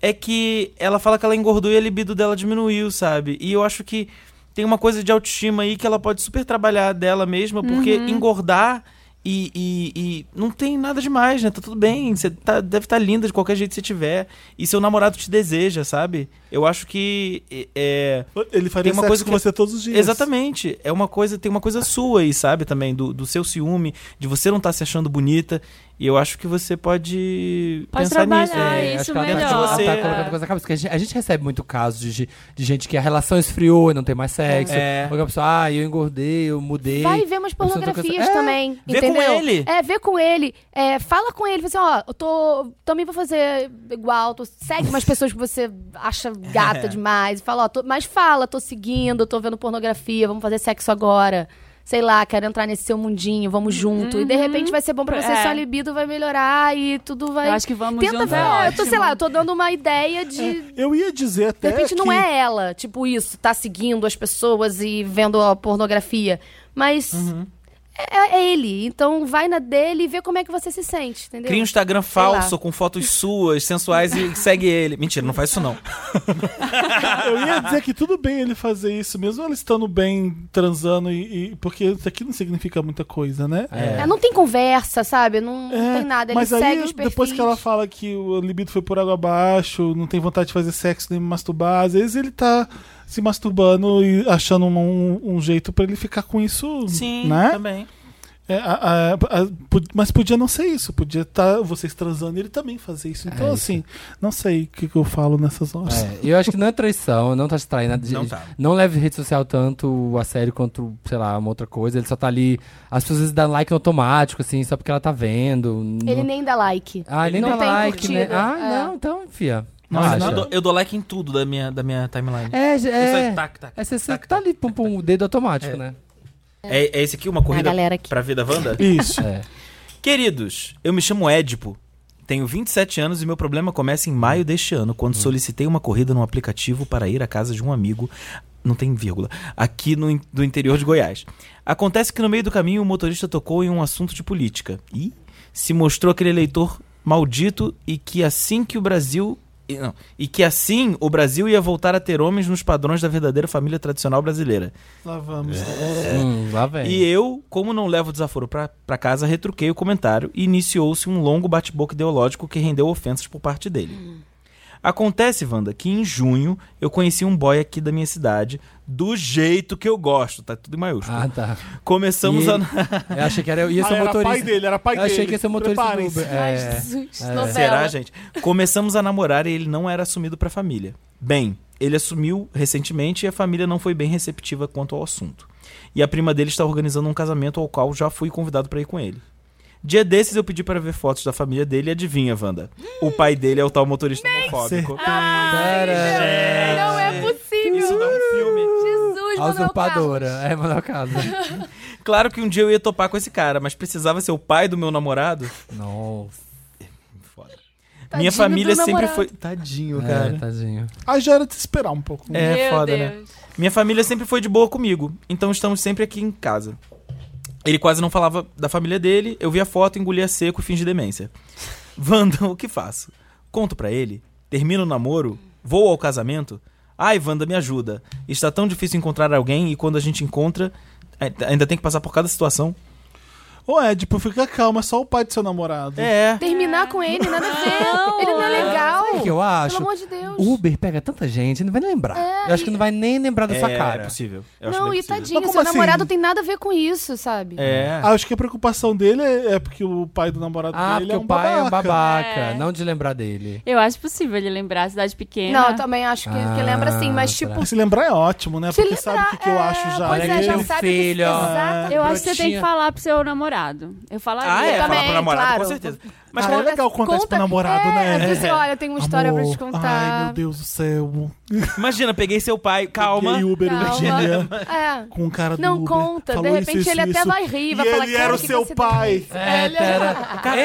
S4: É que ela fala que ela engordou e a libido dela diminuiu, sabe? E eu acho que tem uma coisa de autoestima aí que ela pode super trabalhar dela mesma, porque engordar e, e- e não tem nada demais, né? Tá tudo bem, você tá- deve estar linda de qualquer jeito que você tiver. E seu namorado te deseja, sabe? Eu acho que é, é,
S1: Ele faria
S4: Tem uma
S1: sexo
S4: coisa
S1: com
S4: que-
S1: você todos os dias.
S4: Exatamente. É uma coisa, tem uma coisa sua aí, sabe, também, do, do seu ciúme, de você não estar se achando bonita. E eu acho que você pode,
S3: Pode
S4: pensar
S3: trabalhar
S4: nisso.
S3: Ah,
S4: É.
S3: isso
S2: acho que ela
S4: melhor.
S2: Tá, ela
S4: Você- é.
S2: tá colocando coisa na cabeça. Porque a gente, a gente recebe muito casos de, de gente que a relação esfriou e não tem mais sexo.
S4: É.
S2: Ou que a pessoa, ah, eu engordei, eu mudei.
S5: Vai ver umas
S2: Eu sou outra
S5: pornografias
S2: coisa- É,
S5: também.
S4: vê com
S5: entendeu?
S4: ele.
S5: É, vê com ele. É, fala com ele. Fala assim, ó, eu tô. Também vou fazer igual. tô- segue umas pessoas que você acha gata demais. E Fala, ó, tô- mas fala, tô seguindo, tô vendo pornografia, vamos fazer sexo agora. Sei lá, quero entrar nesse seu mundinho, vamos junto. E de repente vai ser bom pra você,
S3: Uhum. É.
S5: sua libido vai melhorar e tudo vai.
S3: Eu acho que vamos
S5: Tenta
S3: junto
S5: ver,
S3: é
S5: ó, eu tô, sei
S3: ótimo. É.
S5: lá, eu tô dando uma ideia de.
S1: Eu ia dizer
S5: De
S1: até.
S5: repente não
S1: que-
S5: é ela, tipo isso, tá seguindo as pessoas e vendo a pornografia. Mas é, é ele. Então vai na dele e vê como é que você se sente, entendeu?
S4: Cria um Instagram
S5: Sei lá.
S4: falso com fotos suas, sensuais e segue ele. Mentira, não faz isso não.
S1: Eu ia dizer que tudo bem ele fazer isso, mesmo ela estando bem transando e. e- porque isso aqui não significa muita coisa, né?
S2: É.
S5: É, não tem conversa, sabe? Não, não
S1: É,
S5: tem nada. Ele
S1: mas
S5: segue
S1: aí,
S5: os perfis.
S1: depois que ela fala que o libido foi por água abaixo, não tem vontade de fazer sexo nem masturbar, às vezes ele tá se masturbando e achando um, um- um jeito pra ele ficar com isso,
S4: Sim,
S1: né?
S4: também.
S1: É, a- a- a- pod- mas podia não ser isso, podia estar vocês transando e ele também fazer isso. Então, assim, não sei o que, que eu falo nessas horas.
S2: É, eu acho que não é traição, não tá se traindo. nada de-
S4: Não tá.
S2: não leve rede social tanto a sério quanto, sei lá, uma outra coisa. Ele só tá ali. As pessoas às vezes dão like no automático, assim, só porque ela tá vendo.
S5: Ele
S2: não...
S5: nem dá like.
S2: Ah, ele nem
S5: não
S2: dá
S5: tem
S2: like, né?
S5: curtida,
S2: Ah,
S5: é.
S2: não, então, fia.
S4: Nossa,
S2: relaxa.
S4: eu, dou, eu dou like em tudo da minha, da minha timeline.
S2: É, já-
S4: Isso
S2: é.
S4: aí, tac, tac,
S2: É, você, você
S4: tac,
S2: tá
S4: tac.
S2: ali, pum, pum, o dedo automático,
S4: É.
S2: né?
S4: É, é esse aqui uma corrida
S5: galera aqui.
S4: pra vida Wanda?
S1: Isso.
S2: É.
S4: Queridos, eu me chamo Édipo. Tenho 27 anos e meu problema começa em maio deste ano, quando solicitei uma corrida num aplicativo para ir à casa de um amigo. Não tem vírgula. Aqui no, in- do interior de Goiás. Acontece que no meio do caminho o motorista tocou em um assunto de política. E se mostrou aquele eleitor maldito e que assim que o Brasil. E, não, e que assim o Brasil ia voltar a ter homens nos padrões da verdadeira família tradicional brasileira.
S1: Lá vamos. É.
S2: Hum, lá vem.
S4: É. E eu, como não levo o desaforo pra, pra casa, retruquei o comentário e iniciou-se um longo bate-boca ideológico que rendeu ofensas por parte dele. Acontece, Wanda, que em junho eu conheci um boy aqui da minha cidade, do jeito que eu gosto, tá tudo em maiúsculo.
S2: Ah, tá.
S4: Começamos
S2: E
S4: a.
S2: ele- Eu achei que era, ia ser
S1: Ah,
S2: o
S1: era
S2: motorista.
S1: pai dele, era pai
S2: eu achei
S1: dele.
S2: que ia ser o motorista do
S1: Preparem-se.
S2: Uber.
S5: Ai,
S2: É.
S5: Jesus,
S2: É.
S5: novela.
S4: Será, gente? Começamos a namorar e ele não era assumido pra família. Bem, ele assumiu recentemente e a família não foi bem receptiva quanto ao assunto. E a prima dele está organizando um casamento ao qual já fui convidado pra ir com ele. Dia desses eu pedi pra ver fotos da família dele e adivinha, Wanda? O pai dele é o tal motorista homofóbico.
S2: Tcharam.
S5: Não é
S4: Isso
S5: possível.
S4: dá um filme.
S5: Jesus,
S2: A
S5: Manuel
S2: usurpadora.
S5: Carlos.
S2: É, Manuel Carlos.
S4: Claro que um dia eu ia topar com esse cara, mas precisava ser o pai do meu namorado?
S2: Nossa.
S4: Foda.
S5: Tadinho
S4: Minha
S5: do
S4: família sempre
S5: namorado.
S4: foi. Tadinho,
S2: É,
S4: cara.
S2: tadinho.
S1: Aí já era de se esperar um pouco.
S4: É,
S3: Meu
S4: foda, né?
S3: Deus.
S4: Minha família sempre foi de boa comigo, então estamos sempre aqui em casa. Ele quase não falava da família dele, eu vi a foto, engolia seco e fingi demência. Wanda, o que faço? Conto pra ele? Termino o namoro? Vou ao casamento? Ai, Wanda, me ajuda. Está tão difícil encontrar alguém e quando a gente encontra, ai- ainda tem que passar por cada situação.
S1: Ô, Edipo, fica calma, é só o pai do seu namorado.
S4: É.
S5: Terminar com ele, nada a ver.
S3: Não,
S5: Ele não é legal.
S2: O que eu acho?
S5: Pelo amor de Deus. É.
S2: O Uber pega tanta gente, não vai nem lembrar. eu acho que não vai nem lembrar da sua
S4: é,
S2: cara.
S4: É possível. Eu acho
S5: Não,
S4: bem
S5: e
S4: possível.
S5: tadinho,
S1: Mas
S5: seu
S1: como assim?
S5: namorado tem nada a ver com isso, sabe?
S4: É.
S1: Ah, acho que a preocupação dele é é porque o pai do namorado
S2: ah,
S1: dele
S2: porque
S1: é um
S2: o pai é um
S1: babaca.
S2: babaca.
S3: É.
S2: Não de lembrar dele.
S3: Eu acho possível ele lembrar a cidade pequena.
S5: Não, eu também acho que, que lembra assim, mas
S2: Ah,
S5: tipo.
S2: será?
S1: Se lembrar é ótimo, né?
S5: Se
S1: Porque sabe o que, que
S5: lembrar,
S1: eu
S5: é,
S1: acho já.
S5: Pois
S2: né?
S5: é, já
S2: Meu
S5: sabe. que-
S2: filho, ó.
S5: Exatamente.
S3: Eu acho que você tem que
S2: Brotinha.
S3: falar pro seu namorado. Eu falaria.
S4: Ah, é?
S5: também,
S4: Falar pro namorado,
S5: claro.
S4: com certeza. Mas
S1: Ah,
S4: como
S1: é legal contar isso pro namorado,
S5: é,
S1: né?
S5: às vezes, olha, eu tenho uma história pra te
S1: Amor, Ai, meu
S5: contar.
S1: Deus do céu.
S4: imagina, peguei seu pai, calma.
S1: Peguei Uber
S5: Calma.
S1: um dia
S5: É.
S1: com o cara do
S5: Não
S1: Uber.
S5: conta, de
S1: falou
S5: repente
S1: isso,
S5: ele
S1: isso,
S5: até
S1: isso.
S5: vai rir,
S1: E
S5: vai falar
S1: ele
S5: cara,
S1: era o
S5: que que
S1: seu
S5: você
S1: pai.
S5: tá-
S2: É,
S5: Ele-
S2: pera.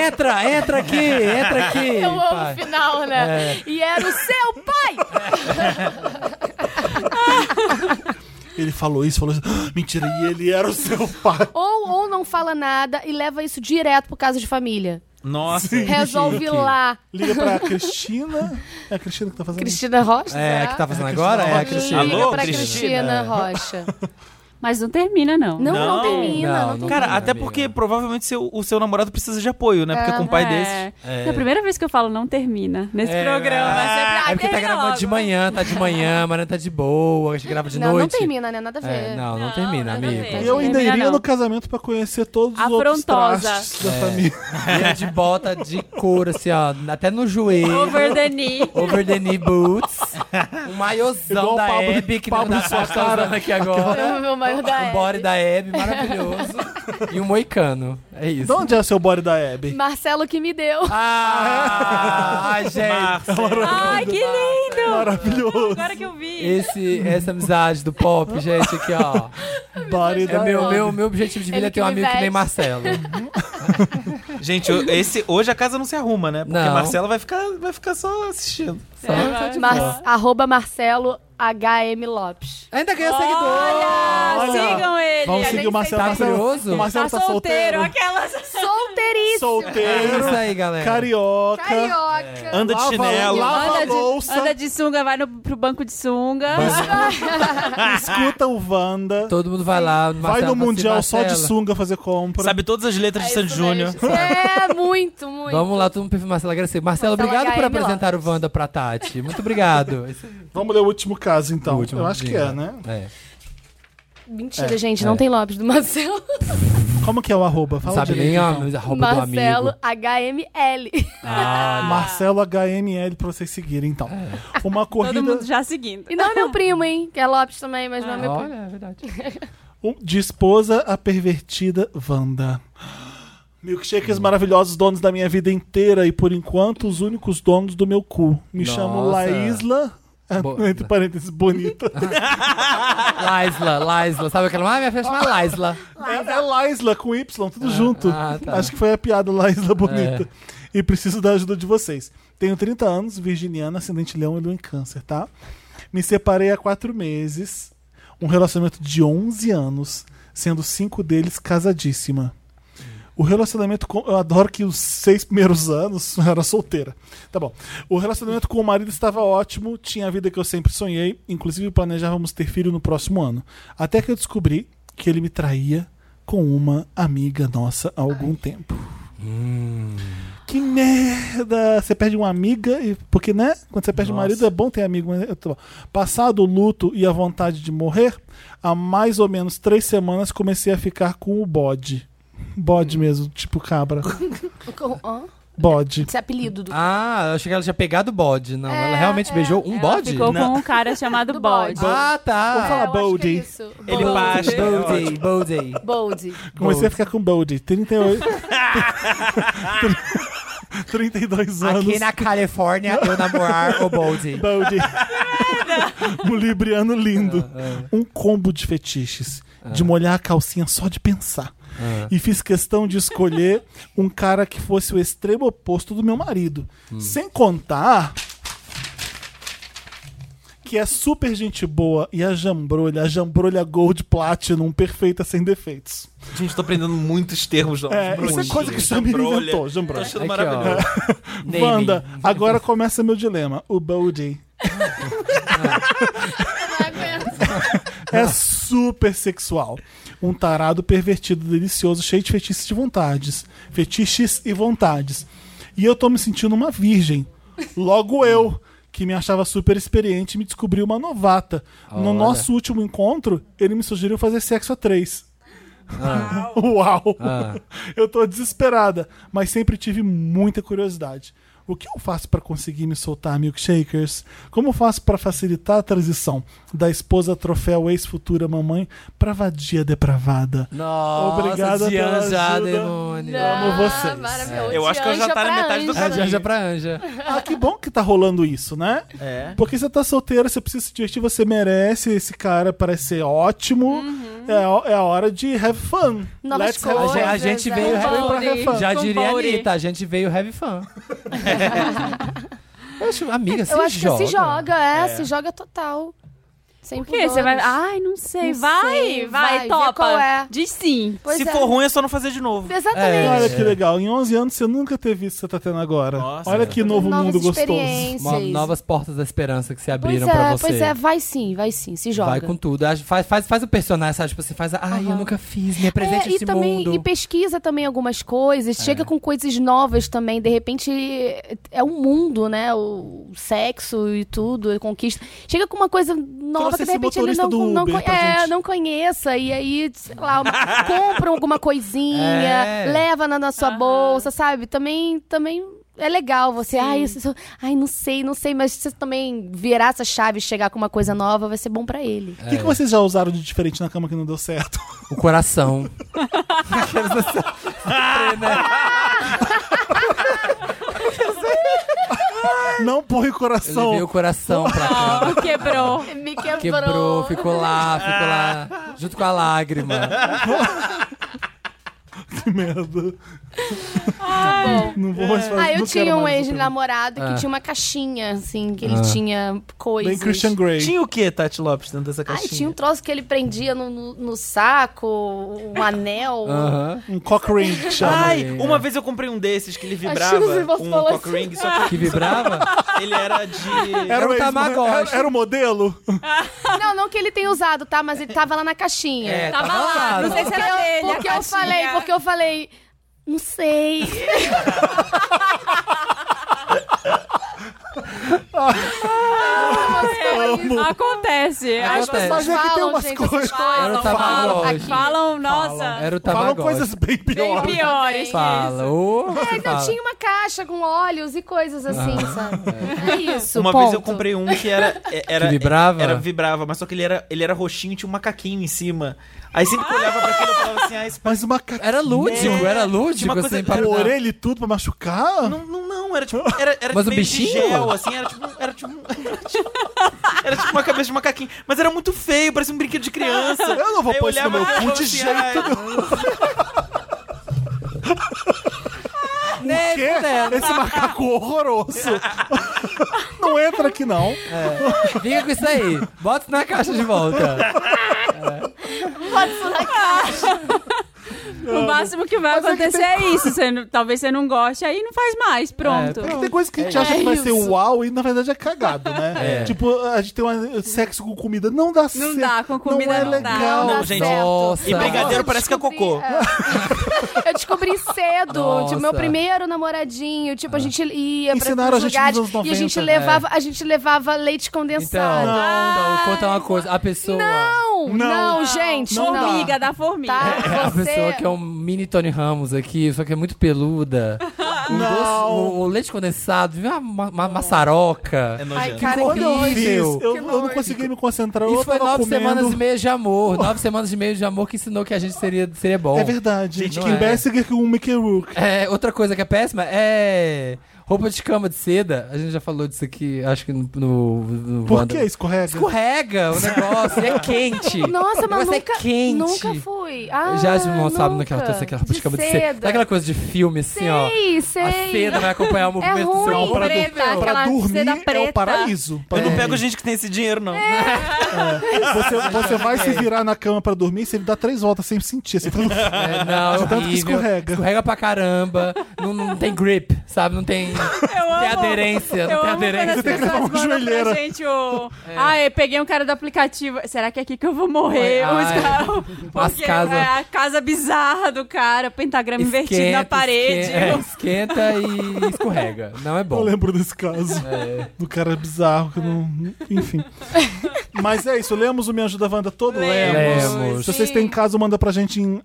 S2: Entra, entra aqui, entra aqui.
S5: Eu amo
S2: pai.
S5: o final, né?
S1: É.
S5: E era o seu pai!
S1: Ele falou isso, falou isso. Ah, Mentira, e ele era o seu pai.
S5: Ou, ou não fala nada e leva isso direto pro caso de família.
S4: Nossa.
S5: Resolve
S2: chique.
S5: lá.
S1: Liga pra Cristina. É a Cristina que tá fazendo isso?
S5: Cristina Rocha?
S2: É,
S5: será?
S2: a que tá fazendo agora? É a Cristina.
S5: né? Liga
S4: Alô,
S5: pra
S4: Cristina?
S5: Cristina Rocha.
S3: Mas não termina, não.
S5: Não, não,
S4: Não. né?
S5: termina.
S2: Não,
S5: Não,
S2: não
S5: termina.
S4: Cara, até
S2: amiga.
S4: porque provavelmente seu- o seu namorado precisa de apoio, né? Porque com um pai desse.
S3: É a primeira vez que eu falo não termina nesse programa.
S2: É,
S3: sempre, "Ah,
S2: é porque tá
S3: termina
S2: gravando
S3: logo."
S2: de manhã, tá de manhã, mas tá de boa, a gente grava de
S5: não, não
S2: noite.
S5: termina, né? Nada a ver.
S2: É, não, não,
S3: Não,
S2: termina,
S3: nada a
S2: amigo.
S3: ver.
S1: E eu
S5: é
S1: ainda
S3: Termina,
S1: iria
S3: não.
S1: no casamento pra conhecer todos os outros
S3: Afrontosa.
S1: trastes da família.
S2: E é de bota de couro, assim, ó, até no joelho.
S3: Over the knee.
S2: Over the knee boots. Um maiôzão
S1: Igual
S2: da
S1: Pablo-
S2: Hebe, que nem o
S1: Pablo
S2: da
S1: sua
S2: Sasha tá usando aqui agora.
S5: Meu maior da
S2: Um body
S5: Hebe.
S2: da Hebe, maravilhoso. e um moicano. É
S1: De
S2: isso.
S1: onde é o seu body da Abby?
S5: Marcelo que me deu.
S2: Ah, ai, gente.
S3: Ai, que lindo!
S1: Maravilhoso.
S3: Agora que eu vi.
S2: Esse, essa amizade do pop, gente, aqui, ó.
S1: Body
S2: É
S1: da
S2: meu,
S1: Abby.
S2: meu, meu objetivo de vida
S5: Ele
S2: é ter um
S5: que me
S2: amigo que nem
S5: veste.
S2: Marcelo.
S4: Gente, eu- esse, hoje a casa não se arruma, né? Porque
S2: Não.
S4: a Marcela vai ficar, vai ficar só assistindo.
S2: Só- tá
S5: Mar- Arroba Marcelo HM Lopes.
S2: Ainda ganha seguidor.
S3: Ah,
S1: Olha,
S3: sigam ele.
S1: Vamos seguir o Marcelo.
S2: Tá
S1: Marcelo-
S2: curioso?
S1: O Marcelo tá
S3: solteiro,
S1: solteiro.
S3: aquelas.
S5: Solteiríssimo.
S2: É
S1: Solteiro.
S2: isso aí, galera.
S1: Carioca.
S5: Carioca.
S4: Anda de
S1: Lava-
S4: chinelo.
S1: lava a
S3: Anda de,
S1: louça.
S3: anda de sunga, vai no, pro banco de sunga.
S1: Escuta o Wanda.
S2: Todo mundo vai lá.
S1: Vai
S2: Marcelo tá
S1: no
S2: ser
S1: Mundial só de
S2: Marcelo.
S1: sunga fazer compra.
S4: Sabe todas as letras de Sandy Júnior.
S5: É, muito, muito.
S2: Vamos lá, todo mundo perfil Marcelo agradecer. Marcelo,
S5: Marcelo
S2: obrigado por
S5: HM
S2: apresentar o Wanda pra Tati. Muito obrigado. Esse-
S1: Vamos ler o último caso, então.
S2: O último,
S1: Eu acho que é, né?
S2: É.
S5: Mentira, gente, não tem Lopes do Marcelo.
S1: Como que é o arroba? Fala
S2: Sabe
S1: direito,
S2: nem a
S1: então.
S2: roupa do
S5: Marcelo
S2: amigo.
S5: HML.
S1: Marcelo HML pra vocês seguirem, então. Uma corrida
S3: Todo mundo já seguindo.
S5: E não é meu primo, hein? Que é Lopes também, mas não é meu
S2: Olha,
S5: primo.
S2: é verdade.
S1: um- de esposa a pervertida Wanda. Milkshakers
S2: Hum.
S1: maravilhosos, donos da minha vida inteira e, por enquanto, os únicos donos do meu cu. Me
S2: Nossa.
S1: chamo Laísla, É,
S2: Bo-
S1: entre parênteses, bonita.
S2: Laisla, Laisla. Sabe aquela? Ah, minha filha chama Laisla.
S1: É, é Laisla com Y, tudo junto.
S2: ah, tá. É.
S1: Acho que foi a piada Laisla bonita. E preciso da ajuda de vocês. Tenho 30 anos, virginiana, ascendente leão e lua em câncer, tá? Me separei há quatro meses. Um relacionamento de 11 anos, sendo cinco deles casadíssima. O relacionamento com. Eu adoro que os seis primeiros anos eu era solteira. Tá bom. O relacionamento com o marido estava ótimo, tinha a vida que eu sempre sonhei, inclusive planejávamos ter filho no próximo ano. Até que eu descobri que ele me traía com uma amiga nossa há algum tempo. Que merda! Você perde uma amiga, e- porque, né? Quando você perde um
S4: Nossa.
S1: marido, é bom ter amigo. Mas... eu tô- Passado o luto e a vontade de morrer, há mais ou menos três semanas comecei a ficar com o bode. Bode mesmo, tipo cabra.
S5: Hã?
S1: Bode.
S5: Esse é apelido do.
S2: Ah, eu achei que ela tinha pegado o bode. Não,
S5: É,
S2: ela realmente beijou um
S3: Ela
S2: bode?
S3: ficou
S4: Não.
S3: com um cara chamado
S5: Do
S3: Bod.
S5: bode.
S2: Ah,
S1: Vamos
S2: tá.
S1: falar
S5: eu acho que
S1: Boldy.
S5: é isso.
S4: Ele
S5: Boldy.
S4: baixa. é
S2: Bode,
S4: ótimo.
S2: bode.
S5: Boldy.
S1: Comecei a ficar com Bode. 38. 32 anos.
S2: Aqui na Califórnia, eu namorar o bode.
S1: Baldi. um libriano lindo. Um combo de fetiches. De molhar a calcinha só de pensar. E fiz questão de escolher um cara que fosse o extremo oposto do meu marido. Sem contar que é super gente boa e a jambrolha, a jambrolha gold platinum, perfeita sem defeitos.
S4: Gente, tô aprendendo muitos termos novos.
S1: É, isso é
S4: Bruxismo,
S1: coisa que o Samir
S4: jambrolha.
S1: inventou, jambrolha.
S4: Tô achando
S2: Aqui,
S4: maravilhoso.
S2: Naming.
S1: Wanda, agora começa meu dilema. O Baldi é super sexual. Um tarado pervertido, delicioso, cheio de fetiches de vontades. Fetiches e vontades. E eu tô me sentindo uma virgem. Logo eu, que me achava super experiente, me descobri uma novata. No
S2: Olha.
S1: nosso último encontro, ele me sugeriu fazer sexo a três. Uau! Eu tô desesperada, mas sempre tive muita curiosidade. O que eu faço pra conseguir me soltar milkshakers? Como faço pra facilitar a transição da esposa troféu ex-futura mamãe pra vadia depravada?
S2: Nossa,
S1: Obrigada
S2: de
S1: pela
S2: Anja,
S1: ajuda.
S2: demônio.
S1: Amo vocês.
S5: maravilhoso.
S4: Eu
S5: De
S4: acho que ela já
S5: anja
S4: tá na
S5: pra
S4: metade do
S5: anja.
S2: É de Anja pra Anja.
S1: Ah, que bom que tá rolando isso, né?
S4: É.
S1: Porque você tá solteira, você precisa se divertir, você merece. Esse cara parece ser ótimo. É, a- é a hora de have fun.
S5: Uhum. Novas
S1: have
S5: coisas.
S1: fun.
S2: A gente
S5: é.
S2: veio
S1: Vem pra
S3: Baldi.
S1: have fun.
S2: Já
S3: Com
S2: diria a
S3: Bowie.
S2: Anitta, a gente veio heavy fan. Eu acho, amiga, se
S5: Eu acho
S2: joga.
S5: que se joga, é, se joga total. Sem
S3: Por quê? Você vai.
S5: pudores.
S3: Ai, não sei.
S5: Não
S3: vai,
S5: sei, vai,
S3: vai,
S5: vê
S3: topa.
S5: qual é.
S3: Diz sim.
S5: Pois
S4: Se
S5: é.
S4: for ruim, é só não fazer de novo.
S5: Exatamente.
S2: É.
S1: Olha que legal, em 11 anos você nunca teve isso que você tá tendo agora.
S4: Nossa,
S1: Olha
S4: é.
S1: que novo
S5: Novas
S1: mundo gostoso.
S5: experiências.
S2: Mo- novas portas da esperança que se
S5: Pois
S2: abriram pra
S5: é,
S2: você.
S5: pois é, vai sim, vai sim, se joga.
S2: Vai com tudo. Acho- Faz, faz, faz o personagem, sabe? Tipo assim, faz. a- Ai, eu nunca fiz. Me apresente
S5: É, e
S2: esse
S5: também
S2: mundo. É.
S5: e pesquisa também algumas coisas, chega com coisas novas também, de repente é um mundo, né? O sexo e tudo, a conquista. Chega com uma coisa
S1: Trouxe
S5: nova que de
S1: esse
S5: repente ele
S1: motorista
S5: não
S1: do
S5: não,
S1: Uber
S5: conhe-
S1: pra
S5: é,
S1: gente.
S5: não conheça e aí, sei lá, uma- compra alguma coisinha,
S2: É.
S5: leva na, na sua
S3: Aham.
S5: bolsa, sabe? Também também é legal você, ai, isso- isso- ai, não sei, não sei, mas se você também virar essa chave, e chegar com uma coisa nova, vai ser bom pra ele.
S1: O que,
S2: É.
S1: que vocês já usaram de diferente na cama que não deu certo?
S2: O coração. Aqueles assim, spray, né?
S1: Não põe o
S2: Eu
S1: coração.
S2: levei o coração pra cá.
S3: Ó, quebrou.
S5: Me
S2: Quebrou, ficou lá, ficou lá. Junto com a lágrima.
S1: Que merda.
S5: bom.
S1: Não vou
S2: É.
S1: mais fazer.
S5: Ah, eu
S1: não
S5: tinha
S1: quero
S5: um
S1: mais essa pergunta.
S5: ex-namorado que
S2: Ah.
S5: tinha uma caixinha, assim, que ele
S2: Ah.
S5: tinha coisas.
S1: Bem Christian Grey.
S4: Tinha o que, Tati Lopes, dentro dessa
S5: Ai,
S4: caixinha?
S5: tinha um troço que ele prendia no, no- no saco, um anel.
S2: Aham.
S1: Um cock ring que chama.
S4: Ai,
S2: Ai,
S4: uma
S2: é.
S4: vez eu comprei um desses que ele
S5: Acho que você
S4: vibrava, um
S5: falou
S4: cock
S5: assim. ah.
S4: ring, só que
S2: Que vibrava?
S4: ele era de...
S2: Era um
S1: o ex-
S2: Tamagotchi.
S1: era- era o modelo?
S5: Não, não que ele tenha usado, tá? Mas ele tava lá na caixinha.
S2: É,
S3: Tava
S2: tava
S3: lá.
S2: lá.
S3: Não sei se
S5: Ah, Porque
S3: era
S5: eu,
S3: dele. a
S5: porque eu
S3: caixinha.
S5: falei, porque eu falei, não sei. Ah,
S3: Acontece. As
S2: Acontece.
S1: Mas é que tem
S5: falam,
S1: umas
S5: É, gente,
S1: coisas.
S5: essas coisas.
S2: Era o
S5: Falam
S2: Tamagotchi.
S5: aqui.
S3: Falam, nossa,
S2: Era o
S1: Falam
S2: Tamagotchi.
S1: coisas bem
S3: bem
S1: piores.
S3: piores.
S2: Fala. ô,
S5: É, não,
S2: fala.
S5: tinha uma caixa com óleos e coisas assim,
S2: Ah.
S5: sabe? É isso,
S4: Uma
S5: ponto.
S4: vez eu comprei um que era. é- era
S2: Que vibrava?
S4: Era vibrava, mas só que ele era, ele era roxinho e tinha um macaquinho em cima. Aí sempre que eu olhava pra aquilo, eu falava assim, ah, esse
S1: Mas uma ca...
S2: Era lúdico,
S5: Né?
S4: É.
S2: era
S4: Tinha
S2: lúdico,
S4: uma coisa-
S2: assim,
S1: com
S2: pra-
S1: orelha e tudo pra machucar?
S4: Não, não, não, era tipo. Era, era
S2: Mas o
S4: meio de
S2: bichinho?
S4: gel, assim, era tipo, era tipo. Era tipo, era tipo uma cabeça de macaquinho. Mas era muito feio, parecia um brinquedo de criança.
S1: Eu não vou
S4: Aí
S1: pôr isso no
S4: olhava
S1: meu
S4: e eu
S1: cu de
S4: falava assim,
S1: jeito
S4: "Ai,
S2: Né,
S1: Quê? Esse macaco horroroso. não entra aqui, não.
S2: Fica com isso aí. Bota isso na caixa de volta.
S3: O máximo que vai acontecer é isso. Você não- talvez você não goste, aí não faz mais. Pronto.
S1: Porque tem coisa que a gente acha que vai ser uau e na verdade é cagado, né?
S2: É.
S1: Tipo, a gente tem uma sexo com comida. Não dá certo.
S3: dá, com comida
S1: não é
S3: não dá.
S1: legal.
S4: Não,
S5: Dá
S4: gente,
S5: certo.
S2: Nossa.
S4: E brigadeiro
S5: Nossa,
S4: parece que é
S5: descobri-
S4: cocô.
S5: é. Eu descobri cedo,
S2: Nossa. É.
S5: tipo, meu primeiro namoradinho, tipo, a gente ia pra
S1: Ensinaram
S5: outros
S1: a gente nos
S5: lugares
S1: anos 90,
S5: e a gente
S1: é.
S5: levava, a gente levava leite
S2: né? Então,
S5: condensado.
S2: então, vou contar uma coisa. A pessoa.
S5: não,
S1: Não.
S5: não, gente, não.
S3: Formiga da formiga.
S5: Tá,
S2: É a
S5: você-
S2: pessoa que é um mini Tony Ramos aqui, só que é muito peluda. O,
S1: Não.
S2: doce- o- o leite condensado, viu? Uma, uma maçaroca.
S4: É
S5: Ai,
S4: nojento.
S5: cara, que
S1: Quando eu fiz,
S2: horrível.
S1: eu, eu não consegui me concentrar. eu
S2: Isso foi
S1: tava
S2: nove
S1: comendo.
S2: semanas e meia de amor. Nove semanas e meia de amor que ensinou que a gente seria, seria bom.
S1: É verdade.
S4: Gente,
S1: Gente,
S2: não
S1: Kim
S2: é.
S1: Basinger com o Mickey Rook.
S2: É, outra coisa que é péssima é roupa de cama de seda. A gente já falou disso aqui, acho que no. no, no
S1: Por
S2: Wanda.
S1: que escorrega?
S2: Escorrega o negócio, é quente.
S5: Nossa,
S2: O negócio
S5: mas nunca,
S2: é quente.
S5: nunca fui. Ah,
S2: Já as irmãos sabem
S5: nunca.
S2: naquela aquela roupa de cama de seda.
S5: seda.
S2: Sabe aquela coisa de filme assim, ó.
S5: Sei,
S2: A
S5: sei.
S2: seda vai acompanhar o
S5: É
S2: movimento do seu
S5: ruim,
S2: corpo.
S1: um pra-
S5: preta,
S1: Pra
S5: aquela seda
S1: dormir é
S5: preta.
S1: o paraíso. Pra
S4: Eu não
S1: dormir.
S4: pego gente que tem esse dinheiro, não.
S5: É.
S1: Você,
S2: É.
S1: você vai se virar na cama pra dormir e você dá três voltas sem sentir. Você tá fala,
S2: É, não, é
S1: De tanto que
S2: horrível.
S1: tá escorrega.
S2: Escorrega pra caramba. Não, não tem grip, sabe? Não tem, não tem
S3: amo-
S2: aderência. Não
S3: Eu
S2: tem
S3: amo quando as
S2: aderência. É.
S3: pessoas
S1: gravar uma
S3: mandam
S1: joelheira.
S3: pra gente o... Ah, eu peguei um cara do aplicativo. Será que é aqui que eu vou morrer?
S2: Ai, ai.
S3: Os caras-
S2: As
S3: Porque
S2: casas-
S3: é a casa bizarra do cara,
S5: É
S3: pentagrama invertido na parede.
S2: Esquenta, é, esquenta e escorrega. Não é
S1: Eu
S2: bom. É.
S1: lembro desse caso. Do cara bizarro que não. Enfim. Mas é isso. Lemos o Me Ajuda Wanda todo?
S2: Lemos. Lemos.
S1: Se vocês têm caso, manda pra gente em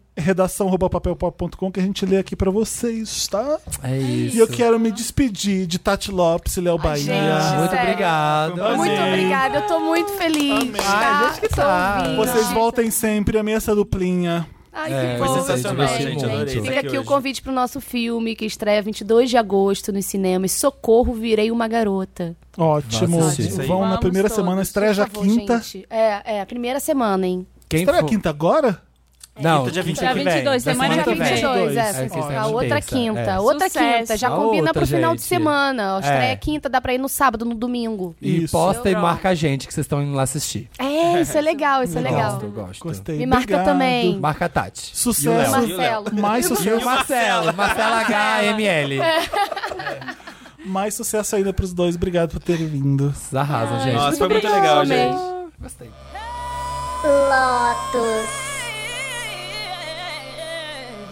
S1: redação.papelpop.com que a gente lê aqui pra vocês, tá?
S2: É isso.
S1: E eu quero me despedir de Tati Lopes e Léo Bahia.
S5: gente.
S2: Muito
S5: Sério.
S2: obrigado.
S4: Foi um
S5: Muito
S1: Amei.
S5: obrigada, eu tô muito feliz. tá?
S2: Ai, gente, que tá.
S5: Tô ouvindo.
S1: Vocês voltem sempre, ameaça duplinha.
S5: Ai,
S2: É,
S5: que
S2: foi
S5: bom.
S4: sensacional,
S5: Ai,
S4: gente, adorei.
S5: Fica
S4: Aqui
S5: aqui o
S4: hoje.
S5: convite pro nosso filme que estreia 22 de agosto nos cinemas. Socorro, virei uma garota.
S1: Ótimo.
S2: Nossa, isso aí.
S1: Vão na
S3: Vamos
S1: primeira
S3: todos,
S1: semana, estreia já
S5: Por favor,
S1: quinta.
S5: gente. É, é, primeira semana, hein?
S2: Quem
S1: Estreia
S2: for-
S1: quinta agora?
S2: Não,
S4: Quinta, dia
S2: quinta-
S3: Dia 22,
S2: Da
S3: semana
S2: semana
S3: que
S2: que
S3: vem.
S2: vem.
S5: 22,
S2: É,
S5: é.
S2: que
S5: sim.
S2: esse
S5: A
S2: é de
S5: outra
S2: terça,
S5: quinta.
S2: é.
S5: Outra
S3: Sucesso.
S5: quinta. Já
S2: A
S5: combina
S2: outra,
S5: pro final de
S2: gente.
S5: semana. A estreia
S2: É.
S5: é quinta, dá pra ir no sábado, no domingo.
S2: E
S1: Isso.
S2: posta e
S3: Eu
S2: marca a gente que vocês estão indo lá assistir.
S5: É, isso é legal, isso é legal.
S2: Gosto, gosto.
S1: Gostei.
S5: Me marca
S1: Obrigado.
S5: também.
S2: Marca a Tati.
S4: E o
S1: Sucesso.
S4: Léo?
S5: Marcelo.
S1: Mais
S2: E o
S1: sucesso,
S2: Marcelo, Marcela HML.
S1: mais sucesso ainda pros dois. Obrigado por terem vindo.
S2: Vocês arrasam, gente.
S4: Nossa, foi muito
S5: obrigada,
S4: legal,
S5: amei.
S4: gente.
S2: Gostei.
S6: Lotus.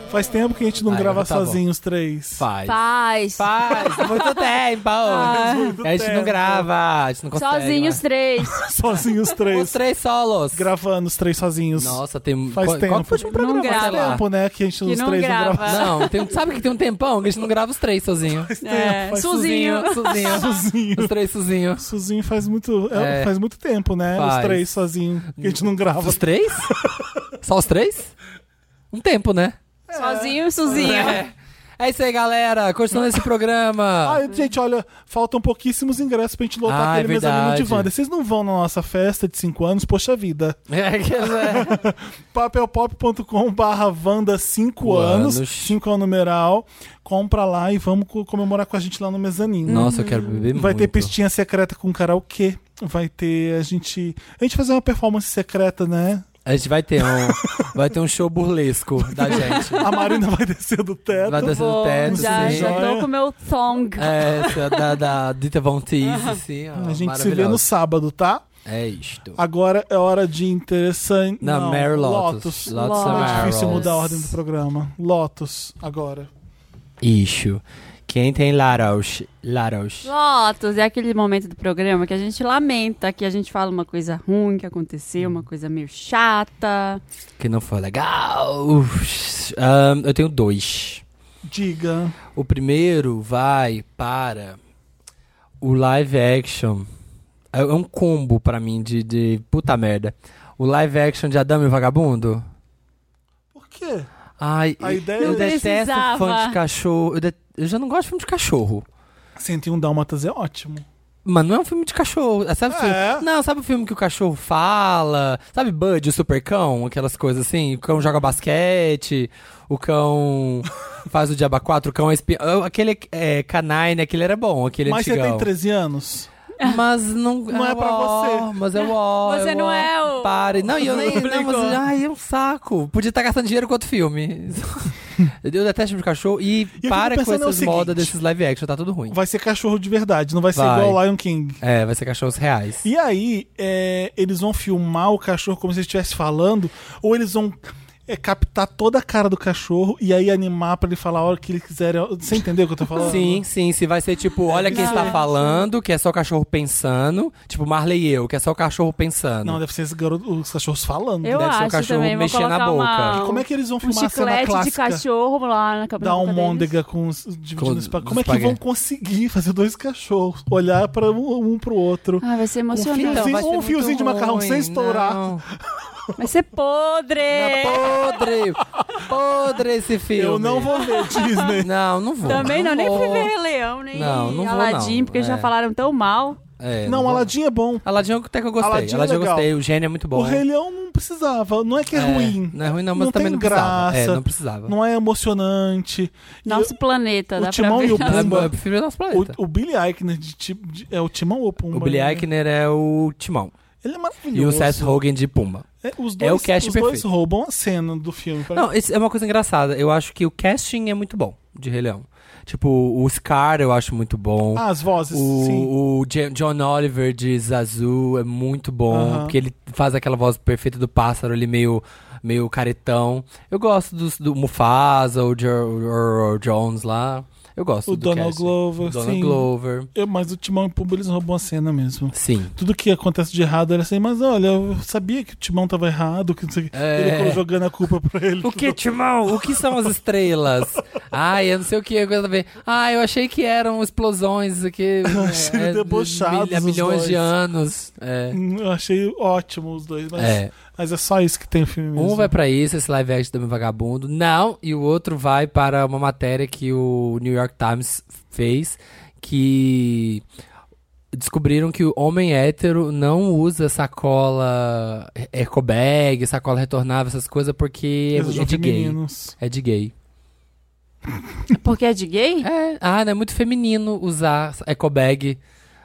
S1: Faz tempo que a gente não
S2: Ai,
S1: grava
S2: tá bom.
S1: sozinho os três.
S2: Faz.
S3: Faz.
S2: Faz. Muito tempo.
S1: Muito
S2: É, a gente
S1: tempo.
S2: não grava. A gente não consegue. né?
S3: Sozinhos três.
S1: Sozinhos os três.
S2: Os três solos.
S1: Gravando os três sozinhos.
S2: Nossa, tem...
S1: Faz
S2: qual,
S1: tempo.
S2: Qual foi o último programa?
S3: Não grava.
S2: sei lá.
S1: tempo, né? Que a gente
S3: Que
S1: os
S3: não
S1: três não grava.
S3: grava.
S2: Não, tem, sabe que tem um tempão que a gente não grava os três sozinho.
S3: É,
S1: Faz
S3: Suzinho.
S2: Sozinho.
S1: Sozinho.
S2: Os três sozinho.
S1: Sozinho faz muito, é,
S2: É.
S1: faz muito tempo, né? Os
S2: Faz.
S1: três sozinho. Que a gente não grava.
S2: Os três? Só os três? Um tempo, né?
S3: Sozinho, Suzinho.
S2: É. É isso aí, galera. Continuando esse programa.
S1: Ah, gente, olha, faltam pouquíssimos ingressos pra gente lotar
S2: Ah, é
S1: aquele mezanino de
S2: verdade.
S1: Wanda. Vocês não vão na nossa festa de 5 anos? Poxa vida.
S2: É, que- é.
S1: papelpop.com barra Wanda 5 anos,
S2: Anos.
S1: 5 é o numeral. Compra lá e vamos co- comemorar com a gente lá no mezanino.
S2: Nossa, eu quero beber muito.
S1: Vai ter pistinha secreta com karaokê. Vai ter a gente. A gente fazer uma performance secreta, né?
S2: A gente vai ter um, vai ter um show burlesco da gente.
S1: A Marina vai descer do teto.
S2: Vai descer do
S3: Vou,
S2: teto,
S3: já,
S2: sim.
S3: já tô com meu thong.
S2: É, essa da, da Dita Von Teese, assim, ó,
S1: A gente se vê no
S2: maravilhosa.
S1: sábado, tá?
S2: É isto.
S1: Agora é hora de interessante.
S2: Não, Mary Lotus.
S1: Lotus.
S2: Lotus
S3: Não
S1: Não
S2: Mary
S1: é difícil
S2: Lotus.
S1: mudar a ordem do programa. Lotus, agora.
S2: Isso. Quem tem Laros? Laros.
S3: Lotus, é aquele momento do programa que a gente lamenta, que a gente fala uma coisa ruim que aconteceu, uma coisa meio chata.
S2: Que não foi legal. Uf. Ahn, eu tenho dois.
S1: Diga.
S2: O primeiro vai para o live action. É é um combo pra mim de, de puta merda. O live action de Adão e o Vagabundo.
S1: Por quê?
S2: Ai,
S1: A ideia
S2: eu
S1: é-
S2: detesto
S3: Precisava.
S2: fã de cachorro. Eu, de- eu já não gosto de filme de cachorro.
S1: 101 Dálmatas é ótimo.
S2: Mas não é um filme de cachorro. Ah, Sabe o filme-
S1: É.
S2: Não, sabe o filme que o cachorro fala? Sabe Bud, o supercão? Aquelas coisas assim. O cão joga basquete, o cão faz o diaba 4, o cão é espi... Ah, Aquele é, canine, aquele era bom, aquele
S1: Mas você
S2: antigão.
S1: tem 13 anos?
S2: Mas não,
S1: Não é pra
S2: ó,
S1: você.
S2: Mas é o
S3: Você não é o-
S2: Pare. Não, e eu nem.
S1: Brincou.
S2: Não, mas, ai, é um saco. Podia estar gastando dinheiro com outro filme. eu detesto filme de cachorro e,
S1: fico
S2: para com
S1: pensando é o
S2: essas modas
S1: seguinte.
S2: desses live action, tá tudo ruim.
S1: Vai ser cachorro de verdade, não vai ser
S2: Vai.
S1: igual ao Lion King.
S2: É, vai ser cachorros reais.
S1: E aí, é, eles vão filmar o cachorro como se ele estivesse falando, ou eles vão é, captar toda a cara do cachorro e aí animar pra ele falar a hora que ele quiser. Você entendeu o que eu tô falando?
S2: Sim, sim, se vai ser tipo, olha quem está falando, que é só o cachorro pensando. Tipo, Marley e eu, que é só o cachorro pensando.
S1: Não, deve ser esse garoto- os cachorros falando.
S3: Eu
S2: Deve ser o
S3: acho
S2: cachorro
S3: também, vou
S2: mexendo na
S3: colocar uma-
S1: Como é que eles vão
S3: um
S1: filmar a cena
S3: chiclete de
S1: clássica?
S3: cachorro lá na cabeça
S2: um
S1: da
S3: deles.
S1: almôndega com os dividindo
S2: Com
S1: os pa-
S2: os
S1: Como é que vão
S2: espaguete.
S1: conseguir fazer dois cachorros olhar para um, um pro outro?
S3: Ah, vai ser emocionante.
S1: Então,
S2: vai ser
S1: um
S2: muito
S1: fiozinho de macarrão sem
S2: ruim,
S1: estourar. É.
S2: não.
S3: Vai ser podre.
S2: Podre! Podre esse filme.
S1: Eu não vou ver Disney.
S2: Não, não vou.
S3: Também não, nem
S2: vou.
S3: fui ver Rei Leão, nem
S2: Não, não vou,
S3: Aladim,
S2: não.
S3: porque já
S2: É.
S3: falaram tão mal.
S2: É,
S1: não,
S2: vou.
S1: Aladim é bom.
S2: Aladdin até que eu gostei.
S1: Aladdin é
S2: Aladdin, eu
S1: legal.
S2: gostei. O gênio é muito bom.
S1: O Rei Leão não precisava. Não é que é, ruim.
S2: Não é ruim, não, mas também
S1: tem
S2: não precisava.
S1: graça.
S2: É, não precisava.
S1: não é emocionante. E
S3: Nosso planeta,
S1: o
S3: dá pra
S1: Timão
S3: ver.
S1: e o
S2: É bom,
S1: Pumba.
S2: eu prefiro o nosso planeta.
S1: O, o Billy Eichner de ti- de- é o Timão ou Pumba?
S2: O Billy
S1: né?
S2: Eichner é o Timão.
S1: Ele é maravilhoso.
S2: E o Seth Rogen de Pumba.
S1: É, os dois,
S2: é o cast
S1: Os dois
S2: perfeito.
S1: roubam a cena do filme. Parece-
S2: Não, isso é uma coisa engraçada. Eu acho que o casting é muito bom de Rei Leão. Tipo, o Scar eu acho muito bom.
S1: Ah, as vozes, sim.
S2: O, o Je- John Oliver de Zazu é muito bom,
S1: Aham.
S2: porque ele faz aquela voz perfeita do pássaro, ele meio, meio caretão. Eu gosto dos- do, Mufasa, o Joe Jones lá. Eu gosto
S1: O
S2: do
S1: Donald
S2: casting.
S1: Glover,
S2: Donald
S1: sim.
S2: Glover.
S1: Eu- mas o Timão e o Pumba, eles roubam a cena mesmo.
S2: Sim.
S1: Tudo que acontece de errado era assim, mas olha, eu sabia que o Timão tava errado, que não sei o quê.
S2: É.
S1: Ele ficou jogando a culpa pra ele.
S2: O que, Timão? O que são as estrelas? Ai, eu não sei o que, coisa a ver. Ah, eu achei que eram explosões aqui.
S1: achei
S2: é,
S1: debochados
S2: Há
S1: os
S2: milhões de
S1: dois.
S2: anos. É.
S1: Hum, Eu achei ótimo os dois, mas mas é,
S2: É.
S1: só isso que tem o filme mesmo.
S2: Um vai pra isso, esse live action do meu vagabundo. Não, e o outro vai para uma matéria que o New York Times fez que descobriram que o homem hétero não usa sacola e- eco bag, sacola retornável, essas coisas, porque é, é de gay.
S1: meninos.
S2: É de gay.
S3: Porque é de gay?
S2: É, ah, não é muito feminino usar eco bag.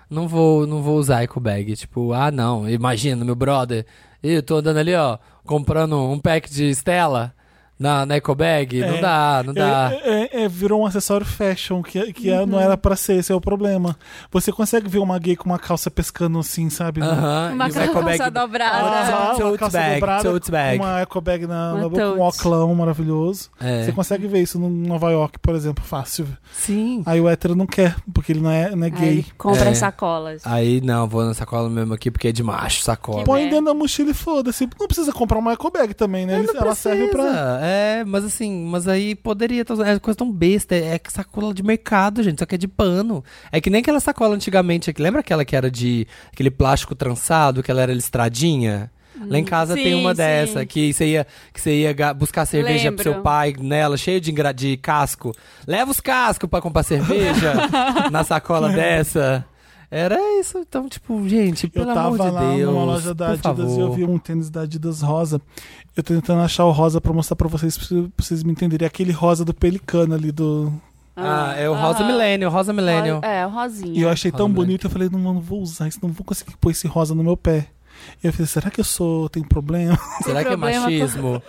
S2: Não vou, não vou usar eco bag. Tipo, ah, não, imagina, meu brother. Eu tô andando ali, ó, comprando um pack de Stella na, na eco bag. Não
S1: É,
S2: dá, não dá. Uhum.
S1: É, é- é- virou um acessório fashion que, que é- não era pra ser, esse é o problema. Você consegue ver uma gay com uma calça pescando assim, sabe?
S2: Aham,
S3: Uma
S2: É, e o eco
S3: calça
S2: bag
S3: dobrada.
S2: Ah,
S1: uma
S2: tote
S1: calça
S2: bag,
S1: dobrada,
S2: tote bag.
S1: uma eco bag na,
S3: Uma
S1: na boca, um
S3: tote.
S1: oclão maravilhoso.
S2: É.
S1: Você consegue ver isso em Nova York, por exemplo, fácil.
S2: Sim.
S1: Aí o hétero não quer, porque ele não é, não é
S3: Aí
S1: gay.
S3: ele compra
S2: É.
S3: as sacolas.
S2: Aí não, vou na sacola mesmo aqui porque é de macho, sacola.
S3: Que
S1: Põe
S3: merda.
S1: dentro da mochila e foda-se. Não precisa comprar uma eco bag também, né? Ela serve pra.
S2: É, mas assim, mas aí poderia. tá usando- É coisa tão besta. É é sacola de mercado, gente. Só que é de pano. É que nem aquela sacola antigamente. aqui. Lembra aquela que era de aquele plástico trançado, que ela era listradinha? Lá em casa tem
S3: Hum, Sim,
S2: uma
S3: sim.
S2: dessa que você ia, que você ia ga- buscar cerveja
S3: Lembro.
S2: pro seu pai nela, cheio de, engra- de casco. Leva os cascos pra comprar cerveja na sacola dessa. Era isso. Então, tipo, gente,
S1: Eu
S2: pelo
S1: tava
S2: amor de
S1: lá
S2: Deus.
S1: numa loja da
S2: por
S1: Adidas e eu
S2: favor.
S1: vi um tênis da Adidas rosa. Eu tô tentando achar o rosa pra mostrar pra vocês, pra vocês me entenderem. É Aquele rosa do Pelicano ali do.
S2: Ah, é o Rosa Millennial, Rosa Millennial.
S3: É, o
S1: E
S3: rosinha.
S1: eu achei tão
S2: Rosa
S1: bonito, eu falei, não, mano, vou usar isso, não vou conseguir pôr esse rosa no meu pé. E eu falei, será que eu sou. tem problema?
S2: Será que é
S3: problema com-
S2: machismo?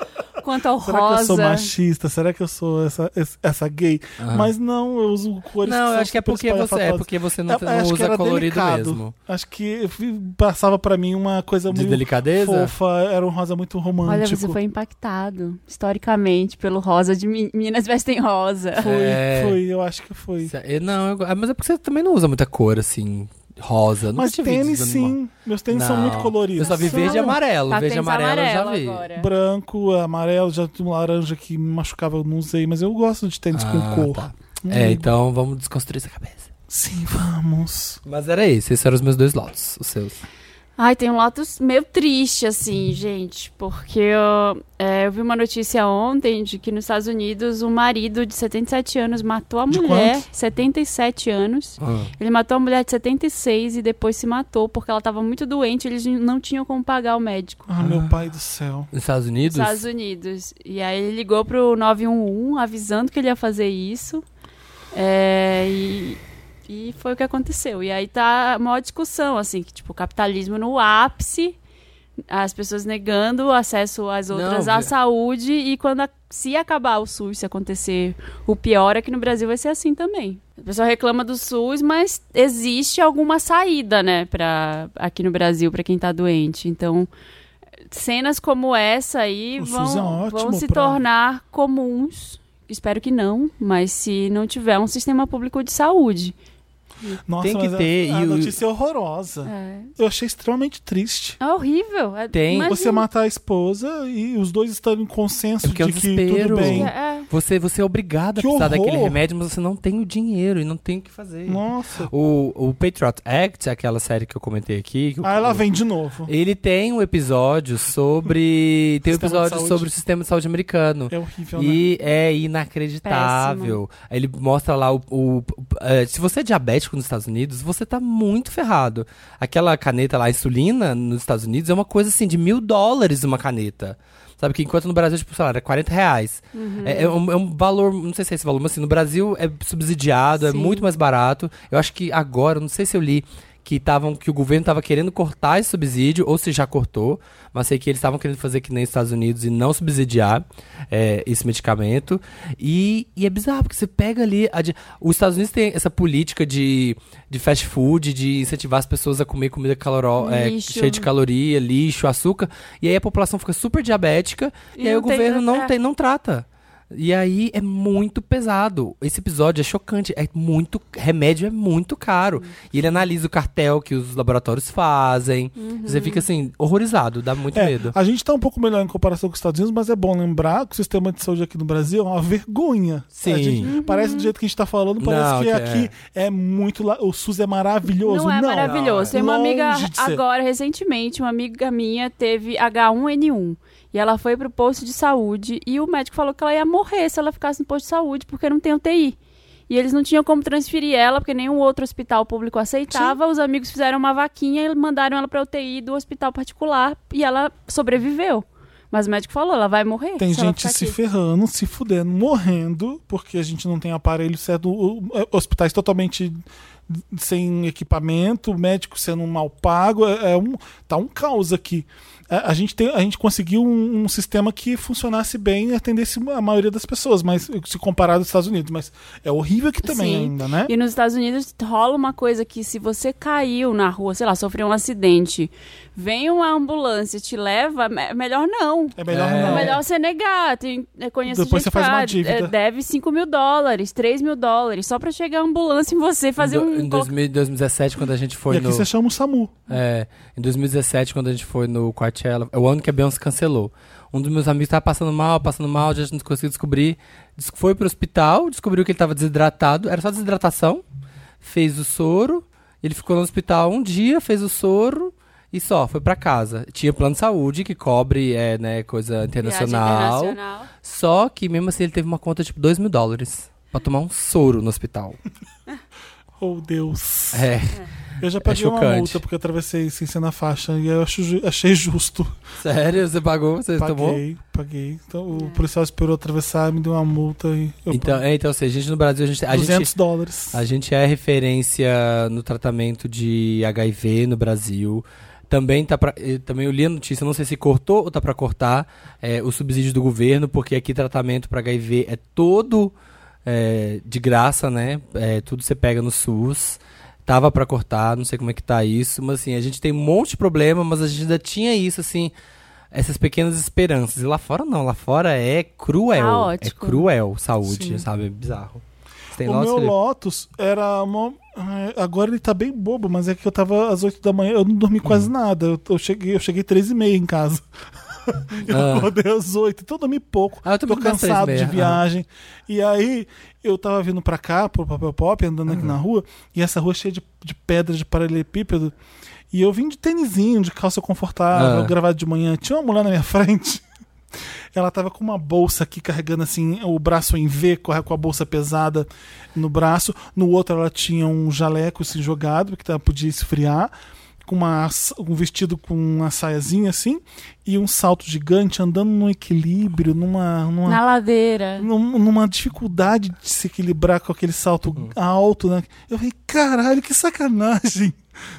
S3: Quanto ao
S1: Será que eu
S3: rosa.
S1: sou machista? Será que eu sou essa, essa- essa gay?
S2: Aham.
S1: Mas não, eu uso cores
S2: Não, eu
S1: são
S2: acho que é
S1: super
S2: porque você é
S1: espalhafatosas.
S2: porque você não,
S1: Eu- eu
S2: não
S1: acho que
S2: usa
S1: era
S2: colorido
S1: delicado.
S2: mesmo.
S1: Acho que eu fui- passava pra mim uma coisa
S2: De
S1: muito
S2: delicadeza?
S1: fofa, era um rosa muito
S3: Olha,
S1: romântico.
S3: você foi impactado historicamente pelo rosa de Mi- Minas Vestem Rosa.
S1: Foi,
S2: É.
S1: foi, eu acho que foi.
S2: Cê- eu- Não, eu- ah, mas é porque você também não usa muita cor, assim, rosa. Nunca
S1: Mas
S2: te vi
S1: tênis
S2: usando uma-
S1: sim, meus tênis são
S2: Não.
S1: muito coloridos.
S2: Eu só vi
S1: São
S2: verde e amarelo.
S3: Tá
S2: verde e
S3: tênis
S2: amarelo, eu já vi.
S3: agora.
S1: Branco, amarelo, já tinha um laranja que me machucava, eu não usei, mas eu gosto de tênis
S2: Ah,
S1: com cor.
S2: tá.
S1: Hum.
S2: É, então vamos desconstruir essa cabeça.
S1: Sim, vamos.
S2: Mas era isso, esses eram os meus dois lotes, os seus.
S3: Ai, tem um lado meio triste, assim, gente, porque eu, é, eu vi uma notícia ontem de que nos Estados Unidos um marido de 77 anos matou a
S1: De
S3: mulher,
S1: quantos?
S3: 77 anos.
S2: Ah,
S3: Ele matou a mulher de 76 e depois se matou porque ela estava muito doente, eles não tinham como pagar o médico.
S1: Ah, meu pai do céu.
S2: Nos Estados
S3: Nos
S2: Unidos?
S3: Estados Unidos. E aí ele ligou pro 911 avisando que ele ia fazer isso. É, e, e foi o que aconteceu. E aí tá a maior discussão, assim, que tipo, o capitalismo no ápice, as pessoas negando o acesso às outras
S2: Não,
S3: à
S2: ve-
S3: saúde, e quando a- se acabar o SUS, se acontecer o pior, é que no Brasil vai ser assim também. A pessoa reclama do SUS, mas existe alguma saída, né, pra, aqui no Brasil, para quem tá doente. Então, cenas como essa aí
S1: O SUS é
S3: vão,
S1: ótimo
S3: vão se
S1: pra-
S3: tornar comuns. Espero que não, mas se não tiver um sistema público de saúde.
S1: Nossa,
S2: Tem que
S1: mas a-
S2: ter,
S1: a,
S2: e o-
S1: notícia é horrorosa.
S3: É,
S1: Eu achei extremamente triste.
S3: É horrível. É,
S2: Tem-
S3: imagina.
S1: Você matar a esposa e os dois estão em
S2: É
S1: consenso de
S2: porque é um
S1: que
S2: desespero.
S1: tudo bem.
S3: É,
S2: Você, você é obrigado a
S1: Que
S2: precisar daquele
S1: horror!
S2: remédio, mas você não tem o dinheiro e não tem o que fazer.
S1: Nossa.
S2: O, o Patriot Act, aquela série que eu comentei aqui. que o-
S1: Aí Ah, ela vem de novo.
S2: Ele tem um episódio sobre. Tem um
S1: Sistema de
S2: episódio
S1: saúde.
S2: sobre o sistema de saúde americano.
S1: É horrível, né?
S2: E é inacreditável. Aí Ele mostra lá o. o- é, se você é diabético nos Estados Unidos, você tá muito ferrado. Aquela caneta lá, a insulina, nos Estados Unidos, é uma coisa assim de mil dólares uma caneta. Sabe que enquanto no Brasil, tipo, sei lá, era 40 reais.
S1: Uhum.
S2: É, é um, é um valor, não sei se é esse valor, mas assim, no Brasil é subsidiado, é
S3: Sim.
S2: muito mais barato. Eu acho que agora, não sei se eu li que estavam que o governo estava querendo cortar esse subsídio ou se já cortou, mas sei que eles estavam querendo fazer que nem os Estados Unidos e não subsidiar é, esse medicamento. E, e é bizarro porque você pega ali a di- os Estados Unidos têm essa política de, de fast food, de incentivar as pessoas a comer comida caloró, é,
S3: Lixo.
S2: cheia de caloria, lixo, açúcar, e aí a população fica super diabética e,
S3: E
S2: aí
S3: não
S2: o
S3: tem-
S2: governo não
S3: é.
S2: tem não trata. E aí é muito pesado. Esse episódio é chocante. É muito. Remédio é muito caro. E ele analisa o cartel que os laboratórios fazem.
S3: Uhum.
S2: Você fica assim, horrorizado, dá muito
S1: É,
S2: medo.
S1: a gente tá um pouco melhor em comparação com os Estados Unidos, mas é bom lembrar que o sistema de saúde aqui no Brasil é uma vergonha.
S2: Sim.
S1: A gente- Parece do jeito que a gente tá falando, parece
S2: Não,
S1: que,
S2: que
S1: aqui é, muito. la- O SUS é maravilhoso.
S3: Não é
S2: é.
S3: maravilhoso. Tem uma
S1: Longe
S3: amiga
S1: de ser.
S3: agora, recentemente, uma amiga minha teve H1N1. E ela foi pro posto de saúde e o médico falou que ela ia morrer se ela ficasse no posto de saúde porque não tem UTI. E eles não tinham como transferir ela, porque nenhum outro hospital público aceitava. Os amigos fizeram uma vaquinha e mandaram ela pra UTI do hospital particular. E ela sobreviveu. Mas o médico falou, ela vai morrer.
S1: Tem
S3: se ela
S1: gente
S3: ficar
S1: se
S3: aqui.
S1: ferrando, se fudendo, morrendo, porque a gente não tem aparelho certo, o- o- hospitais totalmente sem equipamento, médico sendo mal pago, é, é um, tá um caos aqui. É, A, a gente, tem, a gente conseguiu um, um sistema que funcionasse bem e atendesse a maioria das pessoas, mas se comparado aos Estados Unidos, mas é horrível aqui também
S3: Sim.
S1: ainda, né?
S3: E nos Estados Unidos rola uma coisa que se você caiu na rua, sei lá, sofreu um acidente, vem uma ambulância, te leva, me- melhor não.
S1: É melhor
S2: É.
S1: não.
S3: É melhor você negar. Tem, é eu conheço
S1: Depois você
S3: gente
S1: faz
S3: que
S1: uma
S3: fala,
S1: dívida.
S3: "Eh, Deve 5 mil dólares, 3 mil dólares, só pra chegar a ambulância em você, fazer
S2: em do-
S3: um.
S2: Em
S3: colo-
S2: 2000 2017, quando a gente
S1: E
S2: foi
S1: aqui
S2: no...
S1: você chama o SAMU.
S2: É, em 2017, quando a gente foi no Coachella, é o ano que a Beyoncé cancelou. Um dos meus amigos tava passando mal, passando mal, a gente não conseguiu descobrir. Des- Foi pro hospital, descobriu que ele tava desidratado, era só desidratação, fez o soro, ele ficou no hospital um dia, fez o soro e só, foi pra casa. Tinha plano de saúde que cobre, é, né, coisa
S3: Viagem
S2: internacional.
S3: internacional.
S2: Só que mesmo assim ele teve uma conta tipo 2 mil dólares pra tomar um soro no hospital.
S1: Oh, Deus.
S2: É,
S1: Eu já paguei uma
S2: chocante.
S1: multa porque eu atravessei sem ser na faixa e eu acho ju- achei justo.
S2: sério, você pagou, você tomou?
S1: Paguei, paguei. Então, o policial esperou atravessar, me deu uma multa e eu
S2: Então, é, então, ou seja, a gente no Brasil, a gente, a
S1: 200
S2: gente,
S1: dólares.
S2: a gente é referência no tratamento de HIV no Brasil. Também tá pra, eh, também eu li a notícia, não sei se cortou ou tá pra cortar eh, o subsídio do governo, porque aqui tratamento pra HIV é todo eh, de graça, né? Eh, tudo você pega no SUS. Tava pra cortar, não sei como é que tá isso, mas assim, a gente tem um monte de problema, mas a gente ainda tinha isso assim, essas pequenas esperanças. E lá fora não, lá fora é cruel,
S3: Caótico.
S2: é cruel saúde,
S1: Sim.
S2: sabe? É bizarro. Você tem
S1: o
S2: Lotus,
S1: meu
S2: Felipe?
S1: Lotus era uma... é, Agora ele tá bem bobo, mas é que eu tava às 8 da manhã, eu não dormi
S2: Hum.
S1: quase nada. Eu, eu cheguei, eu cheguei 3 e meia em casa. Eu
S2: Ah.
S1: acordei às 8, então eu dormi pouco.
S2: Ah, eu também
S1: tô
S2: dormi às três e
S1: cansado de
S2: meia, ah.
S1: viagem. E aí, eu tava vindo pra cá, pro Papel Pop, andando aqui na rua, e essa rua é cheia de, de pedra, de paralelepípedo. E eu vim de tênisinho, de calça confortável,
S2: Ah.
S1: gravado de manhã. Tinha uma mulher na minha frente. Ela tava com uma bolsa aqui carregando assim, o braço em V, corre- com a bolsa pesada no braço. No outro ela tinha um jaleco assim jogado, que ela podia esfriar, com uma, sa- um vestido com uma saiazinha assim, e um salto gigante andando num equilíbrio, numa. numa
S3: Na ladeira.
S1: num- numa dificuldade de se equilibrar com aquele salto
S2: Hum.
S1: alto, né? Eu falei, caralho, que sacanagem!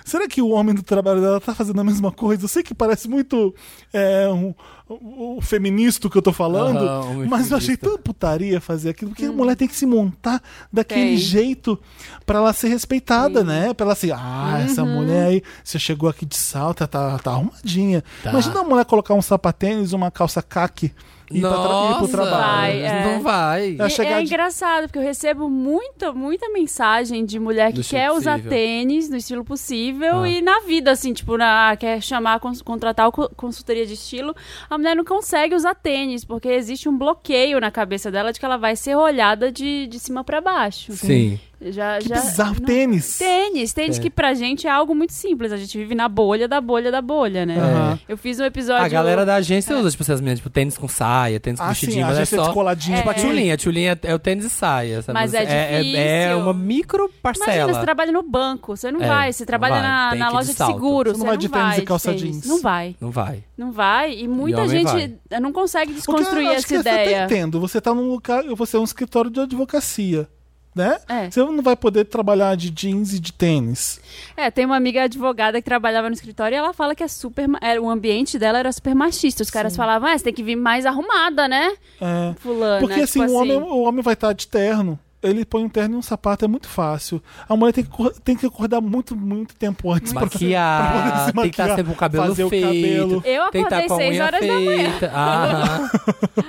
S1: Será que o homem do trabalho dela tá fazendo a mesma coisa? Eu sei que parece muito é, um, um- um feminista o que eu tô falando,
S2: Aham, homem
S1: mas eu achei
S2: feminista.
S1: tão putaria fazer aquilo, porque a mulher tem que se montar daquele
S3: Tem.
S1: jeito pra ela ser respeitada, né? Pra ela ser, ah, essa mulher aí, você chegou aqui de salto, ela tá, tá arrumadinha.
S2: Tá.
S1: Imagina a mulher colocar um sapatênis, uma calça caque e ir pra tra- ir pro
S2: Nossa,
S1: trabalho. né?
S3: Vai, é.
S2: Não vai.
S1: Pra
S3: E
S1: chegar
S3: é
S1: de-
S3: engraçado, porque eu recebo muita, muita mensagem de mulher
S2: Do
S3: que
S2: estilo
S3: quer usar
S2: possível.
S3: tênis no estilo possível
S2: Ah.
S3: e na vida, assim, tipo, na, quer chamar, cons- contratar o co- consultoria de estilo, a mulher não consegue usar tênis, porque existe um bloqueio na cabeça dela de que ela vai ser olhada de, de cima pra
S1: tipo
S3: baixo.
S1: assim,
S2: Sim.
S3: Já,
S1: Que
S3: já,
S1: bizarro,
S3: não-
S1: tênis.
S3: Tênis, tênis
S2: É.
S3: que pra gente é algo muito simples. A gente vive na bolha da bolha da bolha, né?
S1: Aham.
S3: Eu fiz um episódio.
S2: A galera da agência usa, tipo, essas meninas, tipo, tênis com saia, tênis com
S1: é Ah, sim,
S2: vestidinho,
S1: a
S2: mas é
S1: gente é
S2: só...
S1: descoladinho de
S2: Tipo a
S1: batinha.
S2: tchulinha, a tchulinha é o tênis e saia, sabe?
S3: Mas é
S2: É,
S3: difícil.
S2: uma micro
S3: Imagina, você
S2: parcela.
S3: trabalha no banco, você não
S2: É,
S3: vai. Você
S2: não
S3: trabalha
S2: vai,
S3: na,
S2: tem
S3: na
S2: que ir de
S3: loja de,
S2: salto.
S3: seguro,
S1: Você não
S3: você não,
S1: vai de tênis e
S3: de
S1: calça
S3: tênis.
S1: jeans.
S3: Não vai,
S2: Não vai.
S3: não vai. E muita
S2: homem
S3: gente não consegue
S1: O que eu
S3: desconstruir
S1: acho
S3: essa
S1: que Você tá
S3: ideia.
S1: entendo. Você tá num lugar, você é um escritório de advocacia, né?
S3: É.
S1: Você não vai poder trabalhar de jeans e de tênis.
S3: É, tem uma amiga advogada que trabalhava no escritório e ela fala que é super. ma- é, o ambiente dela era super machista. Os caras falavam, ah, você tem que vir mais arrumada, né?
S1: É.
S3: Fulana.
S1: Porque
S3: tipo
S1: assim, o, homem, o homem vai estar de terno. Ele põe um terno e um sapato, é muito fácil. A mulher tem que, acor- tem que acordar muito, muito tempo antes pra- pra poder
S2: Maquiar,
S1: se
S2: tem que estar
S1: maquiar,
S2: sempre com o cabelo
S1: fazer o
S2: feito.
S1: cabelo.
S2: tem
S3: Eu
S2: que estar
S3: acordei
S2: com a
S3: seis
S2: unha
S3: horas da manhã.
S2: feita. Aham.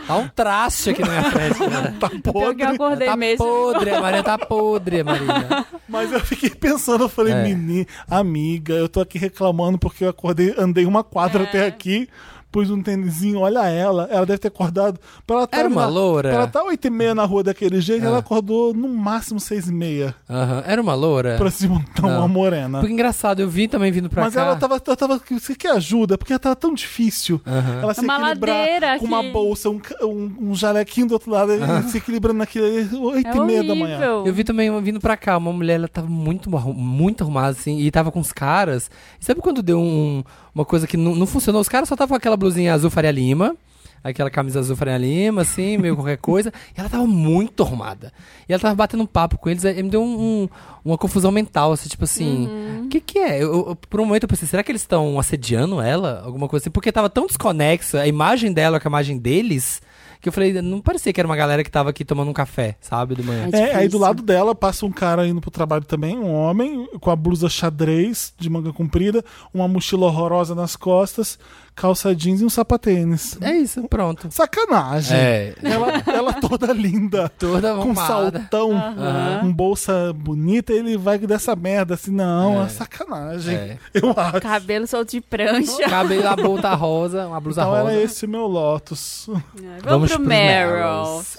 S2: Tá um traste aqui na minha frente, né?
S1: Tá
S3: Pior que eu
S1: podre.
S3: acordei
S2: Tá
S3: mesmo.
S2: podre, a Maria tá podre, Marina.
S1: Mas eu fiquei pensando, eu falei,
S2: É.
S3: É.
S1: menina, amiga, eu tô aqui reclamando porque eu acordei, andei uma quadra até aqui pus um tênisinho, olha ela. Ela deve ter acordado. Pra ela tá
S2: Era uma
S1: na-
S2: loura?
S1: pra Ela tá 8 e meia na rua daquele jeito,
S2: Ah.
S1: ela acordou no máximo 6 e meia
S2: Aham. Era uma loura?
S1: pra se montar
S2: É. Não.
S1: uma morena.
S2: Porque engraçado, eu vi também vindo pra
S1: Mas
S2: cá.
S1: ela tá tava, ela tava. Você quer ajuda? Porque ela tava tão difícil. Ela se
S3: Uma
S1: equilibrar
S3: ladeira
S1: com uma
S3: que-
S1: bolsa, um, ca- um, um jalequinho do outro lado, e se equilibrando naquele 8
S3: É
S1: um e meia da manhã.
S3: horrível.
S2: Eu vi também uma vindo pra cá, uma mulher, ela tava muito, arru- muito arrumada, assim, e tava com os caras. E sabe quando deu um- uma coisa que não, não funcionou? Os caras só estavam com aquela blusinha azul Faria Lima, aquela camisa azul Faria Lima, assim, meio qualquer coisa. E ela tava muito arrumada. E ela tava batendo um papo com eles, aí me deu um- um- uma confusão mental, assim, tipo assim, o que que é? Eu, eu- por um momento eu pensei, será que eles estão assediando ela? Alguma coisa assim? Porque tava tão desconexa a imagem dela com a imagem deles... Que eu falei, não parecia que era uma galera que tava aqui tomando um café, sabe, de manhã.
S5: É
S1: É, aí do
S5: difícil.
S1: lado dela passa um cara indo pro trabalho também, um homem, com a blusa xadrez de manga comprida, uma mochila horrorosa nas costas, calça jeans e um sapatênis.
S2: É isso, pronto.
S1: Sacanagem.
S2: É.
S1: Ela, ela toda linda.
S2: Toda
S1: com
S2: arrumada.
S1: saltão,
S3: Aham.
S1: um bolsa bonita, ele vai dessa merda. Assim, não, é,
S2: É.
S1: sacanagem.
S2: É.
S1: Eu acho.
S3: Cabelo solto de prancha.
S2: Cabelo a bota rosa, uma blusa
S1: Então
S2: rosa.
S1: era esse o meu Lotus.
S3: Vamos,
S2: Vamos
S3: pro
S2: pros
S3: Meryl.
S2: Meryls.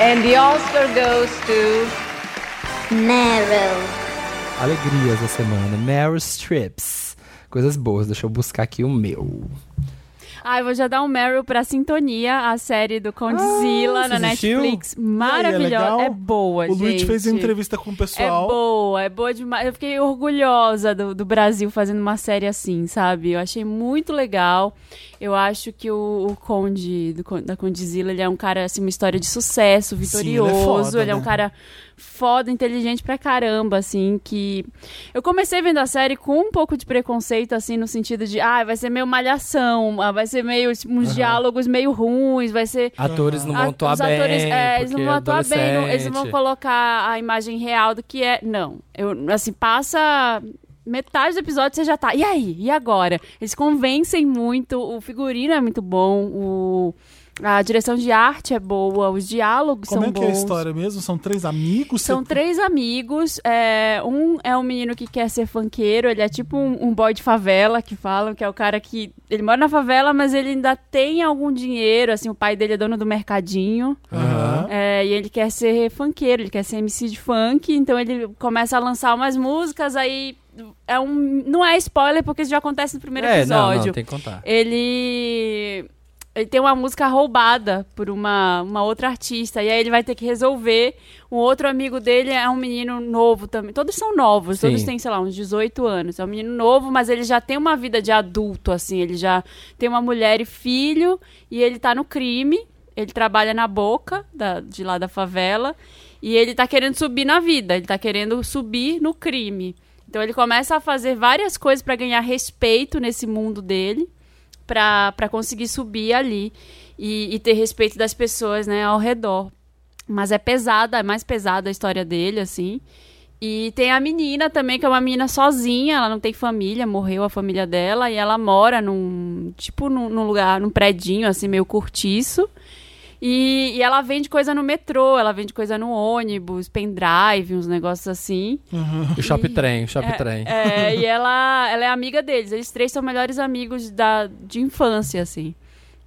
S7: And the Oscar goes to.
S6: Meryl.
S2: Alegrias da semana. Meryl Strips. Coisas boas, deixa eu buscar aqui o meu.
S3: Ah, eu vou já dar um Meryl pra Sintonia, a série do Condzilla
S2: Ah,
S3: na
S2: você assistiu?
S3: Netflix.
S1: E aí, é legal?
S3: Maravilhosa. É, boa,
S1: o
S3: gente.
S1: Luiz fez a entrevista com o
S3: É
S1: pessoal.
S3: boa, é boa demais. Eu fiquei orgulhosa do, do Brasil fazendo uma série assim, sabe? Eu achei muito legal. Eu acho que o, o Conde, do Con- da Condizila, ele é um cara, assim, uma história de sucesso, vitorioso.
S1: ele é foda,
S3: é
S1: né?
S3: um cara foda, inteligente pra caramba, assim, que... Eu comecei vendo a série com um pouco de preconceito, assim, no sentido de, ah, vai ser meio malhação, ah, vai ser meio, tipo, uns diálogos meio ruins, vai ser...
S2: Atores não vão
S3: A-
S2: atuar
S3: os
S2: bem.
S3: atores, é, eles não
S2: porque
S3: vão atuar bem, não- eles não vão
S2: adolescente.
S3: colocar a imagem real do que é. Não. Eu, assim, passa. Metade do episódio você já tá. E aí? E agora? Eles convencem muito, o figurino é muito bom, o- a direção de arte é boa, os diálogos
S1: Como
S3: são
S1: é que
S3: bons.
S1: é a história mesmo? São três amigos?
S3: São
S1: Você-
S3: três amigos. é, um é um menino que quer ser funkeiro, ele é tipo um, um boy de favela que falam, que é o cara que. Ele mora na favela, mas ele ainda tem algum dinheiro. Assim, o pai dele é dono do mercadinho.
S1: Aham.
S3: É, e ele quer ser funkeiro, ele quer ser MC de funk, então ele começa a lançar umas músicas, aí é um, não é spoiler porque isso já acontece no primeiro
S2: É, não,
S3: episódio.
S2: não, tem que contar.
S3: Ele ele tem uma música roubada por uma, uma outra artista e aí ele vai ter que resolver. Um outro amigo dele é um menino novo também. Todos são novos, todos
S2: Sim.
S3: têm, sei lá, uns 18 anos. É um menino novo, mas ele já tem uma vida de adulto assim, ele já tem uma mulher e filho e ele tá no crime. Ele trabalha na boca da- de lá da favela e ele tá querendo subir na vida, ele tá querendo subir no crime. Então ele começa a fazer várias coisas pra ganhar respeito nesse mundo dele, pra pra conseguir subir ali e, e ter respeito das pessoas, né, ao redor. Mas é pesada, é mais pesada a história dele, assim. E tem a menina também, que é uma menina sozinha, ela não tem família, morreu a família dela, e ela mora num, tipo, num, num lugar, num predinho, assim, meio cortiço. E, e ela vende coisa no metrô, ela vende coisa no ônibus, pendrive, uns negócios assim.
S2: O Shop Trem, o Shop
S3: É,
S2: Trem.
S3: É, e ela, ela é amiga deles. Eles três são melhores amigos da, de infância, assim.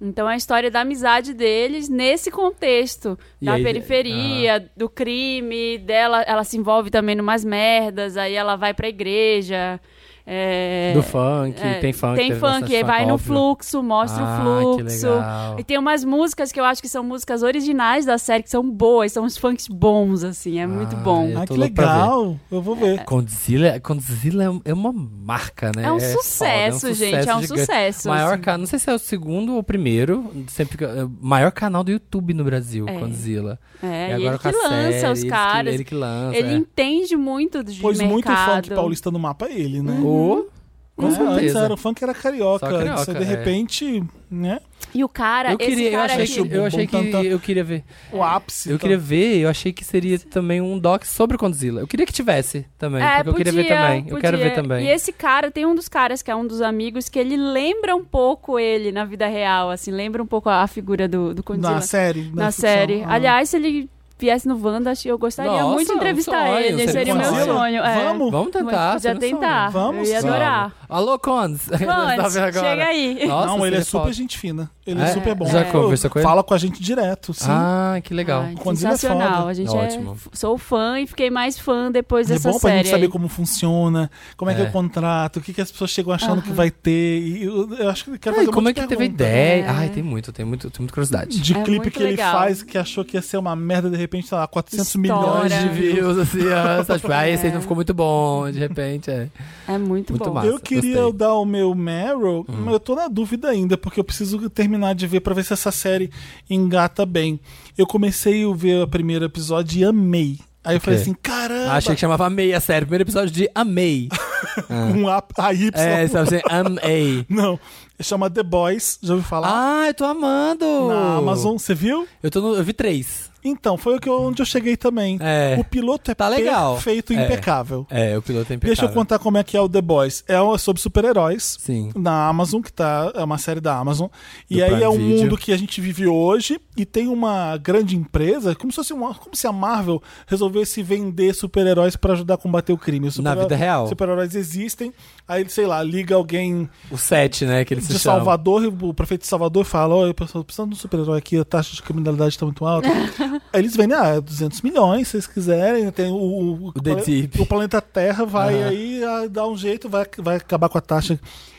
S3: Então é a história da amizade deles nesse contexto.
S2: E
S3: da
S2: aí-
S3: periferia, do crime, dela. Ela se envolve também numas merdas, aí ela vai pra igreja. é,
S2: Do funk,
S3: é,
S2: tem funk.
S3: Tem
S2: teve
S3: funk,
S2: bastante
S3: aí vai no
S2: óbvio.
S3: fluxo, mostra
S2: Ah,
S3: o
S2: que
S3: fluxo.
S2: legal.
S3: E tem umas músicas que eu acho que são músicas originais da série, que são boas, são uns funks bons, assim, é muito
S2: Ah,
S3: bom.
S2: eu
S1: Ah,
S2: tô
S1: que
S2: louco pra
S1: legal. Eu vou ver.
S2: Condzilla, Condzilla é um- é uma marca, né?
S3: É um
S2: foda,
S3: sucesso, gente, é um
S2: gigante.
S3: sucesso,
S2: Maior
S3: assim.
S2: canal, não sei se é o segundo ou o primeiro, sempre fica- é o maior canal do YouTube no Brasil,
S3: É.
S2: Condzilla.
S3: É,
S2: E
S3: e ele
S2: agora
S3: que
S2: com a
S3: lança
S2: série,
S3: os
S2: ele que-
S3: caras.
S2: Ele que lança.
S3: Ele
S2: é.
S3: entende muito de
S1: Pôs
S3: mercado.
S1: muito funk paulista no mapa é ele, né?
S2: Ou, Uhum. com
S1: É, antes
S2: certeza.
S1: era o funk era carioca.
S2: Só carioca,
S1: Isso, de
S2: é.
S1: repente, né?
S3: E o cara,
S2: eu queria,
S3: esse
S2: eu
S3: cara
S2: achei,
S1: aqui-
S2: que, eu achei que
S1: Bumbum, tanta-
S2: eu queria ver.
S3: É.
S1: O ápice.
S2: Eu
S1: tá?
S2: queria ver, eu achei que seria também um doc sobre o Condzilla. Eu queria que tivesse também,
S3: É,
S2: porque eu queria ver
S3: podia,
S2: também. Eu quero
S3: podia.
S2: ver também.
S3: E esse cara, tem um dos caras que é um dos amigos que ele lembra um pouco ele na vida real, assim, lembra um pouco a a figura do, do Condzilla
S1: na série.
S3: na,
S1: ficção.
S3: série.
S1: Ah.
S3: Aliás, se ele viesse no Wanda, acho que eu gostaria
S2: Nossa,
S3: muito de
S2: um
S3: entrevistar
S2: sonho,
S3: ele,
S2: seria
S3: seria o
S2: um
S3: meu
S1: Godzilla?
S3: sonho. é.
S1: Vamos?
S2: Vamos tentar.
S3: Podia
S2: seria um sonho.
S3: tentar.
S1: Vamos,
S3: eu ia
S1: vamos.
S3: adorar.
S2: Vamos. Alô, Cons!
S3: Cons, chega aí.
S2: Nossa,
S1: não, ele é
S2: seria
S1: super
S2: foda.
S1: gente fina. Ele é,
S2: É?
S1: super bom.
S2: Já
S1: É.
S2: conversou com ele?
S1: Fala com a gente direto, sim.
S2: Ah, que legal.
S3: Ai,
S1: Quando ele é
S3: sensacional.
S1: foda.
S3: a gente
S2: É
S3: é
S2: ótimo.
S3: f- sou fã e fiquei mais fã depois
S1: é
S3: dessa
S1: bom pra
S3: série.
S1: gente saber
S3: aí.
S1: como funciona, como é, que é
S2: É.
S1: o contrato, o que, que as pessoas chegam achando que vai ter. E eu, eu acho que eu quero fazer
S2: Ai, como
S1: um
S2: é
S1: monte
S2: que
S1: de
S2: teve a
S1: pergunta.
S2: ideia?
S3: É.
S2: Ai, tem muito, tem muito, tem muita curiosidade.
S1: De
S3: É
S1: clipe
S3: muito
S1: que ele
S3: legal.
S1: faz que achou que ia ser uma merda, de repente, sei lá, 400
S3: Estoura.
S1: milhões de
S2: de
S1: views.
S2: views, assim, ah, sabe, tipo, ah, esse aí
S3: É.
S2: não ficou muito bom, de repente, é.
S3: É muito,
S2: Muito
S3: bom.
S2: massa.
S1: eu queria
S2: gostei. Hum.
S1: dar o meu Meryl, mas eu tô na dúvida ainda, porque eu preciso terminar de ver pra ver se essa série engata bem. Eu comecei a ver o primeiro episódio e amei. Aí eu falei assim, caramba,
S2: Ah, Achei que chamava Amei a série. Primeiro episódio de Amei.
S1: um A, a Y.
S2: É, sabe assim, Amei.
S1: Não, é chama The Boys, já ouviu falar?
S2: Ah, oh. eu tô amando!
S1: Na Amazon, você viu?
S2: Eu, tô no- eu vi três.
S1: Então, foi o que eu- onde eu cheguei também.
S2: É.
S1: O piloto é
S2: Tá legal.
S1: perfeito e
S2: É.
S1: impecável.
S2: É, o piloto é impecável.
S1: Deixa eu contar como é que é o The Boys. É um- é sobre super-heróis.
S2: Sim.
S1: Na Amazon, que tá. É uma série da Amazon. E
S2: Do
S1: aí
S2: Prime
S1: é um
S2: Video.
S1: mundo que a gente vive hoje e tem uma grande empresa, como se, fosse uma, como se a Marvel resolvesse vender super-heróis pra ajudar a combater o crime. Os
S2: Na
S1: super-
S2: vida real.
S1: Super-heróis existem. Aí, sei lá, liga alguém
S2: O sete, né, que ele se
S1: de
S2: chama.
S1: Salvador, e o prefeito de Salvor fala: Olha, pessoal, tô precisando de um super-herói aqui, a taxa de criminalidade tá muito alta. Aí eles vendem, ah, 200 milhões, se vocês quiserem. Tem o, o,
S2: O The Deep.
S1: o planeta Terra vai aí ah, dar um jeito, vai, vai acabar com a taxa.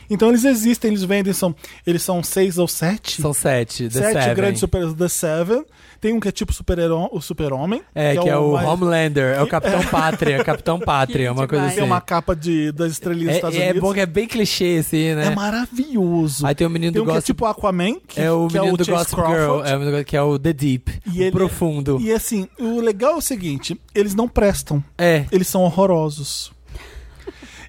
S1: Então eles existem, eles vendem, são, eles são seis ou sete.
S2: São sete, The
S1: sete
S2: Seven.
S1: grandes super The Seven. Tem um que é tipo super-herói, o super-homem.
S2: É, que é o
S1: mais-
S2: Homelander, é o Capitão Pátria, Capitão Pátria, uma coisa
S3: demais.
S2: assim.
S1: Tem É uma capa de, das estrelinhas dos Estados
S2: É, é
S1: Unidos.
S2: bom que é bem clichê, assim, né?
S1: É maravilhoso.
S2: Aí tem o menino
S1: Tem
S2: do
S1: um que é
S2: Gossip
S1: tipo Aquaman, que
S2: É o
S1: que
S2: menino do Gossip
S1: Chase
S2: Girl,
S1: Crawford.
S2: é o menino que é o The Deep,
S1: E
S2: o
S1: ele-
S2: profundo.
S1: E assim, o legal é o seguinte: eles não prestam,
S2: É.
S1: eles são horrorosos.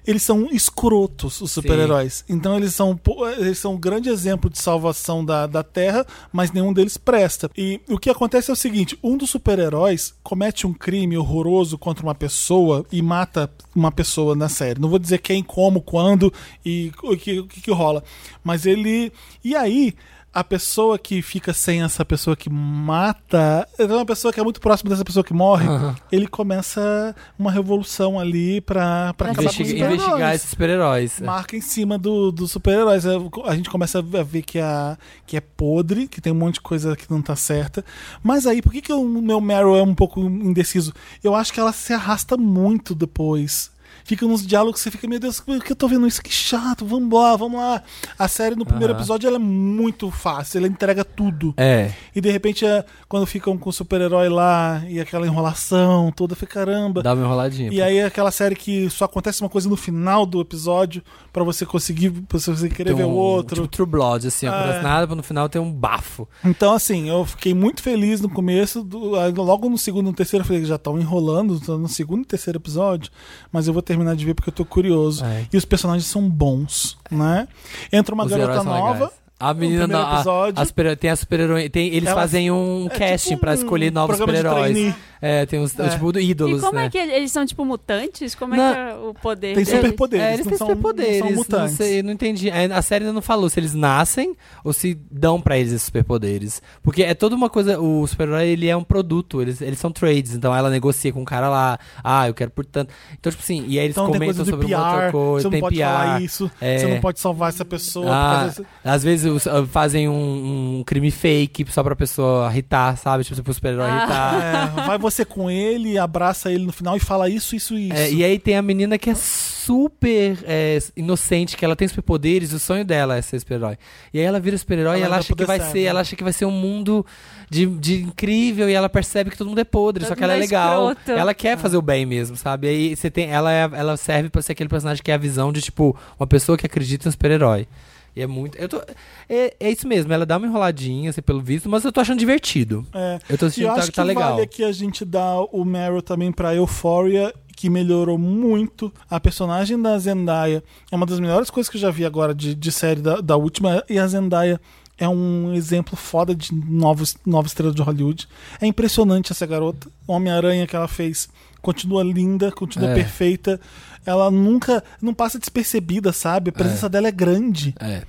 S1: Eles são escrotos, os super-heróis. Então eles são, po- eles são um grande exemplo de salvação da, da Terra, mas nenhum deles presta. E o que acontece é o seguinte: um dos super-heróis comete um crime horroroso contra uma pessoa e mata uma pessoa na série. Não vou dizer quem, como, quando e o que, o que, que rola. Mas ele. E aí, a pessoa que fica sem essa pessoa que mata, é uma pessoa que é muito próxima dessa pessoa que morre, ele começa uma revolução ali pra, pra acabar com os
S2: Investiga- investigar
S1: super-heróis.
S2: esses super-heróis.
S1: Marca em cima dos do dos super-heróis. É, A gente começa a ver que, a, que é podre, que tem um monte de coisa que não tá certa. Mas aí, por que, que o meu Meryl é um pouco indeciso? Eu acho que ela se arrasta muito depois. Fica nos diálogos, você fica, meu Deus, por que eu tô vendo isso? Que chato, vamos lá, vamos lá. A série no primeiro
S2: Aham.
S1: episódio ela é muito fácil, ela entrega tudo.
S2: É.
S1: E de repente, é, quando ficam com o super-herói lá e aquela enrolação toda, eu fico, caramba.
S2: Dá uma enroladinha.
S1: E aí é aquela série que só acontece uma coisa no final do episódio pra você conseguir, pra você querer
S2: Tem
S1: ver o
S2: um-
S1: outro.
S2: Tipo True Blood, assim, não
S1: É.
S2: acontece nada, mas no final tem um bafo.
S1: Então, assim, eu fiquei muito feliz no começo, do- aí logo no segundo e no terceiro, eu falei que já estão enrolando, tô no segundo e terceiro episódio, mas eu vou terminar de ver porque eu tô curioso.
S2: É.
S1: E os personagens são bons, né? Entra uma
S2: Os
S1: garota
S2: heróis são
S1: nova. um
S2: legais. A menina
S1: primeiro
S2: no- a-
S1: episódio.
S2: a super- tem a super herói tem Eles
S1: Ela-
S2: fazem um
S1: é tipo
S2: casting pra
S1: um
S2: escolher novos
S1: programa de
S2: super-heróis.
S1: trainee.
S2: É, tem os
S1: É.
S2: tipo do ídolos,
S3: E como
S2: né?
S3: é que ele- eles são, tipo, mutantes? Como é
S2: Não.
S3: que é o poder
S1: Tem
S3: deles?
S1: superpoderes,
S2: É, eles
S1: não
S2: têm
S1: são-
S2: superpoderes.
S1: não são mutantes.
S2: Não, sei, não entendi. É, A série ainda não falou se eles nascem ou se dão pra eles esses superpoderes. Porque é toda uma coisa. O super-herói, ele é um produto. Eles, eles são trades. Então ela negocia com o cara lá. Ah, eu quero por tanto. Então, tipo assim, e aí eles
S1: Então tem
S2: comentam
S1: coisa de
S2: sobre
S1: PR,
S2: uma outra coisa.
S1: você não
S2: tem
S1: pode
S2: PR.
S1: falar isso,
S2: é.
S1: você não pode salvar essa pessoa. por
S2: Ah,
S1: causa desse-
S2: Às vezes os- ah, fazem um, um crime fake só pra pessoa irritar, sabe? Tipo, pro super-herói irritar.
S1: É, vai você com ele, abraça ele no final e fala isso, isso e isso.
S2: É, e aí tem a menina que é super é, inocente, que ela tem superpoderes, o sonho dela é ser super-herói. E aí ela vira super-herói e
S1: Ela
S2: ela
S1: vai
S2: acha que
S1: poder
S2: vai
S1: ser,
S2: ser,
S1: né?
S2: ela acha que vai ser um mundo de, de incrível e ela percebe que todo mundo é podre,
S3: Todo
S2: só que ela é
S3: mundo é
S2: legal.
S3: escroto.
S2: Ela quer fazer o bem mesmo, sabe? E aí você tem, ela é- ela serve pra ser aquele personagem que é a visão de tipo uma pessoa que acredita em um super-herói. E é muito. Eu tô, é, é isso mesmo, ela dá uma enroladinha, assim, pelo visto, mas eu tô achando divertido.
S1: É.
S2: Eu tô
S1: E eu
S2: assistindo,
S1: acho
S2: tá,
S1: que
S2: tá legal.
S1: vale aqui a gente dar o Meryl também pra Euphoria, que melhorou muito. A personagem da Zendaya é uma das melhores coisas que eu já vi agora de, de série da, da última. E a Zendaya é um exemplo foda de novos, nova estrela de Hollywood. É impressionante essa garota. O Homem-Aranha que ela fez continua linda, continua
S2: É.
S1: perfeita. Ela nunca, não passa despercebida, sabe? A presença dela é grande.
S2: É.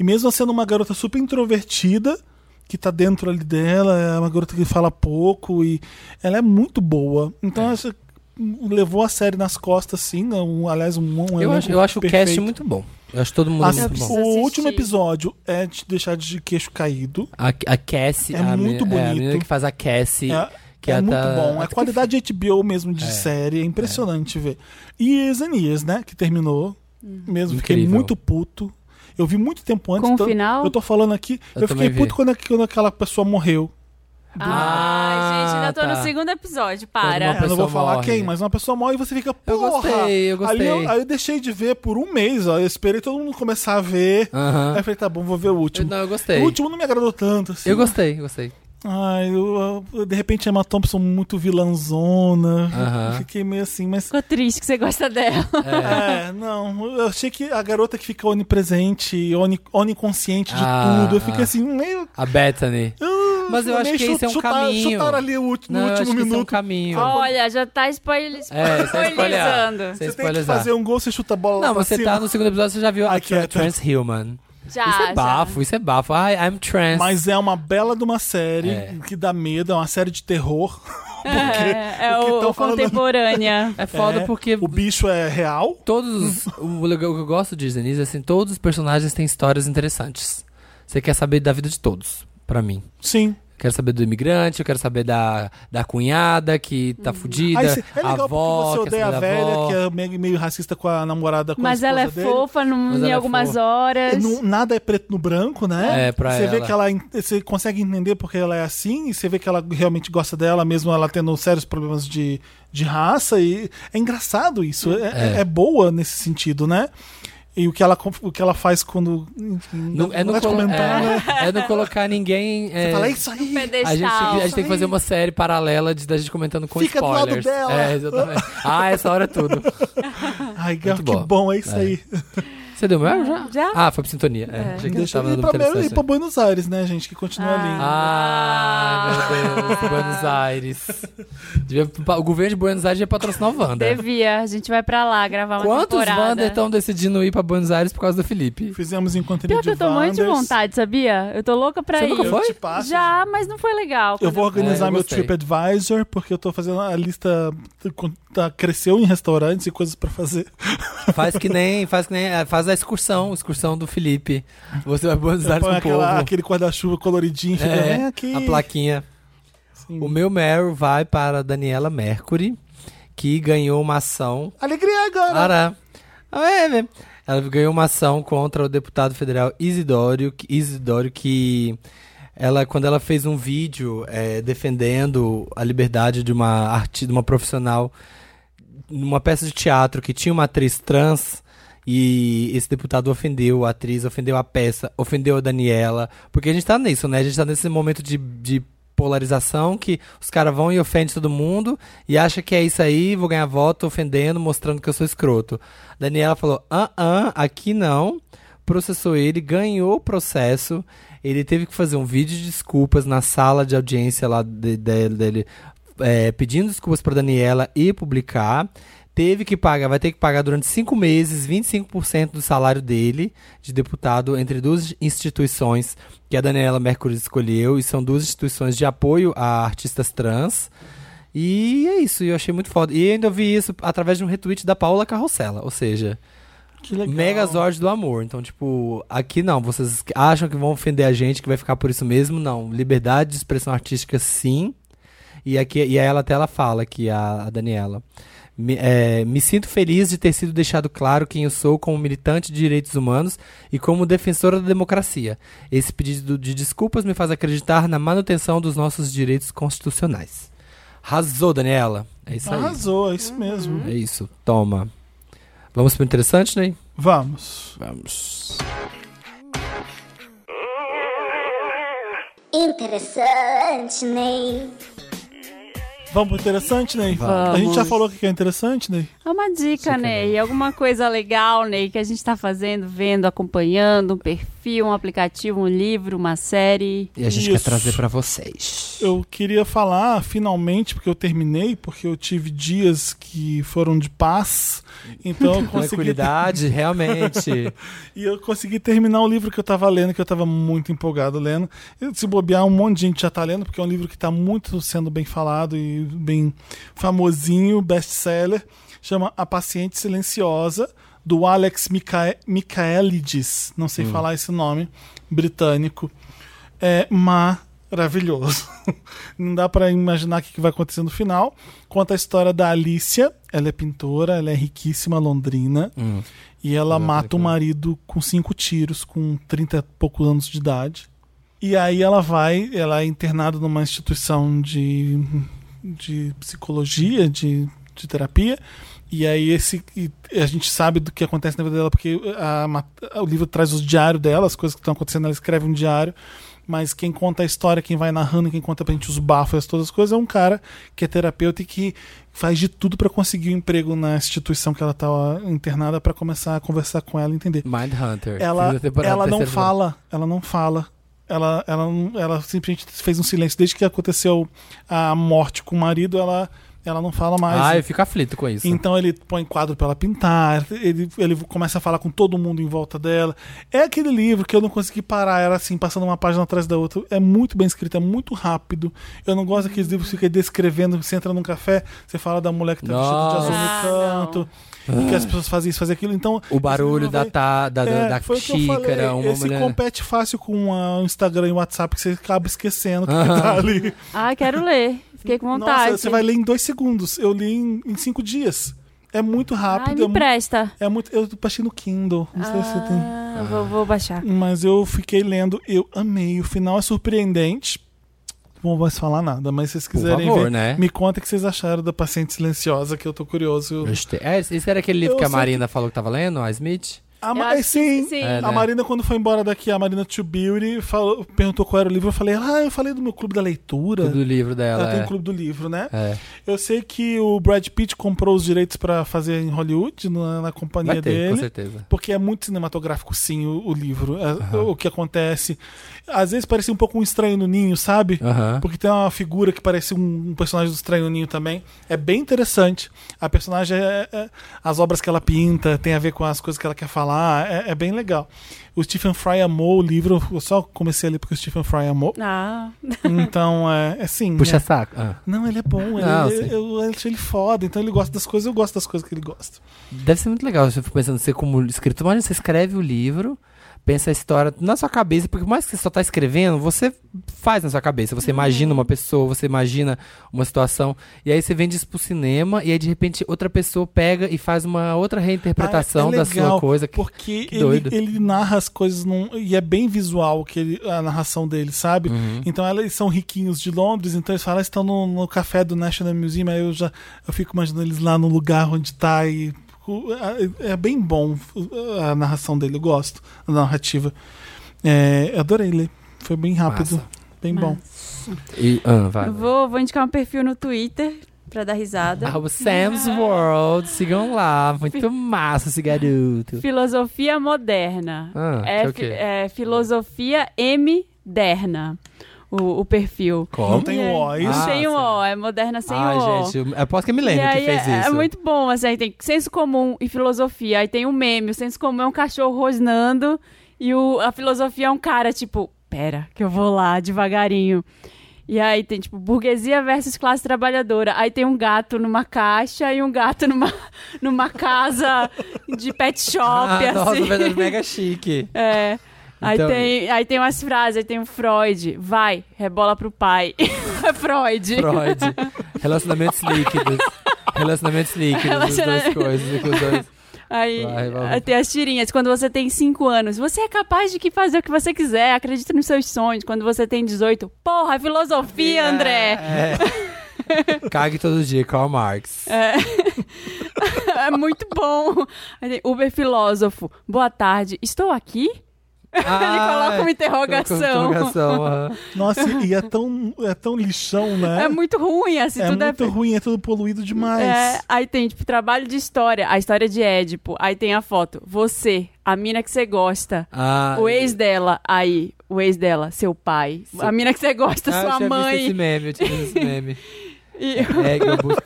S1: E mesmo sendo uma garota super introvertida, que tá dentro ali dela, é uma garota que fala pouco e ela é muito boa. Então, essa- levou a série nas costas, sim. Um, aliás, um, um
S2: Eu
S1: elenco
S2: acho, eu acho o cast
S1: perfeito. Ah,
S2: muito bom. Eu acho todo mundo
S1: As-
S2: muito
S1: o
S2: bom.
S3: preciso assistir.
S1: último episódio é te deixar de queixo caído.
S2: A, a Cassie,
S1: É
S2: a, meni-
S1: muito
S2: é, a menina
S1: bonito.
S2: que faz a Cassie.
S1: É,
S2: que
S1: é
S2: ela
S1: muito
S2: tá-
S1: bom.
S2: ela
S1: A
S2: tá-
S1: qualidade HBO mesmo de série é impressionante ver. E Years and Years, né? Que terminou. Mesmo, fiquei
S2: Incrível.
S1: muito puto. Eu vi muito tempo antes.
S3: Uhum. Com o
S1: então
S3: final?
S1: Eu tô falando aqui.
S2: Eu
S1: Eu, fiquei
S2: também vi.
S1: puto quando, aqu- quando aquela pessoa morreu.
S3: Ai, gente, ainda tô
S2: Ah, tá.
S3: no segundo episódio,
S2: Quando
S1: É,
S3: para.
S2: uma-
S1: eu não vou
S2: pessoa
S1: falar
S2: morre.
S1: quem, mas uma pessoa morre e você fica, porra!
S2: Eu gostei, eu
S1: Aí
S2: gostei.
S1: eu, aí eu deixei de ver por um mês, ó. Eu esperei todo mundo começar a ver.
S2: Aham.
S1: Aí eu falei, tá bom, vou ver o
S2: Eu-
S1: último.
S2: não, eu
S1: o
S2: gostei.
S1: último não me agradou tanto, assim.
S2: Eu gostei, eu gostei.
S1: Ai, eu, eu- de repente a Emma Thompson muito vilãzona.
S2: Aham.
S1: Fiquei meio assim, mas.
S3: Ficou triste que você gosta dela.
S1: É, não. Eu achei que a garota que fica onipresente, oni, oniconsciente de
S2: Ah,
S1: tudo. Eu
S2: ah.
S1: fiquei assim, meio.
S2: A Bethany.
S1: ah,
S2: Mas eu acho
S1: meio
S2: que esse é um
S1: chutar-
S2: caminho.
S1: chutaram ali o ulti- no
S2: Não, eu acho
S1: último
S2: que esse é um
S1: minuto.
S2: caminho.
S3: Olha, já tá spoil...
S2: É, sem espalhar.
S3: spoilizando.
S2: Sem
S1: você tem que
S2: spoilizar.
S1: fazer um gol, você chuta a bola lá
S2: Não,
S1: pra
S2: mas você
S1: cima.
S2: tá no segundo episódio, você já viu a
S1: Aqui,
S2: tra
S1: ó, tá.
S2: Trans Human. Isso
S3: Já, Ah, já.
S2: é bafo, isso é bafo. Ai, I'm trans.
S1: Mas é uma bela de uma série
S2: É.
S1: que dá medo, é uma série de terror.
S3: É, é
S1: o que
S3: o,
S1: tão
S3: o
S1: falando?
S3: contemporânea.
S2: É foda
S1: É,
S2: porque
S1: O bicho é real.
S2: todos os, o legal que eu gosto de Zenith é assim, todos os personagens têm histórias interessantes. Você quer saber da vida de todos, pra mim.
S1: Sim.
S2: Eu quero saber do imigrante, eu quero saber da, da cunhada que tá fudida,
S1: Aí cê- é
S2: a
S1: legal
S2: avó,
S1: porque você
S2: quer saber
S1: odeia a
S2: da
S1: velha,
S2: avó.
S1: que é meio, meio racista com a namorada com a
S3: Mas ela é
S1: esposa dele.
S3: fofa num-
S2: Mas ela
S3: em
S2: é
S3: algumas
S2: fofa.
S3: horas.
S1: Não- nada é preto no branco, né?
S2: É, pra
S1: você vê
S2: ela.
S1: que ela. en- Você consegue entender porque ela é assim, e você vê que ela realmente gosta dela, mesmo ela tendo sérios problemas de, de raça. E é engraçado isso. É, é- é boa nesse sentido, né? E o que ela, conf- o que ela faz quando.
S2: Não- é, não
S1: vai
S2: colo-
S1: comentar, né?
S2: é, é não colocar ninguém.
S1: Você
S2: é,
S1: fala, é isso aí.
S3: Pedestal.
S2: A gente, a gente tem que fazer uma série paralela de, da gente comentando com
S1: Fica do lado
S2: spoilers.
S1: dela.
S2: É, exatamente. Ah, essa hora é tudo.
S1: Ai, Gal, que
S2: Muito
S1: bom.
S2: bom.
S1: é isso
S2: É.
S1: aí.
S2: Você deu meu já?
S3: Já.
S2: Ah, foi pra sintonia. É, achei que
S1: Deixa
S2: tava
S1: eu ir
S2: dando
S1: pra, Mel-
S2: interessante.
S1: ir pra Buenos Aires, né, gente? Que continua ali.
S2: Ah, meu Deus,
S3: Ah.
S2: Buenos Aires. Devia- o governo de Buenos Aires ia patrocinar o Wanda.
S3: Devia, a gente vai pra lá gravar uma
S2: Né? Quantos
S3: temporada.
S2: Wander estão decidindo ir pra Buenos Aires por causa do Felipe?
S1: Fizemos enquanto ele
S3: Pior que eu tô muito de vontade, sabia? Eu tô louca pra
S2: Você
S3: ir.
S2: nunca foi?
S1: Eu te passo.
S3: Já, mas não foi legal.
S1: Eu vou organizar
S2: É, eu
S1: meu
S2: gostei.
S1: TripAdvisor, porque eu tô fazendo a lista. tá- cresceu em restaurantes e coisas pra fazer.
S2: Faz que nem, faz que nem, é, faz a excursão, excursão do Felipe. Você vai pra Buenos Aires
S1: Põe
S2: com o
S1: aquela-
S2: povo.
S1: aquele guarda-chuva coloridinho, fica,
S2: É,
S1: vem aqui.
S2: a plaquinha.
S1: Sim.
S2: O meu Meryl vai para a Daniela Mercury, que ganhou uma ação
S1: Alegria agora!
S2: para. Ah, é, né? Ela ganhou uma ação contra o deputado federal Isidório, que- Isidório que ela, quando ela fez um vídeo é, defendendo a liberdade de uma arti- de uma profissional numa peça de teatro que tinha uma atriz trans e esse deputado ofendeu a atriz, ofendeu a peça, ofendeu a Daniela. Porque a gente tá nisso, né? A gente tá nesse momento de, de polarização que os caras vão e ofendem todo mundo e acha que é isso aí, vou ganhar voto ofendendo, mostrando que eu sou escroto. Daniela falou: ah, ah, aqui não. Processou ele, ganhou o processo. Ele teve que fazer um vídeo de desculpas na sala de audiência lá de- de- dele, é, pedindo desculpas pra Daniela e publicar. Teve que pagar, vai ter que pagar durante cinco meses 25% do salário dele, de deputado, entre duas instituições que a Daniela Mercury escolheu, e são duas instituições de apoio a artistas trans. E é isso, eu achei muito foda. E ainda vi isso através de um retweet da Paula Carrossela, ou seja,
S1: Que legal.
S2: Megazord do amor. Então, tipo, aqui não, vocês acham que vão ofender a gente, que vai ficar por isso mesmo? Não. Liberdade de expressão artística, sim. E aqui e aí ela até ela fala que a, a Daniela. Me, é, me sinto feliz de ter sido deixado claro quem eu sou como militante de direitos humanos e como defensora da democracia. Esse pedido de desculpas me faz acreditar na manutenção dos nossos direitos constitucionais. Arrasou, Daniela. É isso aí.
S1: Arrasou, é isso mesmo.
S2: É isso. Toma. Vamos pro interessante, né? Ney?
S1: Vamos.
S2: Vamos.
S6: Interessante, Ney.
S1: Vamos pro interessante, Ney? A gente já falou o que é interessante, Ney?
S3: É uma dica, Ney. Alguma coisa legal, Ney, que a gente tá fazendo, vendo, acompanhando, um perfil, um aplicativo, um livro, uma série.
S2: E a gente
S1: Isso.
S2: quer trazer pra vocês.
S1: Eu queria falar finalmente, porque eu terminei, porque eu tive dias que foram de paz. Então eu consegui.
S2: Tranquilidade, realmente.
S1: E eu consegui terminar o livro que eu tava lendo, que eu tava muito empolgado lendo. E se bobear, um monte de gente já tá lendo, porque é um livro que tá muito sendo bem falado e bem famosinho, best-seller. Chama A Paciente Silenciosa, do Alex Mica Michaelides. Não sei falar esse nome, britânico. É maravilhoso. Não dá pra imaginar o que que vai acontecer no final. Conta a história da Alicia. Ela é pintora, ela é riquíssima londrina. E ela mata o marido com cinco tiros, com 30 e poucos anos de idade. E aí ela vai, ela é internada numa instituição de, de psicologia, de, de terapia. E aí esse e a gente sabe do que acontece na vida dela, porque a ma- o livro traz os diários dela, as coisas que estão acontecendo, ela escreve um diário. Mas quem conta a história, quem vai narrando, quem conta pra gente os bafos, todas as coisas, é um cara que é terapeuta e que faz de tudo pra conseguir um emprego na instituição que ela tá ó, internada pra começar a conversar com ela e entender
S2: Mindhunter.
S1: ela,
S2: Segunda É temporada,
S1: ela não
S2: terceira temporada.
S1: fala, ela não fala. Ela, ela, não- ela simplesmente fez um silêncio. Desde que aconteceu a morte com o marido, ela, ela não fala mais.
S2: Ah, eu fico aflito com isso.
S1: Então ele põe quadro pra ela pintar, ele, ele começa a falar com todo mundo em volta dela. É aquele livro que eu não consegui parar, era assim, passando uma página atrás da outra. É muito bem escrito, é muito rápido. Eu não gosto daqueles livros que fica descrevendo, você entra num café, você fala da mulher que tá vestida de azul no
S3: Nossa.
S1: canto, e que as pessoas fazem isso, fazem aquilo. Então,
S2: Ah. o barulho
S1: esse livro
S2: da,
S1: vai-
S2: tá, da, da-
S1: é,
S2: da
S1: foi o que eu falei.
S2: xícara, uma
S1: Esse
S2: mulher...
S1: compete fácil com ah, o Instagram e o WhatsApp que você acaba esquecendo que tá ali.
S3: Ai, Ah, quero ler. Fiquei com vontade.
S1: Nossa, você vai ler em dois segundos. Eu li em, em cinco dias. É muito rápido.
S3: Ai, me
S1: é, mu-
S3: presta.
S1: é muito. Eu baixei no Kindle. Não sei se você tem.
S3: Ah, eu vou, vou baixar.
S1: Mas eu fiquei lendo, eu amei. O final é surpreendente. Não vou mais falar nada, mas se vocês quiserem
S2: favor,
S1: ver,
S2: né?
S1: me conta o que vocês acharam da paciente silenciosa, que eu tô curioso.
S2: Este- É, esse era aquele livro
S1: Eu
S2: que a
S1: sei
S2: Marina falou que tava lendo, a Smith?
S1: Ah,
S3: Eu
S1: mas
S3: acho que
S1: sim,
S3: sim.
S2: É, né?
S1: A Marina, quando foi embora daqui, a Marina To Beauty falou- perguntou qual era o livro. Eu falei, ah, eu falei do meu clube da leitura.
S2: Tudo do livro
S1: ela
S2: dela.
S1: tem
S2: é.
S1: um clube do livro, né?
S2: É.
S1: Eu sei que o Brad Pitt comprou os direitos pra fazer em Hollywood, na, na companhia
S2: Vai ter, com
S1: dele.
S2: certeza.
S1: Porque é muito cinematográfico, sim, o, o livro. É, O que acontece. Às vezes parece um pouco um estranho no ninho, sabe?
S2: Aham.
S1: Porque tem uma figura que parece um, um personagem do Estranho Ninho também. É bem interessante. A personagem, é- é- as obras que ela pinta, tem a ver com as coisas que ela quer falar. É, é bem legal. O Stephen Fry amou o livro. Eu só comecei a ler porque o Stephen Fry amou.
S3: Ah,
S1: Então, é, é sim.
S2: Puxa
S1: é-
S2: saco. Ah.
S1: Não, ele é bom. Ele,
S2: Não,
S1: eu,
S2: sim.
S1: eu acho ele foda. Então ele gosta das coisas, eu gosto das coisas que ele gosta.
S2: Deve ser muito legal, eu fico pensando, você como escritor, mas você escreve o livro, pensa a história na sua cabeça, porque por mais que você só tá escrevendo, você faz na sua cabeça,
S3: Uhum.
S2: você imagina uma pessoa, você imagina uma situação, e aí você vende isso pro cinema, e aí de repente outra pessoa pega e faz uma outra reinterpretação
S1: Ah, é
S2: da sua
S1: legal,
S2: coisa. que-
S1: Porque
S2: que
S1: ele,
S2: doido.
S1: ele narra as coisas num- e é bem visual que ele- a narração dele, sabe?
S2: Uhum.
S1: Então ela- eles são riquinhos de Londres, então eles falam, "Ah, estão no, no café do National Museum, aí eu já eu fico imaginando eles lá no lugar onde tá e. o- a- É bem bom a narração dele, eu gosto da narrativa. É, eu adorei ler, foi bem rápido,
S2: Massa.
S1: bem bom.
S2: E, ah, vai.
S3: eu vou, vou indicar um perfil no Twitter pra dar risada.
S2: Ah, o Sam's World, sigam lá, muito massa esse garoto.
S3: Filosofia moderna.
S2: Ah, que é o
S3: é, fi-
S2: quê?
S3: é filosofia M-derna, o, o perfil.
S1: Não
S2: Como?
S1: tem
S3: E aí-
S1: o ó, é isso?
S2: Ah,
S3: Sem o
S2: sim.
S3: O, é moderna sem
S2: Ai,
S3: o O.
S2: gente, eu aposto que é
S3: E
S2: milênio que
S3: aí
S2: fez
S3: é,
S2: isso.
S3: é muito bom, assim, aí tem senso comum e filosofia. Aí tem o meme, o senso comum é um cachorro rosnando e o, a filosofia é um cara, tipo, pera, que eu vou lá devagarinho. E aí tem, tipo, burguesia versus classe trabalhadora. Aí tem um gato numa caixa e um gato numa, numa casa de pet shop,
S2: ah, nossa,
S3: assim.
S2: verdade, mega chique.
S3: É. Aí,
S2: Então-
S3: tem, aí tem umas frases, aí tem o Freud, vai, rebola pro pai. É Freud.
S2: Freud. Relacionamentos líquidos. Relacionamentos líquidos, as duas
S3: Relaciona-
S2: coisas. que os dois-
S3: Aí,
S2: Vai, vai.
S3: aí tem as tirinhas. Quando você tem 5 anos, você é capaz de que fazer o que você quiser, acredita nos seus sonhos. Quando você tem 18, porra, é filosofia, André!
S2: É. Cague todo dia, Karl Marx.
S3: É. É muito bom. Aí tem Uber filósofo. Boa tarde. Estou aqui? Ele coloca uma interrogação.
S2: Ah, interrogação, aham.
S1: Nossa, e é tão, é tão lixão, né?
S3: É muito ruim, assim,
S1: É
S3: tudo é
S1: muito ruim, é tudo poluído demais.
S3: É, aí tem, tipo, trabalho de história, a história de Édipo. Aí tem a foto, você, a mina que você gosta,
S2: Ah,
S3: o ex dela, aí, o o ex dela, seu pai, a mina que você gosta,
S2: Ah, eu
S3: sua
S2: tinha Visto esse
S3: meme.
S2: meme, eu tinha visto esse meme.
S3: E-
S2: É, que eu busco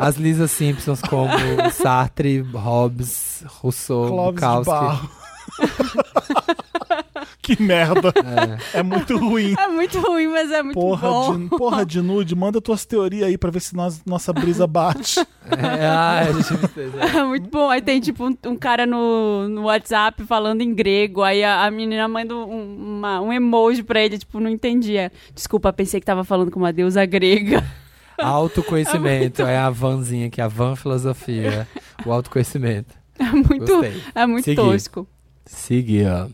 S2: as Lisa Simpsons como Sartre, Hobbes, Rousseau,
S1: Clóvis de
S2: Bukowski.
S1: Barro. que merda. É, muito ruim.
S3: É muito ruim, mas é muito bom.
S1: Porra de, porra de nude, manda tuas teorias aí pra ver se nós- nossa brisa bate.
S2: É, ah, eu tinha visto isso. é.
S3: É muito bom. Aí tem, tipo, um, um cara no, no WhatsApp falando em grego. Aí a, a menina manda um, uma- um emoji pra ele, tipo, não entendia. Desculpa, pensei que tava falando com uma deusa grega.
S2: Autoconhecimento, é a vanzinha que é a van filosofia, o autoconhecimento.
S3: É muito,
S2: Gostei.
S3: é muito
S2: Segui.
S3: tosco.
S2: Seguia.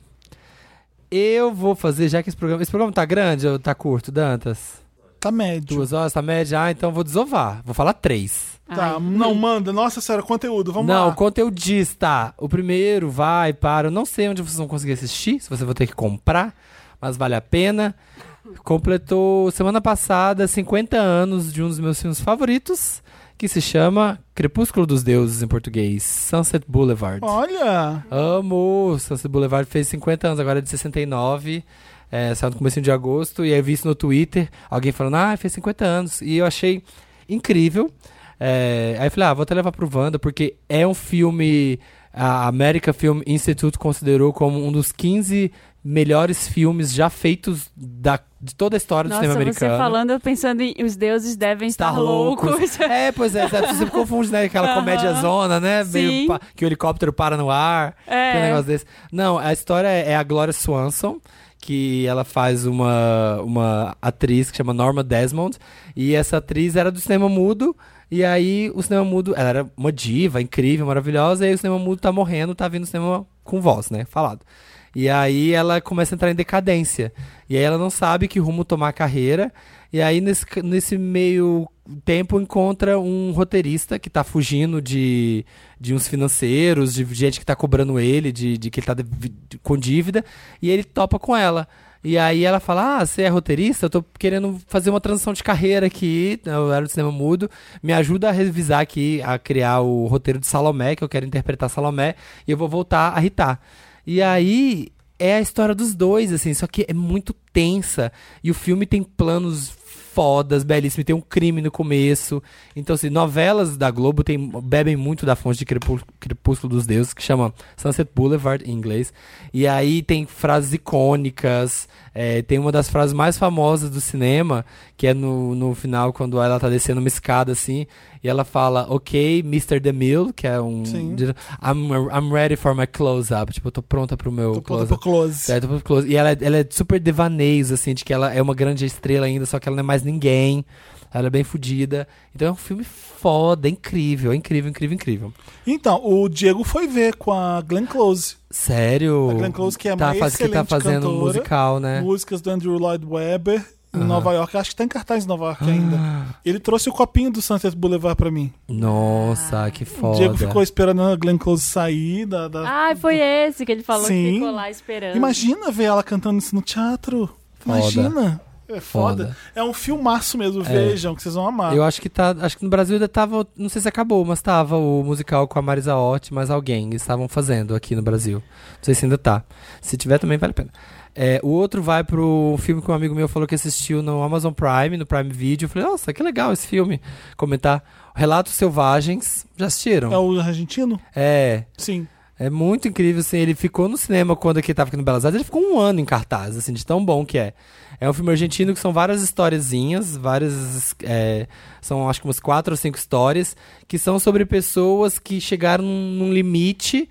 S2: Eu vou fazer, já que esse programa. Esse programa tá grande ou tá curto, Dantas?
S1: Tá médio.
S2: Duas horas, tá média? Ah, então vou desovar. Vou falar três.
S1: Tá, não, manda. Nossa senhora, conteúdo, vamos
S2: não,
S1: lá.
S2: conteudista. O primeiro vai para. Eu não sei onde vocês vão conseguir assistir, se você vai ter que comprar, mas vale a pena. Completou semana passada 50 anos de um dos meus filmes favoritos, que se chama Crepúsculo dos Deuses em português, Sunset Boulevard.
S1: Olha,
S2: Amo! Sunset Boulevard fez 50 anos, agora é de 69. É, saiu no começo de agosto. E aí eu vi isso no Twitter. Alguém falando, ah, fez 50 anos. E eu achei incrível. É, aí eu falei, ah, vou até levar pro Wanda, porque é um filme. A America Film Institute considerou como um dos 15 melhores filmes já feitos da, de toda a história do
S3: Nossa,
S2: cinema
S3: você
S2: americano.
S3: falando, eu pensando em os deuses devem
S2: Estar
S3: estar, loucos.
S2: É, pois é, você sempre confunde, né? Aquela
S3: Aham.
S2: comédia zona, né?
S3: Sim.
S2: pa- que o helicóptero para no ar.
S3: É.
S2: Tem um negócio desse. Não, a história é é a Gloria Swanson, que ela faz uma, uma atriz que chama Norma Desmond. E essa atriz era do cinema mudo. E aí o cinema mudo. Ela era uma diva incrível, maravilhosa. E aí o cinema mudo tá morrendo, tá vindo cinema com voz, né? Falado. E aí ela começa a entrar em decadência. E aí ela não sabe que rumo tomar a carreira. E aí nesse, ca- nesse meio tempo encontra um roteirista que tá fugindo de, de uns financeiros, de gente que tá cobrando ele, de, de que ele tá devi- de- com dívida. E ele topa com ela. E aí ela fala: Ah, você é roteirista? Eu tô querendo fazer uma transição de carreira aqui. né, Eu era do cinema mudo. Me ajuda a revisar aqui, a criar o roteiro de Salomé, que eu quero interpretar Salomé, e eu vou voltar a ritar. E aí é a história dos dois, assim, só que é muito tensa. E o filme tem planos fodas, belíssimos, e tem um crime no começo. Então, assim, novelas da Globo tem- bebem muito da fonte de Crepú- Crepúsculo dos Deuses, que chama Sunset Boulevard em inglês. E aí tem frases icônicas, é, tem uma das frases mais famosas do cinema, que é no, no final, quando ela tá descendo uma escada, assim, e ela fala, ok, Mr. DeMille, que é um...
S1: Sim.
S2: I'm, I'm ready for my close-up. Tipo, eu tô pronta pro meu
S1: tô pondo
S2: close-up.
S1: pro close.
S2: É, Tupac Close. E ela, é- ela é super devaneios, assim, de que ela é uma grande estrela ainda, só que ela não é mais ninguém. Ela é bem fodida. Então é um filme foda, é incrível, é incrível, incrível, incrível.
S1: Então, o Diego foi ver com a Glenn Close.
S2: Sério?
S1: A Glenn Close, que é
S2: tá,
S1: uma
S2: faz- que tá
S1: excelente
S2: fazendo
S1: cantora,
S2: musical, né?
S1: Músicas do Andrew Lloyd Webber em Nova York. Acho que tá em cartaz em Nova York
S2: Ah.
S1: ainda. Ele trouxe o copinho do Sunset Boulevard pra mim.
S2: Nossa, que
S1: O
S2: foda.
S1: Diego ficou esperando a Glenn Close sair da. da-
S3: Ai, foi esse que ele falou
S1: Sim.
S3: que ficou lá esperando.
S1: Imagina ver ela cantando isso no teatro.
S2: Foda.
S1: Imagina. É foda.
S2: Foda.
S1: É um filmaço mesmo, vejam, que vocês vão amar.
S2: Eu acho que tá. Acho que no Brasil ainda tava. Não sei se acabou, mas tava o musical com a Marisa Hort, mas alguém eles estavam fazendo aqui no Brasil. Não sei se ainda tá. Se tiver, também vale a pena. É, o outro vai pro filme que um amigo meu falou que assistiu no Amazon Prime, no Prime Video. Eu falei, nossa, que legal esse filme. Comentar. Relatos Selvagens. Já
S1: É
S2: assistiram?
S1: o argentino?
S2: É.
S1: Sim.
S2: É muito incrível, assim, ele ficou no cinema quando aqui tava aqui no Belas Artes, ele ficou um ano em cartaz, assim, de tão bom que é. É um filme argentino que são várias historiezinhas, várias, é, são acho que umas quatro ou cinco histórias, que são sobre pessoas que chegaram num limite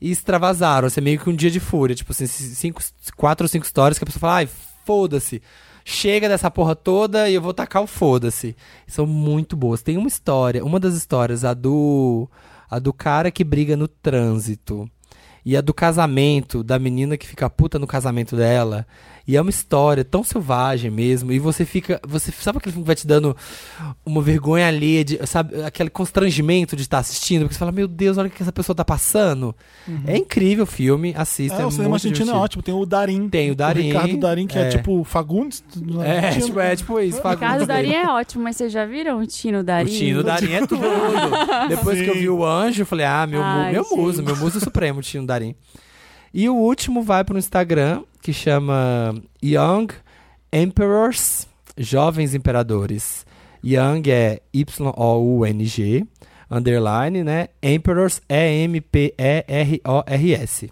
S2: e extravasaram, assim, é meio que um dia de fúria, tipo assim, cinco, quatro ou cinco histórias que a pessoa fala, ai, foda-se, chega dessa porra toda e eu vou tacar o foda-se. São muito boas. Tem uma história, uma das histórias, a do a do cara que briga no trânsito. E a do casamento, da menina que fica puta no casamento dela. E é uma história tão selvagem mesmo. E você fica. Você sabe aquele filme que vai te dando uma vergonha alheia, de, sabe? Aquele constrangimento de estar assistindo. Porque você fala, meu Deus, olha o que essa pessoa tá passando. É incrível o filme, assista.
S1: Uhum. é, o cinema
S2: muito
S1: argentino é
S2: divertido.
S1: ótimo. Tem o Darim.
S2: Tem o Darín,
S1: Ricardo Darim, que é,
S2: é.
S1: tipo Fagundes. do
S2: É,
S1: argentino.
S2: tipo, é tipo isso.
S3: Ricardo
S2: Fagundes
S3: Darim é ótimo, mas vocês já viram o Tino Tá
S2: O
S3: Darim?
S2: Tino Darim é tudo. Depois que eu vi o anjo, eu falei, ah, meu, mu-
S3: Ai,
S2: meu muso,
S3: gente.
S2: meu muso supremo, o Tino Darim. E o último vai para o Instagram, que chama Young Emperors, Jovens Imperadores. Young é Y-O-U-N-G, underline, né? Emperors é M-P-E-R-O-R-S.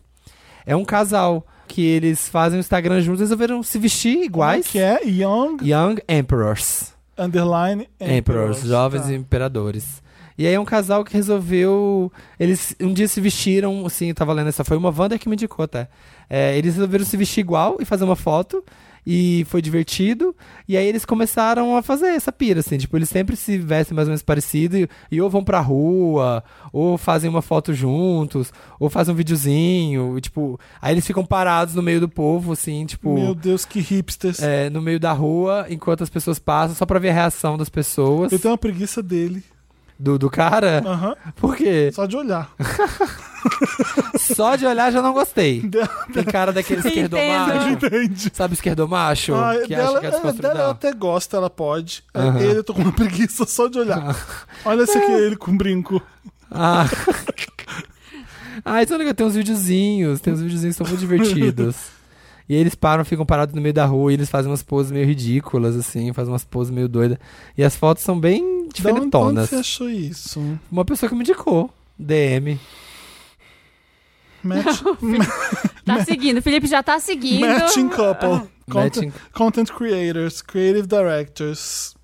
S2: É um casal que eles fazem o Instagram juntos, resolveram se vestir iguais.
S1: Que é Young
S2: Young Emperors.
S1: Underline
S2: Emperors, jovens
S1: Tá.
S2: imperadores. E aí é um casal que resolveu. Eles um dia se vestiram, assim, eu tava lendo essa, foi uma Wanda que me indicou, tá? É, eles resolveram se vestir igual e fazer uma foto. E foi divertido. E aí eles começaram a fazer essa pira, assim. Tipo, eles sempre se vestem mais ou menos parecido. E, e ou vão pra rua, ou fazem uma foto juntos, ou fazem um videozinho. e, tipo, aí eles ficam parados no meio do povo, assim, tipo.
S1: Meu Deus, que hipsters.
S2: é, no meio da rua, enquanto as pessoas passam, só pra ver a reação das pessoas.
S1: Eu tenho uma preguiça dele.
S2: Do, do cara?
S1: Aham.
S2: Por quê?
S1: Só de olhar.
S2: Só de olhar já não gostei. Tem cara daquele esquerdo macho.
S1: Entende?
S2: Sabe esquerdo macho?
S1: Ah,
S2: que acha
S1: dela,
S2: que é
S1: é, dela ela
S2: desconstruidão.
S1: até gosta, ela pode. É,
S2: Aham. É.
S1: Ele eu tô com uma preguiça só de olhar. Olha esse aqui, ele com brinco.
S2: Ah. ah, então legal, tem uns videozinhos. Tem uns videozinhos que são muito divertidos. E eles param, ficam parados no meio da rua e eles fazem umas poses meio ridículas, assim, fazem umas poses meio doidas. E as fotos são bem
S1: Da onde, da onde
S2: diferentonas.
S1: você achou isso?
S2: Uma pessoa que me indicou, DM.
S1: Match,
S3: Tá seguindo, o Felipe já tá seguindo.
S1: matching couple. Content,
S2: Ah. Matching-
S1: content creators, creative directors.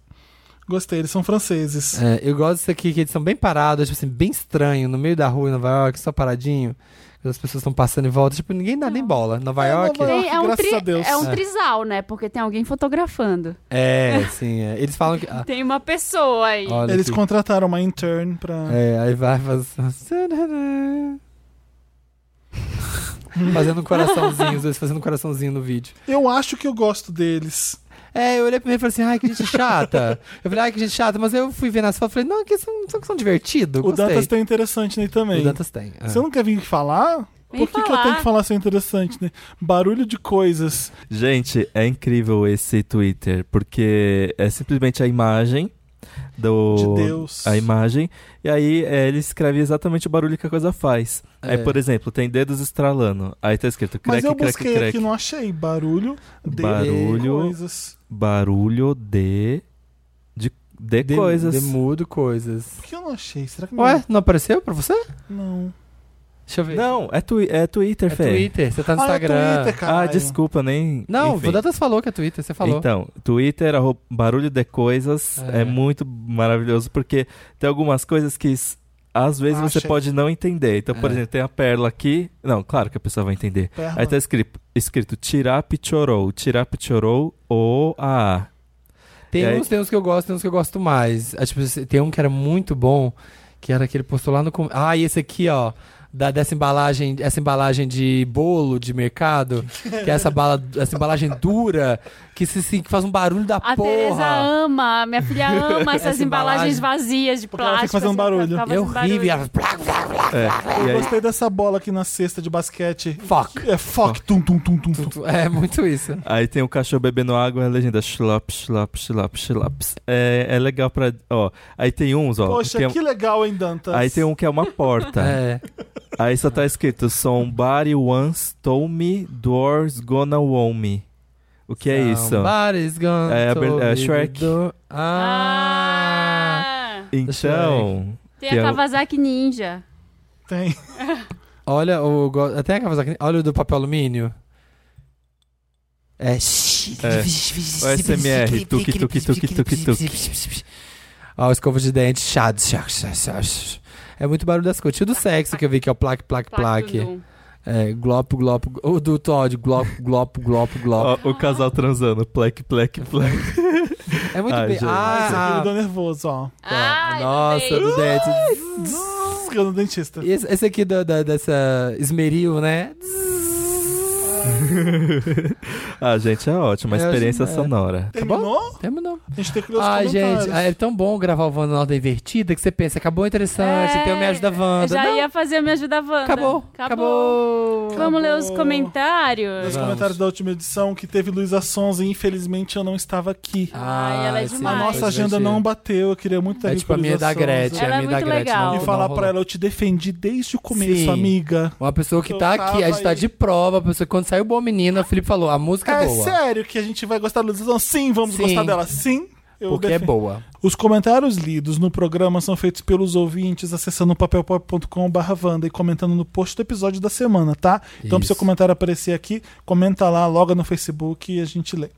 S1: Gostei, eles são franceses.
S2: É, eu gosto disso aqui, que eles são bem parados, tipo assim, bem estranho, no meio da rua em Nova York, só paradinho. As pessoas estão passando em volta, tipo, ninguém dá nem bola. Nova
S1: É,
S2: York.
S1: Nova
S3: Tem- é, um
S1: Graças
S3: tri-
S1: a Deus.
S3: é um trisal, né? Porque tem alguém fotografando.
S2: É, sim, é. Eles falam que. ah,
S3: Tem uma pessoa aí.
S2: olha
S1: Eles
S2: aqui.
S1: contrataram uma intern pra.
S2: É, aí vai faz- Fazendo um coraçãozinho, os dois fazendo um coraçãozinho no vídeo.
S1: Eu acho que eu gosto deles.
S2: É, eu olhei pra mim e falei assim, ai, que gente chata. Eu falei, ai, que gente chata, mas eu fui ver nas fotos e falei, não, que são, são, são divertidos.
S1: O
S2: gostei.
S1: Dantas tem interessante nele também.
S2: O Dantas tem. é.
S1: Você não quer vir falar?
S3: Vem
S1: Por que, que eu tenho que falar se é interessante, né? Barulho de coisas.
S8: Gente, é incrível esse Twitter, porque é simplesmente a imagem do.
S1: De Deus.
S8: A imagem. E aí é, ele escreve exatamente o barulho que a coisa faz.
S2: É.
S8: Aí, por exemplo, tem dedos estralando. Aí tá escrito
S1: Mas
S8: crack,
S1: eu
S8: crack,
S1: busquei
S8: crack.
S1: aqui, não achei. Barulho de
S8: Barulho.
S1: coisas.
S8: Barulho de. de, de
S2: De-
S8: coisas.
S2: de mudo coisas.
S1: Por que eu não achei? Será que
S2: Ué, não apareceu pra você?
S1: não?
S2: Deixa eu ver.
S8: Não, é, twi é Twitter,
S2: é
S8: Fê.
S2: Twitter, você tá no
S1: Ah, é
S2: Instagram.
S1: Twitter,
S8: Ah,
S1: caralho.
S8: desculpa, nem.
S2: Não,
S8: enfim.
S2: o Dantas falou que é Twitter, você falou.
S8: Então, Twitter, arro- barulho de coisas,
S2: É.
S8: é. muito maravilhoso, porque tem algumas coisas que s- às vezes
S1: Ah,
S8: você
S1: achei.
S8: pode não entender. Então, por
S2: É.
S8: exemplo, tem a perla aqui. Não, claro que a pessoa vai entender.
S1: Perna.
S8: Aí tá escrito, escrito tirar pichorou, tirar pichorou ou a. a".
S2: tem,
S8: e aí-
S2: uns, tem uns que eu gosto, tem uns que eu gosto mais. Ah, tipo, esse- tem um que era muito bom, que era aquele postou lá no. com- Ah, e esse aqui, ó. Da, dessa embalagem, essa embalagem de bolo de mercado, que é essa, bala, essa embalagem dura, que, se, se- que faz um barulho da
S3: A Tereza
S2: porra.
S3: ama, minha filha ama essas
S2: Essa embalagem.
S3: embalagens vazias de
S1: Porque ela fica
S3: plástico.
S1: fazendo
S3: assim,
S1: barulho.
S2: É horrível. e ela-
S8: É, e
S1: Eu
S8: aí,
S1: gostei dessa bola aqui na cesta de basquete.
S2: Fuck.
S1: É fuck, tum, tum, tum, tum, tum.
S2: É muito isso.
S8: aí tem o cachorro bebendo água, a legenda schlop, schlop, schlop, schlops. É, é legal pra. Ó, aí tem uns, ó.
S1: Poxa,
S8: tem um-
S1: que legal, hein, Dantas?
S8: Aí tem um que é uma porta.
S2: É.
S8: Aí só tá escrito Somebody once told me doors gonna want me. O que é isso?
S2: Somebody's gonna
S8: É, aber- é
S2: open the
S8: Shrek.
S2: door. ah.
S3: Ah,
S8: Então,
S3: tem
S8: Que
S3: a
S8: é o-
S3: Kawasaki Ninja.
S1: Tem.
S2: Olha o. go- Até a Kawasaki. Olha o do papel alumínio. É.
S8: É. O SMR, tuque, tuque, tuque, tuque, tuque.
S2: Ó, o escova de dente. Chad. É muito barulho das coisas. Tio do sexo que eu vi que é o plaque, plaque, plaque.
S3: Plaque.
S2: É, glop, glop. O do Todd. Glop, glop, glop, glop.
S8: ó, o casal transando, plec, plec, plec.
S2: É muito
S8: Ai,
S2: bem.
S1: Isso
S8: gente.
S1: aqui
S2: Ah,
S1: me deu nervoso, ó.
S2: ah,
S3: Ah,
S2: nossa, do dente.
S1: Zzz, que eu no dentista.
S2: E Esse, esse aqui da- da- dessa esmeril, né?
S8: ah, gente, é ótimo. A
S2: É,
S8: experiência
S2: é.
S8: sonora.
S1: Terminou?
S2: Terminou.
S1: A gente tem que ler os
S2: Ah,
S1: comentários.
S2: gente, ah, é tão bom gravar o Wanda na ordem invertida que você pensa, acabou interessante,
S3: É,
S2: tem o Me Ajuda
S3: Eu
S2: Wanda.
S3: já
S2: Não,
S3: ia fazer Me Ajuda Wanda.
S2: acabou, acabou.
S3: Vamos ler os
S1: Acabou.
S3: comentários?
S1: Nos
S2: Vamos.
S1: comentários da última edição que teve Luísa Sonza e infelizmente eu não estava aqui.
S3: Ai, ela é
S2: sim,
S3: demais.
S1: a
S3: mas
S1: nossa
S2: foi
S1: agenda
S2: divertido.
S1: não bateu, eu queria muito ter
S2: É
S1: aqui
S2: tipo a
S1: com
S2: minha
S1: Luísa
S2: da
S1: Sonza.
S2: Gretchen.
S3: Ela
S2: a
S3: é
S2: minha da
S3: muito
S2: Gretchen.
S3: legal.
S2: Não,
S1: E
S2: não
S1: falar
S2: rolou.
S1: pra ela, eu te defendi desde o começo,
S2: um Sim.
S1: amiga.
S2: Uma pessoa que
S1: Eu
S2: tá aqui, a
S1: tava
S2: gente tá
S1: aí.
S2: de prova, a pessoa que quando saiu Boa Menina, o Felipe falou, a música é
S1: é
S2: boa.
S1: sério que a gente vai gostar da Luísa Sonza? Sim, vamos
S2: Sim.
S1: gostar dela. Sim. Eu
S2: Porque é
S1: defendo.
S2: boa.
S1: Os comentários lidos no programa são feitos pelos ouvintes acessando papelpop.com/vanda e comentando no post do episódio da semana, tá? Então, pro
S2: Isso.
S1: seu comentário aparecer aqui, comenta lá logo no Facebook e a gente lê.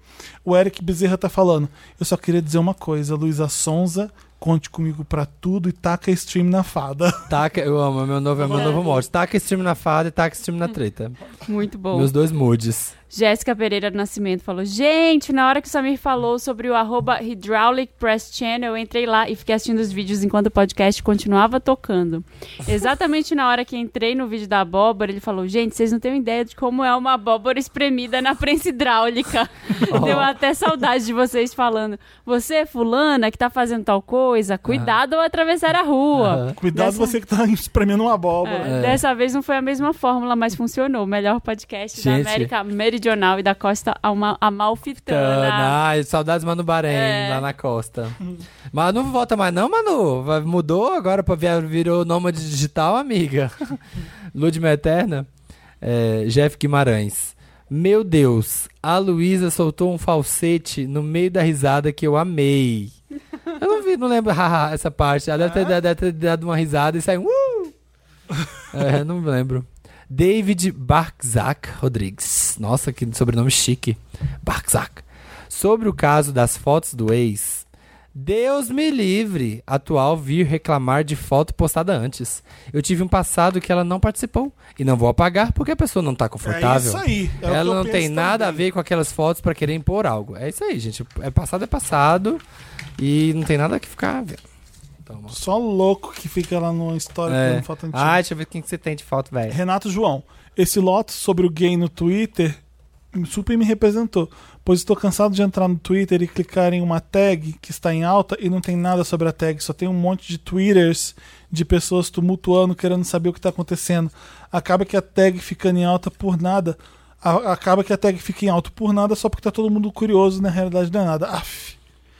S1: O Eric Bezerra tá falando: "Eu só queria dizer uma coisa, Luísa Sonza, conte comigo pra tudo e taca stream na fada".
S2: Taca, eu amo, é meu novo, é meu novo mote. Taca esse time na fada e taca esse time na treta.
S3: Muito bom.
S2: Meus dois moods.
S3: Jéssica Pereira do Nascimento falou: Gente, na hora que o Samir falou sobre o arroba Hydraulic Press Channel, eu entrei lá e fiquei assistindo os vídeos enquanto o podcast continuava tocando. Exatamente na hora que entrei no vídeo da abóbora, ele falou: Gente, vocês não têm ideia de como é uma abóbora espremida na prensa hidráulica. Deu até saudade de vocês falando. Você, fulana, que tá fazendo tal coisa, cuidado ao atravessar a rua.
S1: Cuidado
S3: Dessa-
S1: você que tá espremendo uma abóbora.
S3: É, Dessa vez não foi a mesma fórmula, mas funcionou. Melhor podcast
S2: Gente.
S3: da América Meridional e da Costa Ama- Amalfitana.
S2: Tana, ai, saudades Manu Bahrein,
S3: É.
S2: lá na costa. Mas não volta mais não, Manu? Vai- Mudou agora, pra, vir- virou nômade digital, amiga. Ludmilla Eterna. É, Jeff Guimarães. Meu Deus, a Luísa soltou um falsete no meio da risada que eu amei. Eu não vi, não lembro haha, essa parte. Ela deve ter, deve ter dado uma risada e saiu um uh! É, não lembro. David Barczak Rodrigues. Nossa, que sobrenome chique. Barczak. Sobre o caso das fotos do ex. Deus me livre, atual vir reclamar de foto postada antes. Eu tive um passado que ela não participou e não vou apagar porque a pessoa não tá
S1: É
S2: confortável.
S1: isso aí. É o que eu
S2: Ela não
S1: penso
S2: tem nada
S1: também.
S2: a ver com aquelas fotos pra querer impor algo. É isso aí, gente. É passado é passado e não tem nada que ficar vendo. Então,
S1: Só louco que fica lá no histórico
S2: é.
S1: dando foto antiga.
S2: Ai, deixa eu ver quem que você tem de foto, velho.
S1: Renato João, esse lote sobre o gay no Twitter super me representou, pois estou cansado de entrar no Twitter e clicar em uma tag que está em alta e não tem nada sobre a tag, só tem um monte de twitters de pessoas tumultuando, querendo saber o que está acontecendo. Acaba que a tag ficando em alta por nada, a- acaba que a tag fica em alta por nada só porque tá todo mundo curioso, e na realidade não é nada. Aff.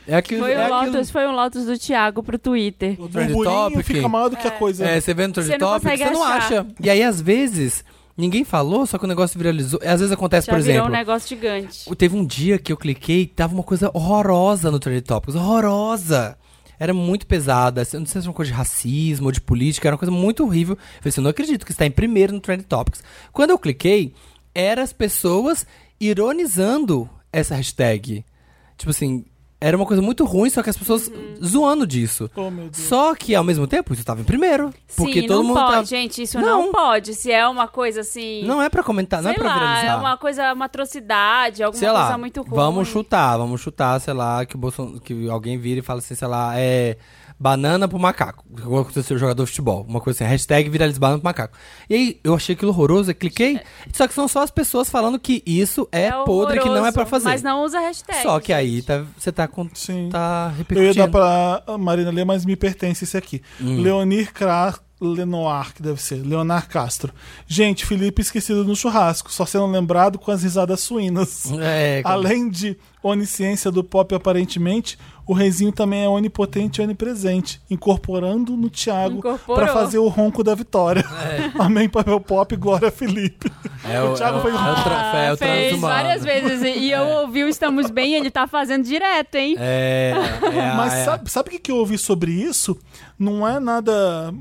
S2: É aquilo,
S3: Foi,
S2: é
S3: um
S2: aquilo-
S3: Lotus, foi um Lotus do Thiago pro Twitter.
S1: O
S2: Trend
S1: burburinho
S2: topic.
S1: fica maior do que a coisa.
S2: É, você vê no Trend
S3: Você não
S2: Topic,
S3: consegue
S2: você não
S3: achar.
S2: acha. E aí, às vezes, ninguém falou, só que o negócio viralizou. Às vezes acontece,
S3: Já
S2: por
S3: virou
S2: exemplo.
S3: um negócio gigante.
S2: Teve um dia que eu cliquei e tava uma coisa horrorosa no Trend Topics. Horrorosa! Era muito pesada. assim, eu Não sei se era uma coisa de racismo ou de política, era uma coisa muito horrível. Eu falei assim, eu não acredito que está em primeiro no Trend Topics. Quando eu cliquei, eram as pessoas ironizando essa hashtag. Tipo assim, era uma coisa muito ruim, só que as pessoas
S3: Uhum.
S2: zoando disso.
S1: Oh, meu Deus.
S2: Só que, ao mesmo tempo, isso tava em primeiro. Porque
S3: Sim,
S2: todo
S3: não
S2: mundo
S3: pode,
S2: tava-
S3: gente. Isso não.
S2: Não.
S3: pode. Se é uma coisa assim.
S2: Não é pra comentar, não
S3: sei
S2: é pra
S3: lá,
S2: viralizar.
S3: é uma coisa, uma atrocidade, alguma
S2: sei
S3: coisa
S2: lá,
S3: muito ruim.
S2: vamos chutar, vamos chutar, sei lá, que, o Bolson- que alguém vira e fala assim, sei lá, é banana pro macaco. Como aconteceu com o jogador de futebol. Uma coisa assim, hashtag viraliza banana pro macaco. E aí, eu achei aquilo horroroso, eu cliquei,
S3: É.
S2: só que são só as pessoas falando que isso é, podre, que não é pra
S3: horroroso,
S2: fazer.
S3: Mas não usa hashtag.
S2: só que aí
S3: gente.
S2: tá- você tá, com,
S1: Sim.
S2: tá
S1: Eu ia
S2: repercutindo.
S1: dar pra a Marina ler, mas me pertence esse aqui.
S2: Hum.
S1: Leonir Cra... Lenoir, que deve ser. Leonar Castro. Gente, Felipe esquecido no churrasco, só sendo lembrado com as risadas suínas.
S2: É, como-
S1: Além de onisciência do pop, aparentemente, o Reizinho também é onipotente e onipresente, incorporando no Thiago
S3: Incorporou.
S1: para fazer o ronco da vitória. Amém, papel pop, glória, Felipe.
S2: é o,
S1: Thiago
S2: é o,
S1: foi-
S2: é o troféu, é o
S3: Ah, Fez
S2: transhumano.
S3: várias vezes. E e eu ouvi o Estamos Bem, ele tá fazendo direto, hein?
S2: É, é a-
S1: Mas
S2: é a-
S1: sabe, sabe o que que eu ouvi sobre isso? Não é nada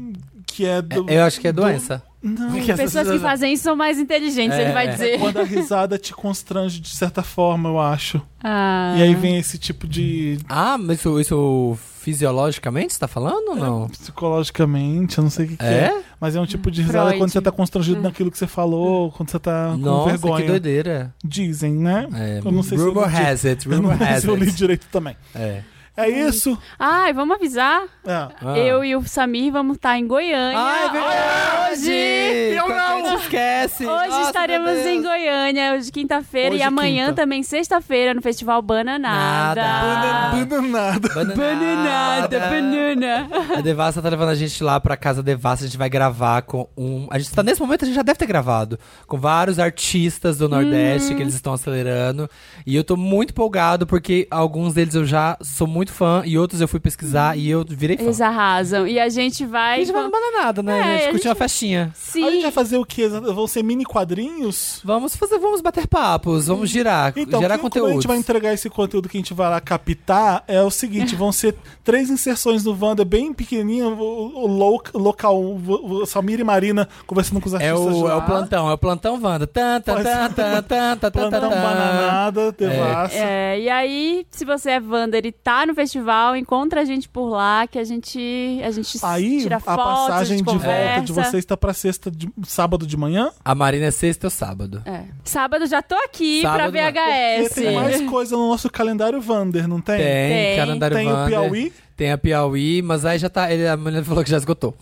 S1: que é do,
S2: Eu acho que é doença. Não.
S3: Pessoas que fazem isso são mais inteligentes,
S2: É,
S3: ele vai
S2: é.
S1: É
S3: dizer.
S1: quando a risada te constrange de certa forma, eu acho.
S3: Ah.
S1: E aí vem esse tipo de.
S2: Ah, mas isso, isso fisiologicamente você tá falando ou não?
S1: psicologicamente, eu não sei o que, que é?
S2: É?
S1: Mas é um tipo de risada
S3: Freud. Hum.
S1: quando você tá constrangido naquilo que você falou, quando você tá com
S2: Nossa,
S1: vergonha.
S2: que doideira.
S1: Dizem, né?
S2: É,
S1: eu não sei se eu
S2: rumor
S1: li di-
S2: has it,
S1: eu
S2: rumor
S1: não sei
S2: has
S1: se eu li
S2: it.
S1: direito também.
S2: É.
S1: É isso?
S3: Ai, vamos avisar.
S1: É.
S2: Ah.
S3: Eu e o Samir vamos estar em Goiânia.
S2: Ai, verdade!
S3: Hoje,
S2: Eu não! esquece!
S3: hoje estaremos em Goiânia, hoje quinta-feira
S2: Hoje,
S3: e amanhã
S2: quinta.
S3: também sexta-feira no Festival Bananada.
S2: Nada.
S1: Banda nada.
S3: Bananada, banana.
S2: A Devassa tá levando a gente lá pra casa Devassa. A gente vai gravar com um. A gente tá nesse momento, a gente já deve ter gravado. Com vários artistas do Nordeste
S3: Uhum.
S2: que eles estão acelerando. E eu tô muito empolgado porque alguns deles eu já sou muito fã e outros eu fui pesquisar e eu virei fã.
S3: Eles arrasam. E a gente vai.
S2: A gente vai no bananada, né? a
S3: É,
S2: gente
S3: a
S2: curtiu
S3: gente-
S2: uma festinha.
S1: A gente
S3: Sim.
S1: vai fazer o quê? Vão ser mini quadrinhos?
S2: Vamos fazer, vamos bater papos, vamos
S3: Uhum.
S2: girar,
S1: Então,
S2: gerar
S1: quem- como a
S2: conteúdo.
S1: gente vai entregar esse conteúdo que a gente vai lá captar é o seguinte: vão ser três inserções do Wanda bem pequenininha, o, o lo- local, o, o Samir e Marina conversando com os
S2: É
S1: artistas.
S2: o,
S1: lá.
S2: é o plantão, é o plantão Wanda. Tan, tan,
S1: Pode-
S2: tan, tan, tan, tan, tan,
S1: é.
S2: tan.
S1: Plantão bananada, devassa.
S3: É, e aí, se você é Wander e tá no festival, encontra a gente por lá, que a gente, a gente
S1: Aí
S3: tira
S1: a
S3: foto,
S1: passagem
S3: a
S1: de
S3: gente
S1: volta de
S3: conversa.
S1: vocês tá pra sexta, de- sábado de manhã?
S2: A Marina é sexta ou sábado.
S3: É. Sábado já tô aqui
S2: Sábado, É.
S3: pra
S1: E
S3: VHS.
S1: tem mais coisa no nosso calendário Vander, não tem?
S2: Tem,
S3: Tem.
S2: calendário
S1: Tem o
S2: Wander,
S1: Piauí.
S2: Tem a Piauí, mas aí já tá. Ele, a menina falou que já esgotou.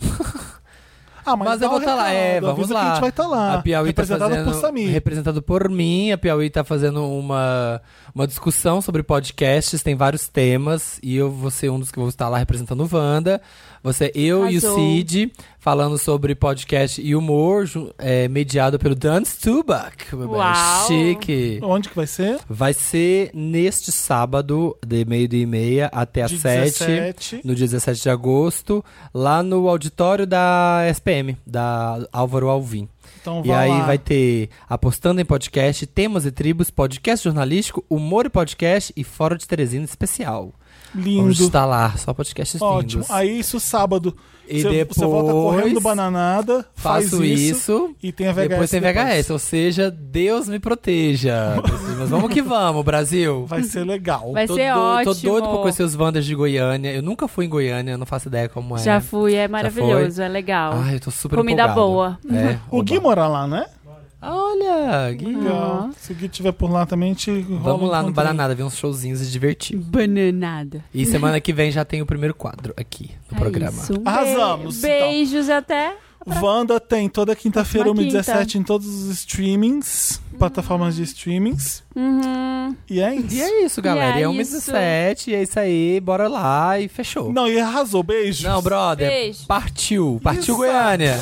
S1: Ah,
S2: Mas, eu
S1: dá
S2: vou
S1: um
S2: estar lá.
S1: recado,
S2: É, vamos
S1: avisa
S2: lá.
S1: Que a gente vai estar lá.
S2: A Piauí tá
S1: representada
S2: fazendo,
S1: Ah, por Samir.
S2: Representado por mim. A Piauí tá fazendo uma, uma discussão sobre podcasts, tem vários temas. E eu vou ser um dos que vou estar lá representando o Wanda. Você, eu e o
S3: Arrasou.
S2: Cid, falando sobre podcast e humor, ju- é, mediado pelo Dan Stubach.
S3: Uau.
S2: Chique.
S1: Onde que vai ser?
S2: Vai ser neste sábado, de meio-dia e meia até às
S1: De
S2: sete
S1: 17.
S2: no dia 17 de agosto, lá no auditório da SPM, da Álvaro Alvim.
S1: Então
S2: E
S1: vai
S2: aí
S1: lá.
S2: vai ter Apostando em Podcast, Temas e Tribos, Podcast Jornalístico, Humor e Podcast e Fora de Teresina Especial. Vamos
S1: Lindo.
S2: estar lá, só podcasts
S1: Ótimo.
S2: lindos.
S1: Aí isso sábado.
S2: E
S1: você,
S2: depois
S1: você volta correndo bananada, faz
S2: faço isso,
S1: e tem a VHS.
S2: depois tem VHS, ou seja, Deus me proteja. Mas vamos que vamos, Brasil.
S1: Vai ser legal.
S3: Vai
S2: Tô
S3: ser
S2: doido-
S3: ótimo.
S2: Tô doido pra conhecer os Wanders de Goiânia. Eu nunca fui em Goiânia, eu não faço ideia como é.
S3: Já fui, é maravilhoso, é legal.
S2: Ai, eu tô super
S3: Comida
S2: empolgado.
S3: boa.
S2: É,
S1: O Gui
S2: oba.
S1: mora lá, né?
S2: Olha,
S3: Uhum.
S2: Gui.
S1: Legal. Se o Gui estiver por lá também, a gente rola um
S2: Vamos lá no
S1: encontro aí.
S2: Bananada ver uns showzinhos e se divertir.
S3: Bananada.
S2: E semana que vem já tem o primeiro quadro aqui no programa.
S3: isso. Um
S1: Arrasamos, então.
S3: be- Beijos e até.
S1: Wanda tem toda quinta-feira,
S3: Na
S1: 1h17, em todos os streamings, plataformas de streamings.
S3: Uhum.
S1: E é isso.
S2: E é isso, galera.
S3: E
S2: E
S3: é
S2: é
S3: isso.
S2: 1h17, e é isso aí. Bora lá e fechou.
S1: Não, e arrasou. Beijo.
S2: Não, brother.
S3: Beijo.
S2: Partiu. Partiu Goiânia.